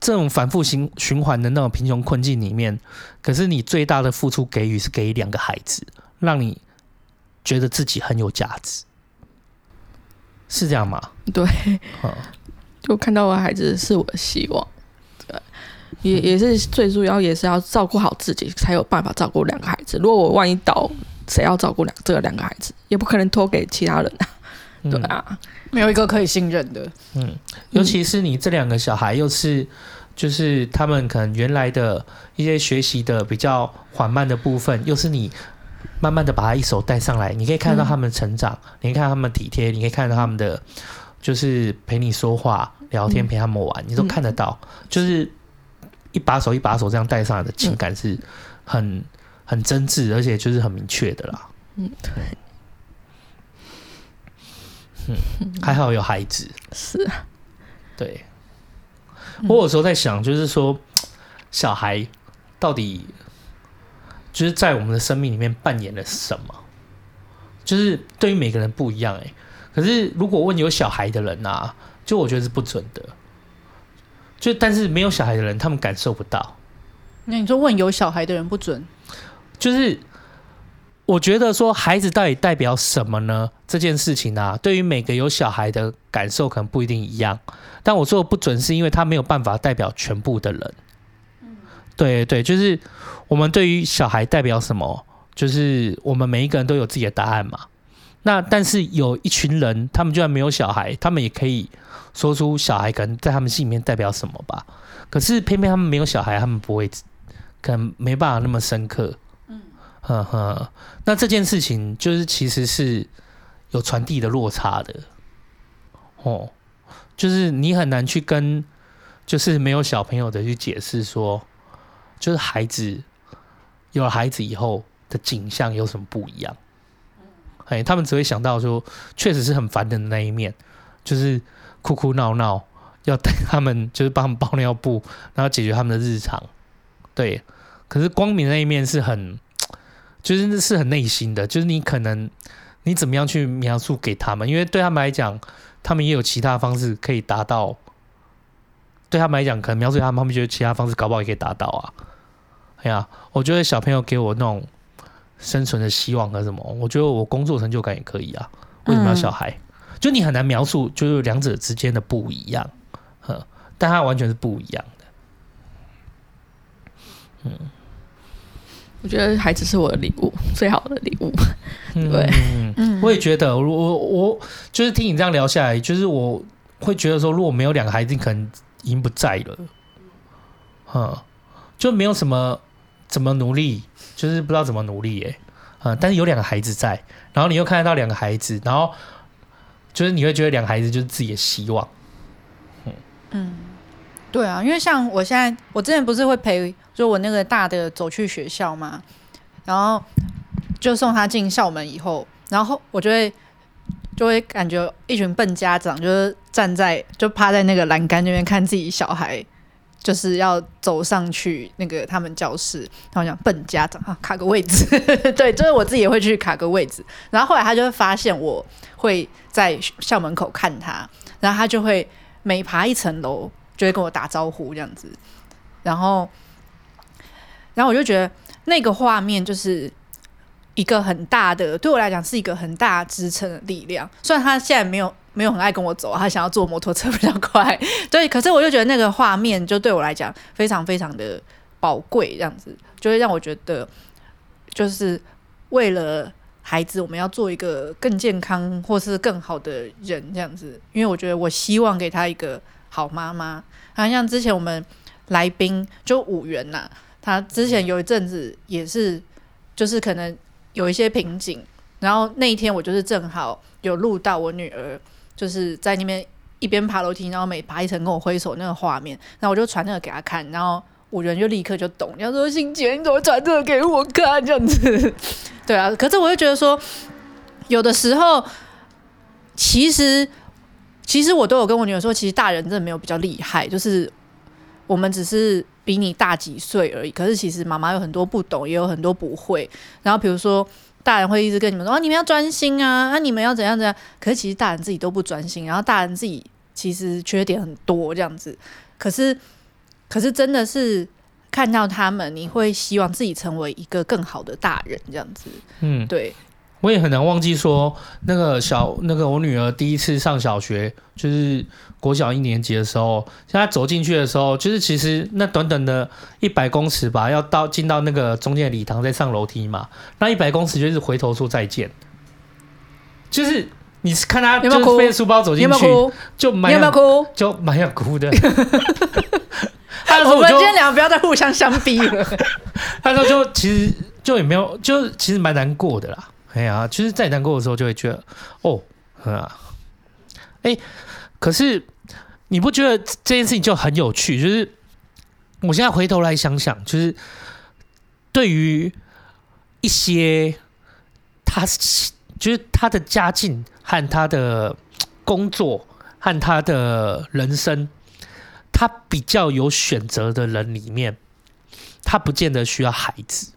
这种反复循循环的那种贫穷困境里面，可是你最大的付出给予是给予两个孩子，让你觉得自己很有价值，是这样吗？
对
好，
就看到我的孩子是我的希望，对，也也是最主要也是要照顾好自己，才有办法照顾两个孩子。如果我万一倒，谁要照顾两这两个孩子？也不可能托给其他人啊，
嗯
对啊，
没有一个可以信任的。
嗯，尤其是你这两个小孩又是，就是他们可能原来的一些学习的比较缓慢的部分，又是你慢慢的把他一手带上来，你可以看到他们成长，你可以看到他们体贴，你可以看到他们的就是陪你说话、聊天、陪他们玩，你都看得到，就是一把手一把手这样带上来的情感是很、很真挚，而且就是很明确的啦。
嗯
嗯，还好有孩子。
是啊，
对，我有时候在想，就是说，小孩到底就是在我们的生命里面扮演了什么？就是对于每个人不一样哎、可是如果问有小孩的人啊，就我觉得是不准的。就但是没有小孩的人，他们感受不到。
那你说问有小孩的人不准，
就是我觉得说孩子到底代表什么呢？这件事情啊，对于每个有小孩的感受可能不一定一样。但我说的不准，是因为他没有办法代表全部的人。对对，就是我们对于小孩代表什么，就是我们每一个人都有自己的答案嘛。那但是有一群人，他们就算没有小孩，他们也可以说出小孩可能在他们心里面代表什么吧。可是偏偏他们没有小孩，他们不会，可能没办法那么深刻。呵呵，嗯那这件事情就是其实是有传递的落差的，哦，就是你很难去跟就是没有小朋友的去解释说，就是孩子有了孩子以后的景象有什么不一样？哎，他们只会想到说，确实是很烦人的那一面，就是哭哭闹闹，要带他们，就是帮他们包尿布，然后解决他们的日常。对，可是光明那一面是很，就是那是很内心的，就是你可能你怎么样去描述给他们，因为对他们来讲，他们也有其他方式可以达到。对他们来讲，可能描述给他们，他们觉得其他方式搞不好也可以达到啊。哎呀，我觉得小朋友给我那种生存的希望和什么，我觉得我工作成就感也可以啊。为什么要小孩？就你很难描述，就是两者之间的不一样，呵，但它完全是不一样的。
我觉得孩子是我的礼物，最好的礼物。对
嗯，我也觉得，我我我就是听你这样聊下来，就是我会觉得说，如果没有两个孩子，你可能已经不在了，嗯，就没有什么怎么努力，就是不知道怎么努力耶、嗯，但是有两个孩子在，然后你又看得到两个孩子，然后就是你会觉得两个孩子就是自己的希望，
对啊，因为像我现在，我之前不是会陪，就我那个大的走去学校嘛，然后就送他进校门以后，然后我就会就会感觉一群笨家长就是站在就趴在那个栏杆那边看自己小孩。就是要走上去那个他们教室，然后我想笨家长啊，卡个位置， 对，就是我自己也会去卡个位置。然后后来他就会发现我会在校门口看他，然后他就会每爬一层楼就会跟我打招呼这样子，然后，然后我就觉得那个画面就是一个很大的，对我来讲是一个很大支撑的力量。虽然他现在没有没有很爱跟我走，他想要坐摩托车比较快， 对，可是我就觉得那个画面就对我来讲非常非常的宝贵，这样子就会让我觉得，就是为了孩子，我们要做一个更健康或是更好的人，这样子。因为我觉得我希望给他一个好妈妈。然啊后像之前我们来宾就五元呐、他之前有一阵子也是，就是可能有一些瓶颈。然后那一天我就是正好有录到我女儿，就是在那边一边爬楼梯，然后每爬一层跟我挥手那个画面，然后我就传那个给他看，然后五人就立刻就懂，然后说欣姐你怎么传这个给我看这样子？ 对啊，可是我就觉得说，有的时候其实其实我都有跟我女儿说，其实大人真的没有比较厉害，就是我们只是比你大几岁而已。可是其实妈妈有很多不懂，也有很多不会。然后比如说。大人会一直跟你们说：“哦，你们要专心啊，啊，你们要怎样怎样。”可是其实大人自己都不专心，然后大人自己其实缺点很多这样子。可是，可是真的是看到他们，你会希望自己成为一个更好的大人这样子。
嗯，
对，
我也很难忘记说，那个小那个我女儿第一次上小学，就是国小一年级的时候，像她走进去的时候，就是其实那短短的一百公尺吧，要到进到那个中间的礼堂，再上楼梯嘛，那一百公尺就是回头说再见，就是你是看她
有没有
就是
哭
背着书包走
你
进
有没有
去，
哭？
就
你
蛮
有没有哭？
就蛮想哭 的。他那时候
我
我
们
就
今，天两个不要再互相相逼了。
他那时候就其实就也没有，就其实蛮难过的啦。哎呀，就是在难过的时候就会觉得，哦，嗯啊，哎、可是你不觉得这件事情就很有趣？就是我现在回头来想想，就是对于一些他就是他的家境和他的工作和他的人生，他比较有选择的人里面，他不见得需要孩子。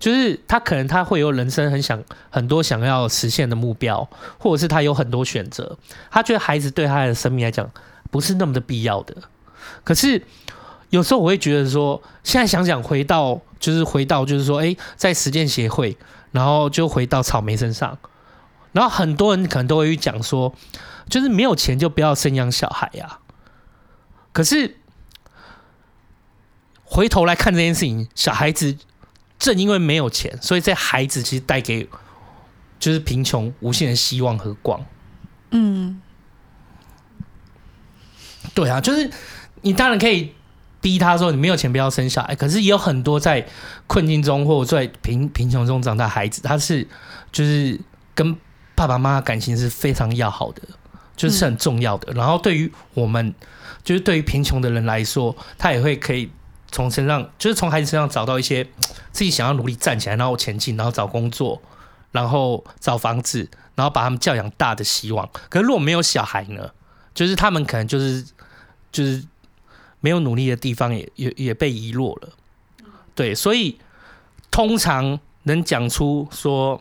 就是他可能他会有人生很想很多想要实现的目标，或者是他有很多选择，他觉得孩子对他的生命来讲不是那么的必要的。可是有时候我会觉得说，现在想想回到就是回到就是说，诶，在实践协会，然后就回到草莓身上，然后很多人可能都会去讲说，就是没有钱就不要生养小孩呀、可是回头来看这件事情，小孩子正因为没有钱，所以这孩子其实带给就是贫穷无限的希望和光。
嗯，
对啊，就是你当然可以逼他说你没有钱不要生小孩，可是也有很多在困境中或者在贫贫穷中长大的孩子，他是就是跟爸爸妈妈感情是非常要好的，就是是很重要的。然后对于我们，就是对于贫穷的人来说，他也会可以从身上，就是从孩子身上找到一些自己想要努力站起来，然后前进，然后找工作，然后找房子，然后把他们教养大的希望。可是如果没有小孩呢？就是他们可能就是就是没有努力的地方也也也被遗落了，对，所以通常能讲出说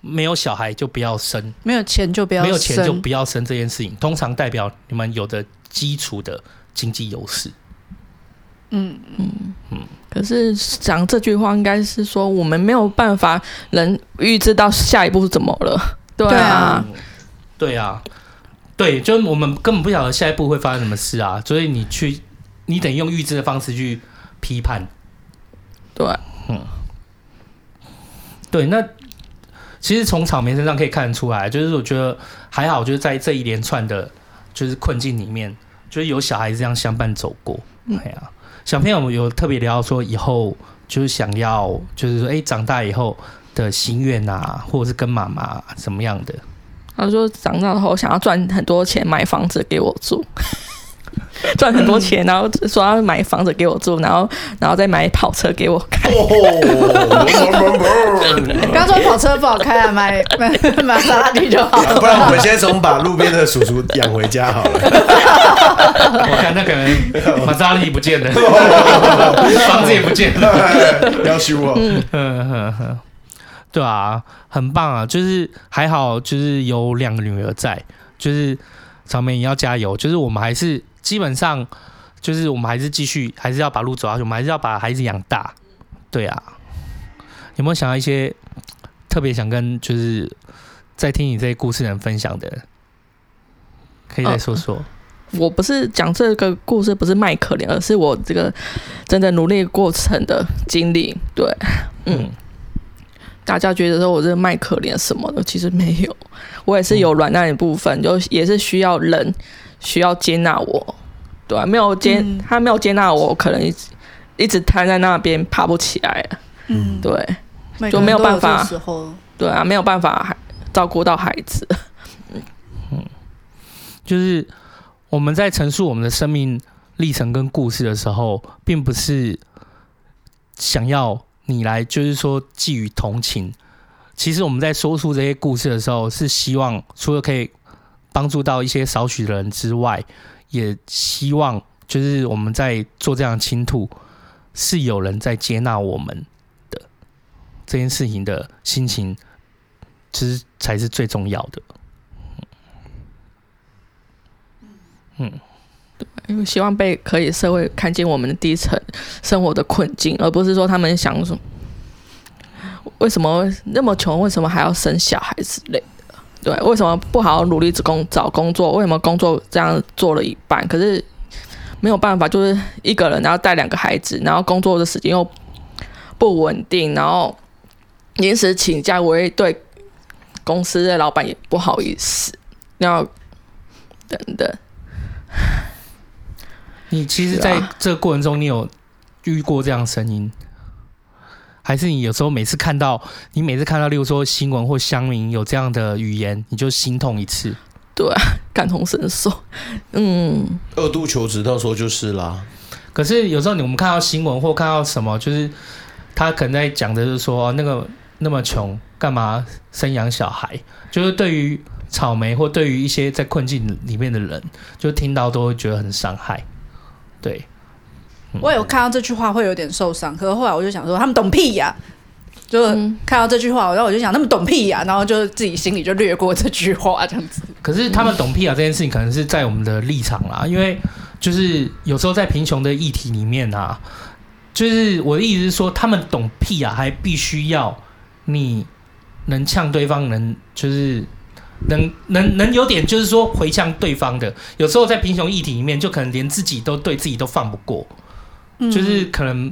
没有小孩就不要生，
没有钱就不要
没有钱就
生
不要生这件事情，通常代表你们有的基础的经济优势。
嗯，
可是讲这句话应该是说我们没有办法能预知到下一步是怎么了。对
对
啊
啊，
对啊，对，就是我们根本不晓得下一步会发生什么事啊，所以你去，你得用预知的方式去批判。
对，啊
对，那其实从草莓身上可以看得出来，就是我觉得还好，就是在这一连串的，就是困境里面，就是有小孩子这样相伴走过。哎呀、小朋友有特别聊到说以后就是想要，就是说哎、长大以后的心愿啊，或者是跟妈妈、什么样的。
他说长大后想要赚很多钱买房子给我住， 赚很多钱，然后说要买房子给我住，然后然后再买跑车给我
嗯
开。
哦
刚说跑车不好开啊， 买买玛莎拉蒂就好了。
不然我们先从把路边的叔叔养回家好了。
我看那个马扎利不见了，房子也不见了。
要修我，
嗯哼哼， 对啊，很棒啊！就是还好，就是有两个女儿在，就是草莓也要加油。就是我们还是基本上，就是我们还是继续，还是要把路走下去，我们还是要把孩子养大。对啊，有没有想到一些特别想跟就是在听你这些故事的人分享的？可以再说说。
我不是讲这个故事，不是卖可怜，而是我这个真的努力过程的经历。对，嗯
嗯
大家觉得说我这卖可怜什么的，其实没有，我也是有软烂的部分，就也是需要人需要接纳我，对啊、没有接、他没有接纳我，我可能一直一直瘫在那边爬不起来了，
嗯，
对
每
就
个人
没有
都有
办法
这时候
对啊，没有办法还照顾到孩子，
就是我们在陈述我们的生命历程跟故事的时候，并不是想要你来，就是说寄予同情。其实我们在说出这些故事的时候，是希望除了可以帮助到一些少许的人之外，也希望就是我们在做这样的倾吐，是有人在接纳我们的这件事情的心情，其实才是最重要的。
因为希望被可以社会看见我们的低层生活的困境，而不是说他们想什么为什么那么穷，为什么还要生小孩之类的，对，为什么不好好努力只工找工作，为什么工作这样做了一半，可是没有办法，就是一个人然后带两个孩子，然后工作的时间又不稳定，然后临时请假，我也对公司的老板也不好意思，要等等。
你其实
是
在
啊
这个过程中，你有遇过这样的声音，还是你有时候每次看到你每次看到，例如说新闻或乡民有这样的语言，你就心痛一次？
感同身受。 嗯，
二度求职到时候就是啦。
可是有时候你我们看到新闻或看到什么，就是他可能在讲的就是说哦那个那么穷，干嘛生养小孩？就是对于草莓或对于一些在困境里面的人，就听到都会觉得很伤害。对，
我有看到这句话会有点受伤，可是后来我就想说，他们懂屁呀、就
嗯
看到这句话，然后我就想，他们懂屁呀、然后就自己心里就略过这句话，这样子。
可是他们懂屁啊这件事情，可能是在我们的立场 啦，因为就是有时候在贫穷的议题里面啊，就是我的意思是说，他们懂屁啊，还必须要你能呛对方，能就是能能能有点就是说回呛对方的。有时候在贫穷议题里面，就可能连自己都对自己都放不过，
嗯
嗯
就是可能。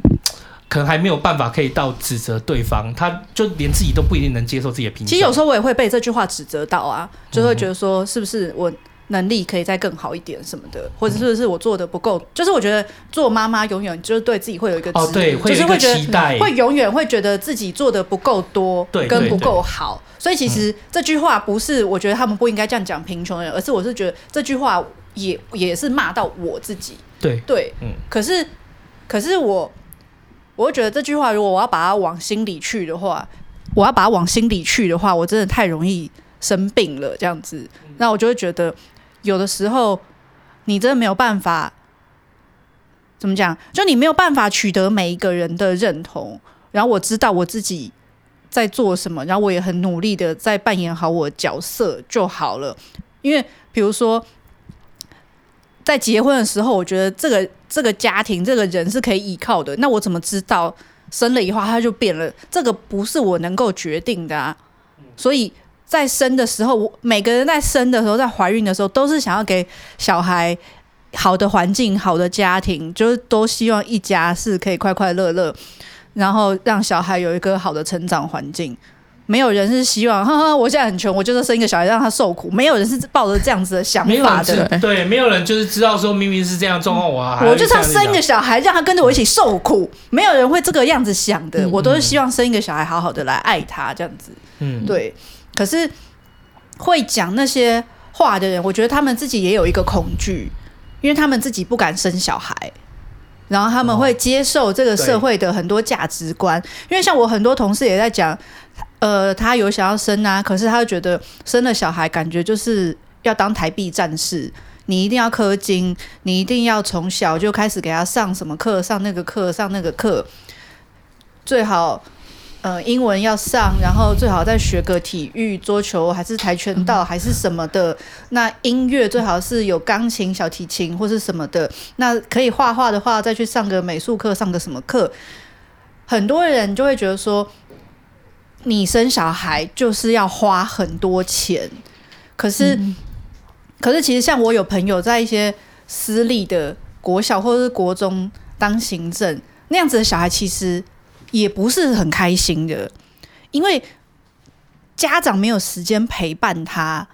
可能还没有办法可以到指责对方，他就连自己都不一定能接受自己的贫穷。
其实有时候我也会被这句话指责到啊，就会觉得说，是不是我能力可以再更好一点什么的，或者是不是我做的不够？就是我觉得做妈妈永远就是对自己会有一个
哦，
指
对，会
就
有
是
一个
会觉得
期待，
会永远会觉得自己做的不够多
对，
跟
对
不
对
够好。所以其实这句话不是我觉得他们不应该这样讲贫穷人，而是我是觉得这句话也也是骂到我自己。
对，
对，
嗯
可是可是我，我会觉得这句话，如果我要把它往心里去的话，我要
嗯
把它往心里去的话，我真的太容易生病了，这样子，那我就会觉得。有的时候你真的没有办法，怎么讲？就你没有办法取得每一个人的认同。然后我知道我自己在做什么，然后我也很努力的在扮演好我角色就好了。因为比如说，在结婚的时候，我觉得这个这个家庭这个人是可以依靠的。那我怎么知道生了以后他就变了？这个不是我能够决定的啊。所以在生的时候，我每个人在生的时候，在怀孕的时候，都是想要给小孩好的环境、好的家庭，就是都希望一家是可以快快乐乐，然后让小孩有一个好的成长环境。没有人是希望，呵呵，我现在很穷，我就是生一个小孩让他受苦。没有人是抱着这样子的想
没有
法
人
的。嗯
知对，没有人就是知道说明明是这样的啊嗯状况，我还
我就是要生一个
个
小孩，让他跟着我一起受苦。没有人会这个样子想的，我都是希望生一个小孩，好好的来爱他这样子。
嗯，
对，可是会讲那些话的人，我觉得他们自己也有一个恐惧，因为他们自己不敢生小孩，然后他们会接受这个社会的很多价值观。因为像我很多同事也在讲，呃，他有想要生啊，可是他就觉得生了小孩，感觉就是要当台币战士。你一定要氪金，你一定要从小就开始给他上什么课，上那个课，上那个课，最好呃，英文要上，然后最好再学个体育、桌球还是跆拳道还是什么的。那音乐最好是有钢琴、小提琴或是什么的。那可以画画的话，再去上个美术课，上个什么课。很多人就会觉得说，你生小孩就是要花很多钱，可是，可是其实像我有朋友在一些私立的国小或者是国中当行政那样子的小孩，其实也不是很开心的，因为家长没有时间陪伴他，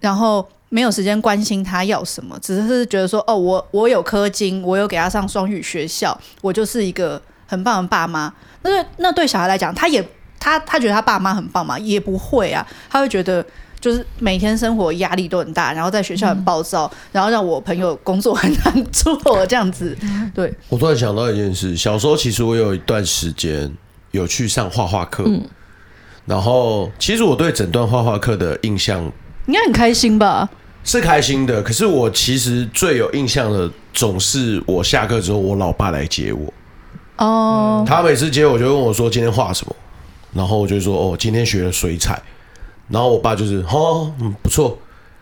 然后没有时间关心他要什么，只是觉得说哦，我我有氪金，我有给他上双语学校，我就是一个很棒的爸妈。那对那对小孩来讲，他也他他觉得他爸妈很棒嘛，也不会啊，他会觉得。就是每天生活压力都很大，然后在学校很暴躁，然后让我朋友工作很难做，这样子。对，
我突然想到一件事，小时候其实我有一段时间有去上画画课，
嗯
然后其实我对整段画画课的印象
应该很开心吧？
是开心的，可是我其实最有印象的总是我下课之后，我老爸来接我。
哦、
他每次接我就问我说今天画什么，然后我就说哦今天学了水彩，然后我爸就是哦嗯不错，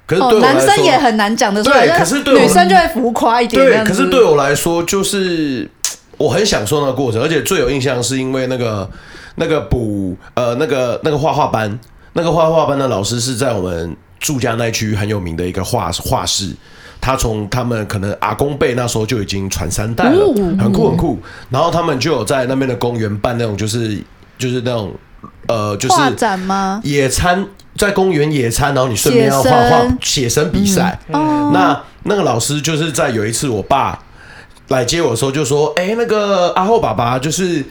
可是对
哦，
我来
男
说、
生也很难讲得出来，
对
但
可是对我
女生就会浮夸一点这
对，
样子。
可是对我来说就是。我很享受那个过程，而且最有印象是因为那个那个补呃那个那个画画班，那个画画班的老师是在我们住家那区很有名的一个画画室，他从他们可能阿公辈那时候就已经传三代了，很酷很酷。然后他们就有在那边的公园办那种就是就是那种呃就是
画展吗？
野餐，在公园野餐，然后你顺便要画画写生比赛。
哦
那那个老师就是在有一次我爸来接我的时候就说：“哎、那个阿厚爸爸就是。”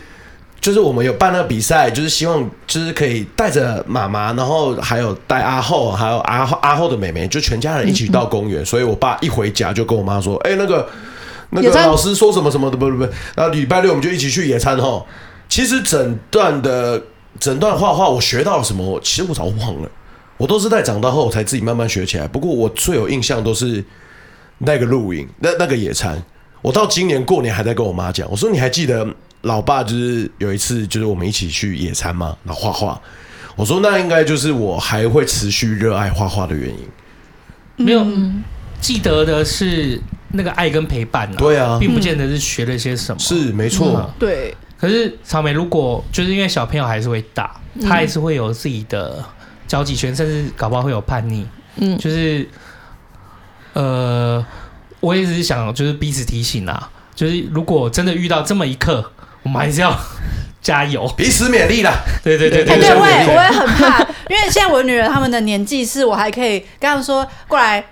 就是我们有办那个比赛，就是希望就是可以带着妈妈，然后还有带阿厚，还有阿厚阿厚的妹妹，就全家人一起到公
嗯
园。所以我爸一回家就跟我妈说：“哎、那个那个
野餐
老师说什么什么的，不不不，那礼拜六我们就一起去野餐吼。其实整段的整段画画我学到了什么，其实我早忘了，我都是在长大后我才自己慢慢学起来。不过我最有印象都是那个露营，那那个野餐。我到今年过年还在跟我妈讲，我说你还记得老爸就是有一次就是我们一起去野餐嘛，然后画画。我说那应该就是我还会持续热爱画画的原因。
嗯没有
嗯
记得的是那个爱跟陪伴啊，
对啊，
并不见得是学了些什么。
是没错
嗯，
对，
可是草莓如果就是因为小朋友还是会大，
嗯
他还是会有自己的交际圈，甚至搞不好会有叛逆。
嗯
就是呃，我也只是想就是彼此提醒啊，就是如果真的遇到这么一刻，我们还是要 加油。
彼此勉励啦。
对对对
哎、
对
对，
像
我
我
也
弟
我也很怕，因为现在我女儿她们的年纪是我还可以跟她们说过来。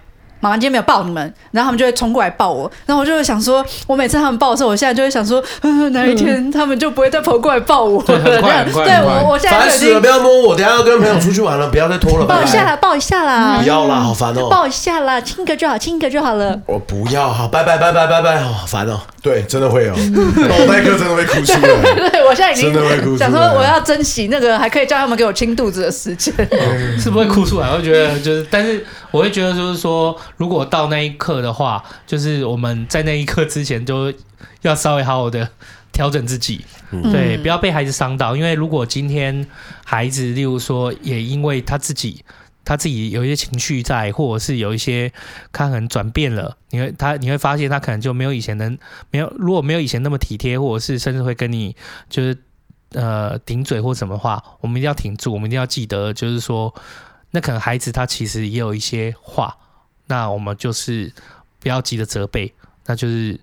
妈妈今天没有抱你们，然后他们就会冲过来抱我，然后我就会想说，我每次他们抱的时候，我现在就会想说， 嗯哪一天他们就不会再跑过来抱我
对
了。
很
这
快
样
很快
对
很快
我，我现在
烦
就已
死了！
经
不要摸我，等一下要跟朋友出去玩了，不要再拖了，
抱
拜
一下
拜。
啦，抱一下啦
不，要啦，好烦哦！
抱一下啦，亲一个就好，亲一个就好了。
我不要，好，拜拜拜拜拜拜，好烦哦！对，真的 会有，脑袋哥真的会哭出来。
对，我现在已经
真的会哭出来
想说我要珍惜那个还可以叫他们给我亲肚子的时间。
是不会哭出来，我会觉得就是，但是我会觉得就是说，如果到那一刻的话，就是我们在那一刻之前就要稍微好好的调整自己，
嗯
嗯
对，不要被孩子伤到，因为如果今天孩子，例如说也因为他自己。他自己有一些情绪在，或者是有一些他可能转变了，你会他你会发现他可能就没有以前能没有如果没有以前那么体贴，或者是甚至会跟你就是呃顶嘴或什么话，我们一定要挺住，我们一定要记得，就是说，那可能孩子他其实也有一些话，那我们就是不要急着责备，那就是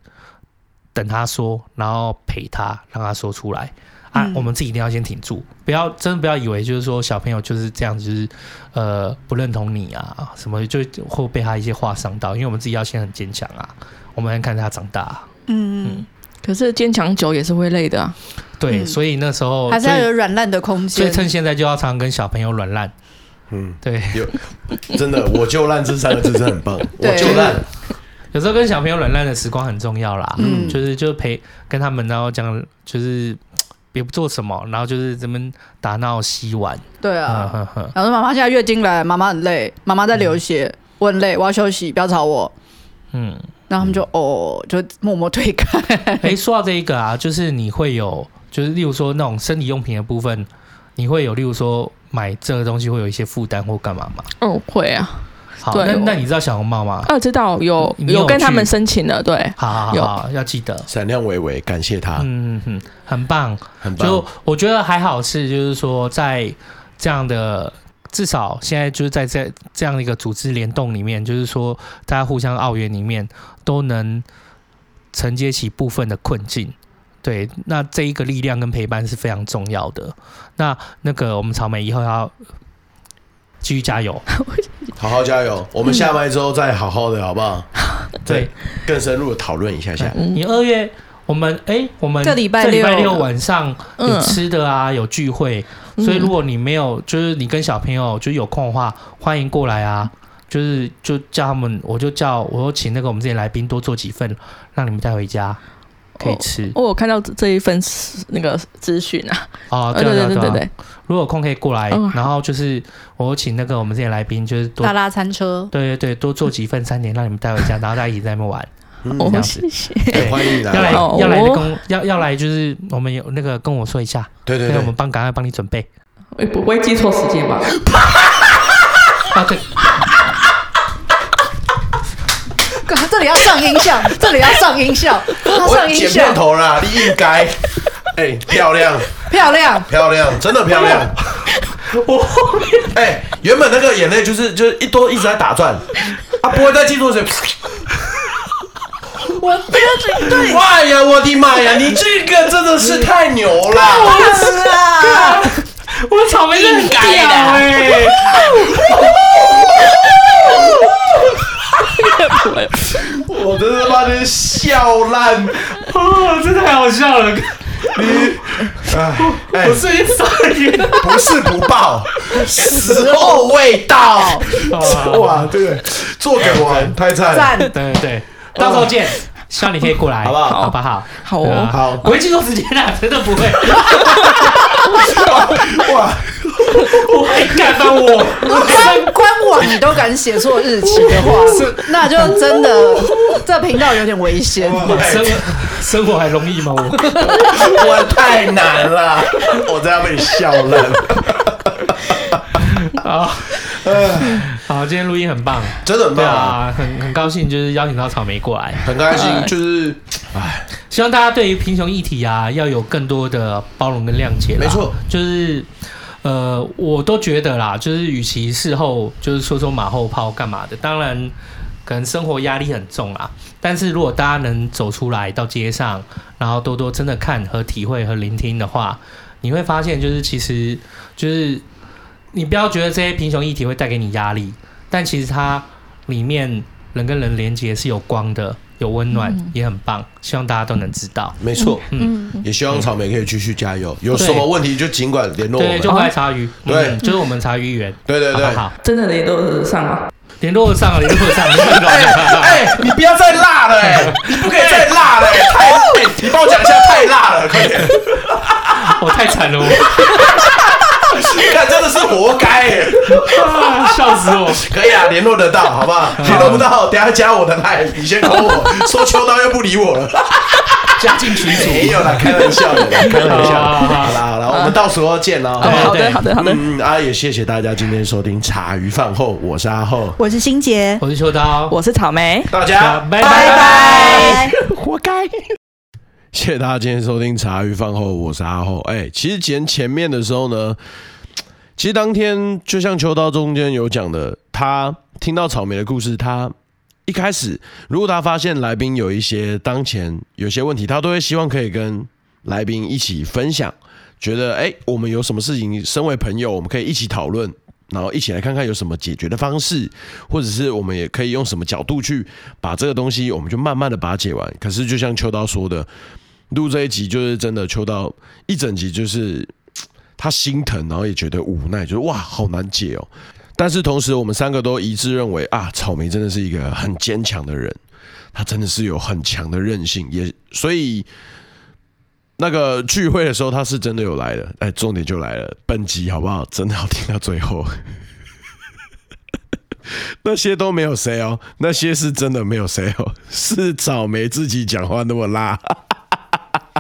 等他说，然后陪他，让他说出来。啊，
嗯
我们自己一定要先挺住，不要真的不要以为就是说小朋友就是这样，就是呃不认同你啊什么，就会被他一些话伤到，因为我们自己要先很坚强啊，我们看他长大、啊，
嗯
可是坚强久也是会累的啊。
对，所以那时候
嗯还是要
嗯所以
有软烂的空
所以
间。
趁现在就要常常跟小朋友软烂，
嗯，
对，
有真的，我就烂这三个字真的很棒，我
对
就烂。
有时候跟小朋友软烂的时光很重要啦，
嗯
就是就是陪跟他们，然后讲就是也不做什么，然后就是咱们打闹嬉玩，
对
嗯
啊，
哼哼，
然后说妈妈现在月经来，妈妈很累，妈妈在流
嗯
血，我很累，我要休息，不要吵我。
嗯，
然后他们就哦，就默默推开。
哎、说到这一个啊，就是你会有，就是例如说那种生理用品的部分，你会有，例如说买这个东西会有一些负担或干嘛吗？
哦，会啊，
好，
对
那
我
那你知道小红帽吗？
啊，知道有
你有
跟他
去
们申请了，对，
好好
有
好好，要记得，
闪亮伟伟，感谢他，
嗯嗯，嗯很棒，
很棒。
就我觉得还好是，就是说在这样的。至少现在就是在这这样的一个组织联动里面，就是说大家互相澳援里面都能承接起部分的困境，对，那这一个力量跟陪伴是非常重要的。那那个我们草莓以后要继续加油，
好好加油，我们下麦之后再好好的，好不好？
对，
更深入的讨论一下下。
你二月我们哎、我们
这礼拜六
六晚上有
嗯
吃的啊，有聚会，所以如果你没有，就是你跟小朋友就是有空的话，欢迎过来啊。就是就叫他们，我就叫我就请那个我们这些来宾多做几份，让你们带回家可以吃
哦我有看到这这一份那个资讯啊，
哦。
啊
对
对
啊
对
对
对
啊
对
对啊，
对，
如果有空可以过来
嗯，
然后就是我请那个我们这些来宾就是多
拉拉餐车，
对对对多做几份餐点，让你们带回家，然后大家一起在那 边玩。
我
这样
们
子
哦谢谢，
哎欢迎你来
要来
玩，
哦
要来的跟要要来就是我们有那个跟我说一下，
对对
对，我
对
们，帮赶快帮你准备。
我不会记错时间吧？
啊，对，
这里要上音效，这里要上音效，要上
我
音
剪
效
片，头啦，你应该。哎，漂亮，
漂亮。
漂亮，真的漂亮。我哎，原本那个眼泪就是就是一多一直在打转，啊，不会再记住谁。
我不要去对，
哇哎呀，我的妈呀，你这个真的是太牛了！
我草莓是很屌哎、
我真的把你笑烂。
哦，这太好笑了，
哎哎，
瞬间傻眼。
不是不报，时候未到。 哇，这个做梗王太赞了，
对对对，到时候见，希望你可以过来，
好不好
好不好？
好
对啊
哦，
好
不会记错时间啦，真的不会，
哇！
不会干到我。
官官网你都敢写错日期的话，那就真的这频道有点危险。
生活生活还容易吗？我
我太难了，我真要被你笑烂。
啊， 好，今天录音很棒，
真的很
对
棒啊，哎
啊，很很高兴就是邀请到草莓过来，
很开心，就是
希望大家对于贫穷议题啊，要有更多的包容跟谅解啦。
没错，
就是呃，我都觉得啦，就是与其事后就是说说马后炮干嘛的，当然可能生活压力很重啦。但是如果大家能走出来到街上，然后多多真的看和体会和聆听的话，你会发现就是其实就是你不要觉得这些贫穷议题会带给你压力，但其实它里面人跟人连接是有光的，有温暖，也很棒。希望大家都能知道。
没错，
嗯
嗯，也希望草莓可以继续加油，有什么问题就尽管联络我
对，
们
就。过来茶余，
对
嗯就是我们茶余员，
对对
好
对
不，好？
真的联络得上吗？
联络上了，联络上了，联络
哎
上了。
哎，你不要再辣了，哎，你不可以再辣了，哎太，哎你帮我讲一下太辣了，快点，
我太惨了，我
看真的是活该，哎，
啊笑死我。
可以啊，联络得 到，好不好？联络不到，等下加我的 line，你先扣我，说秋刀又不理我了，
加进群组。
没有啦，开玩笑的啦， 开玩笑的，
好好好
好啦好啦，我们到时候见喽，
哦好
对
的，好的，好的。
嗯，啊，也谢谢大家今天收听茶余饭后，我是阿后，
我是心杰，
我是秋刀，
我是草莓，
大家
拜
拜。
活该。谢谢大家今天收听茶余饭后，我是阿后。哎、其实前前面的时候呢，其实当天就像秋刀中间有讲的，他听到草莓的故事，他一开始如果他发现来宾有一些当前有些问题，他都会希望可以跟来宾一起分享，觉得哎、我们有什么事情，身为朋友，我们可以一起讨论。然后一起来看看有什么解决的方式，或者是我们也可以用什么角度去把这个东西，我们就慢慢的把它解完。可是就像秋刀说的，录这一集就是真的，秋刀一整集就是嘖他心疼，然后也觉得无奈，就是哇，好难解哦。但是同时，我们三个都一致认为啊，草莓真的是一个很坚强的人，他真的是有很强的韧性，也所以。那个聚会的时候，他是真的有来的。哎，重点就来了，本集好不好？真的要听到最后。 那些都没有谁哦，那些是真的没有谁哦，是草莓自己讲话那么辣，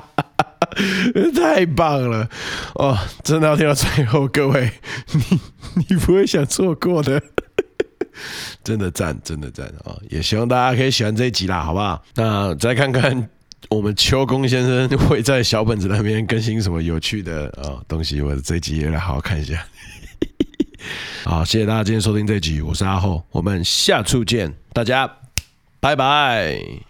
太棒了哦！真的要听到最后，各位， 你你不会想错过的。 真的赞，真的赞啊、哦！也希望大家可以喜欢这一集啦，好不好？那再看看我们秋公先生 会在小本子那边更新什么有趣的啊、哦东西，我这一集也来好好看一下。 好，谢谢大家今天收听这一集，我是阿厚，我们下次见，大家拜拜。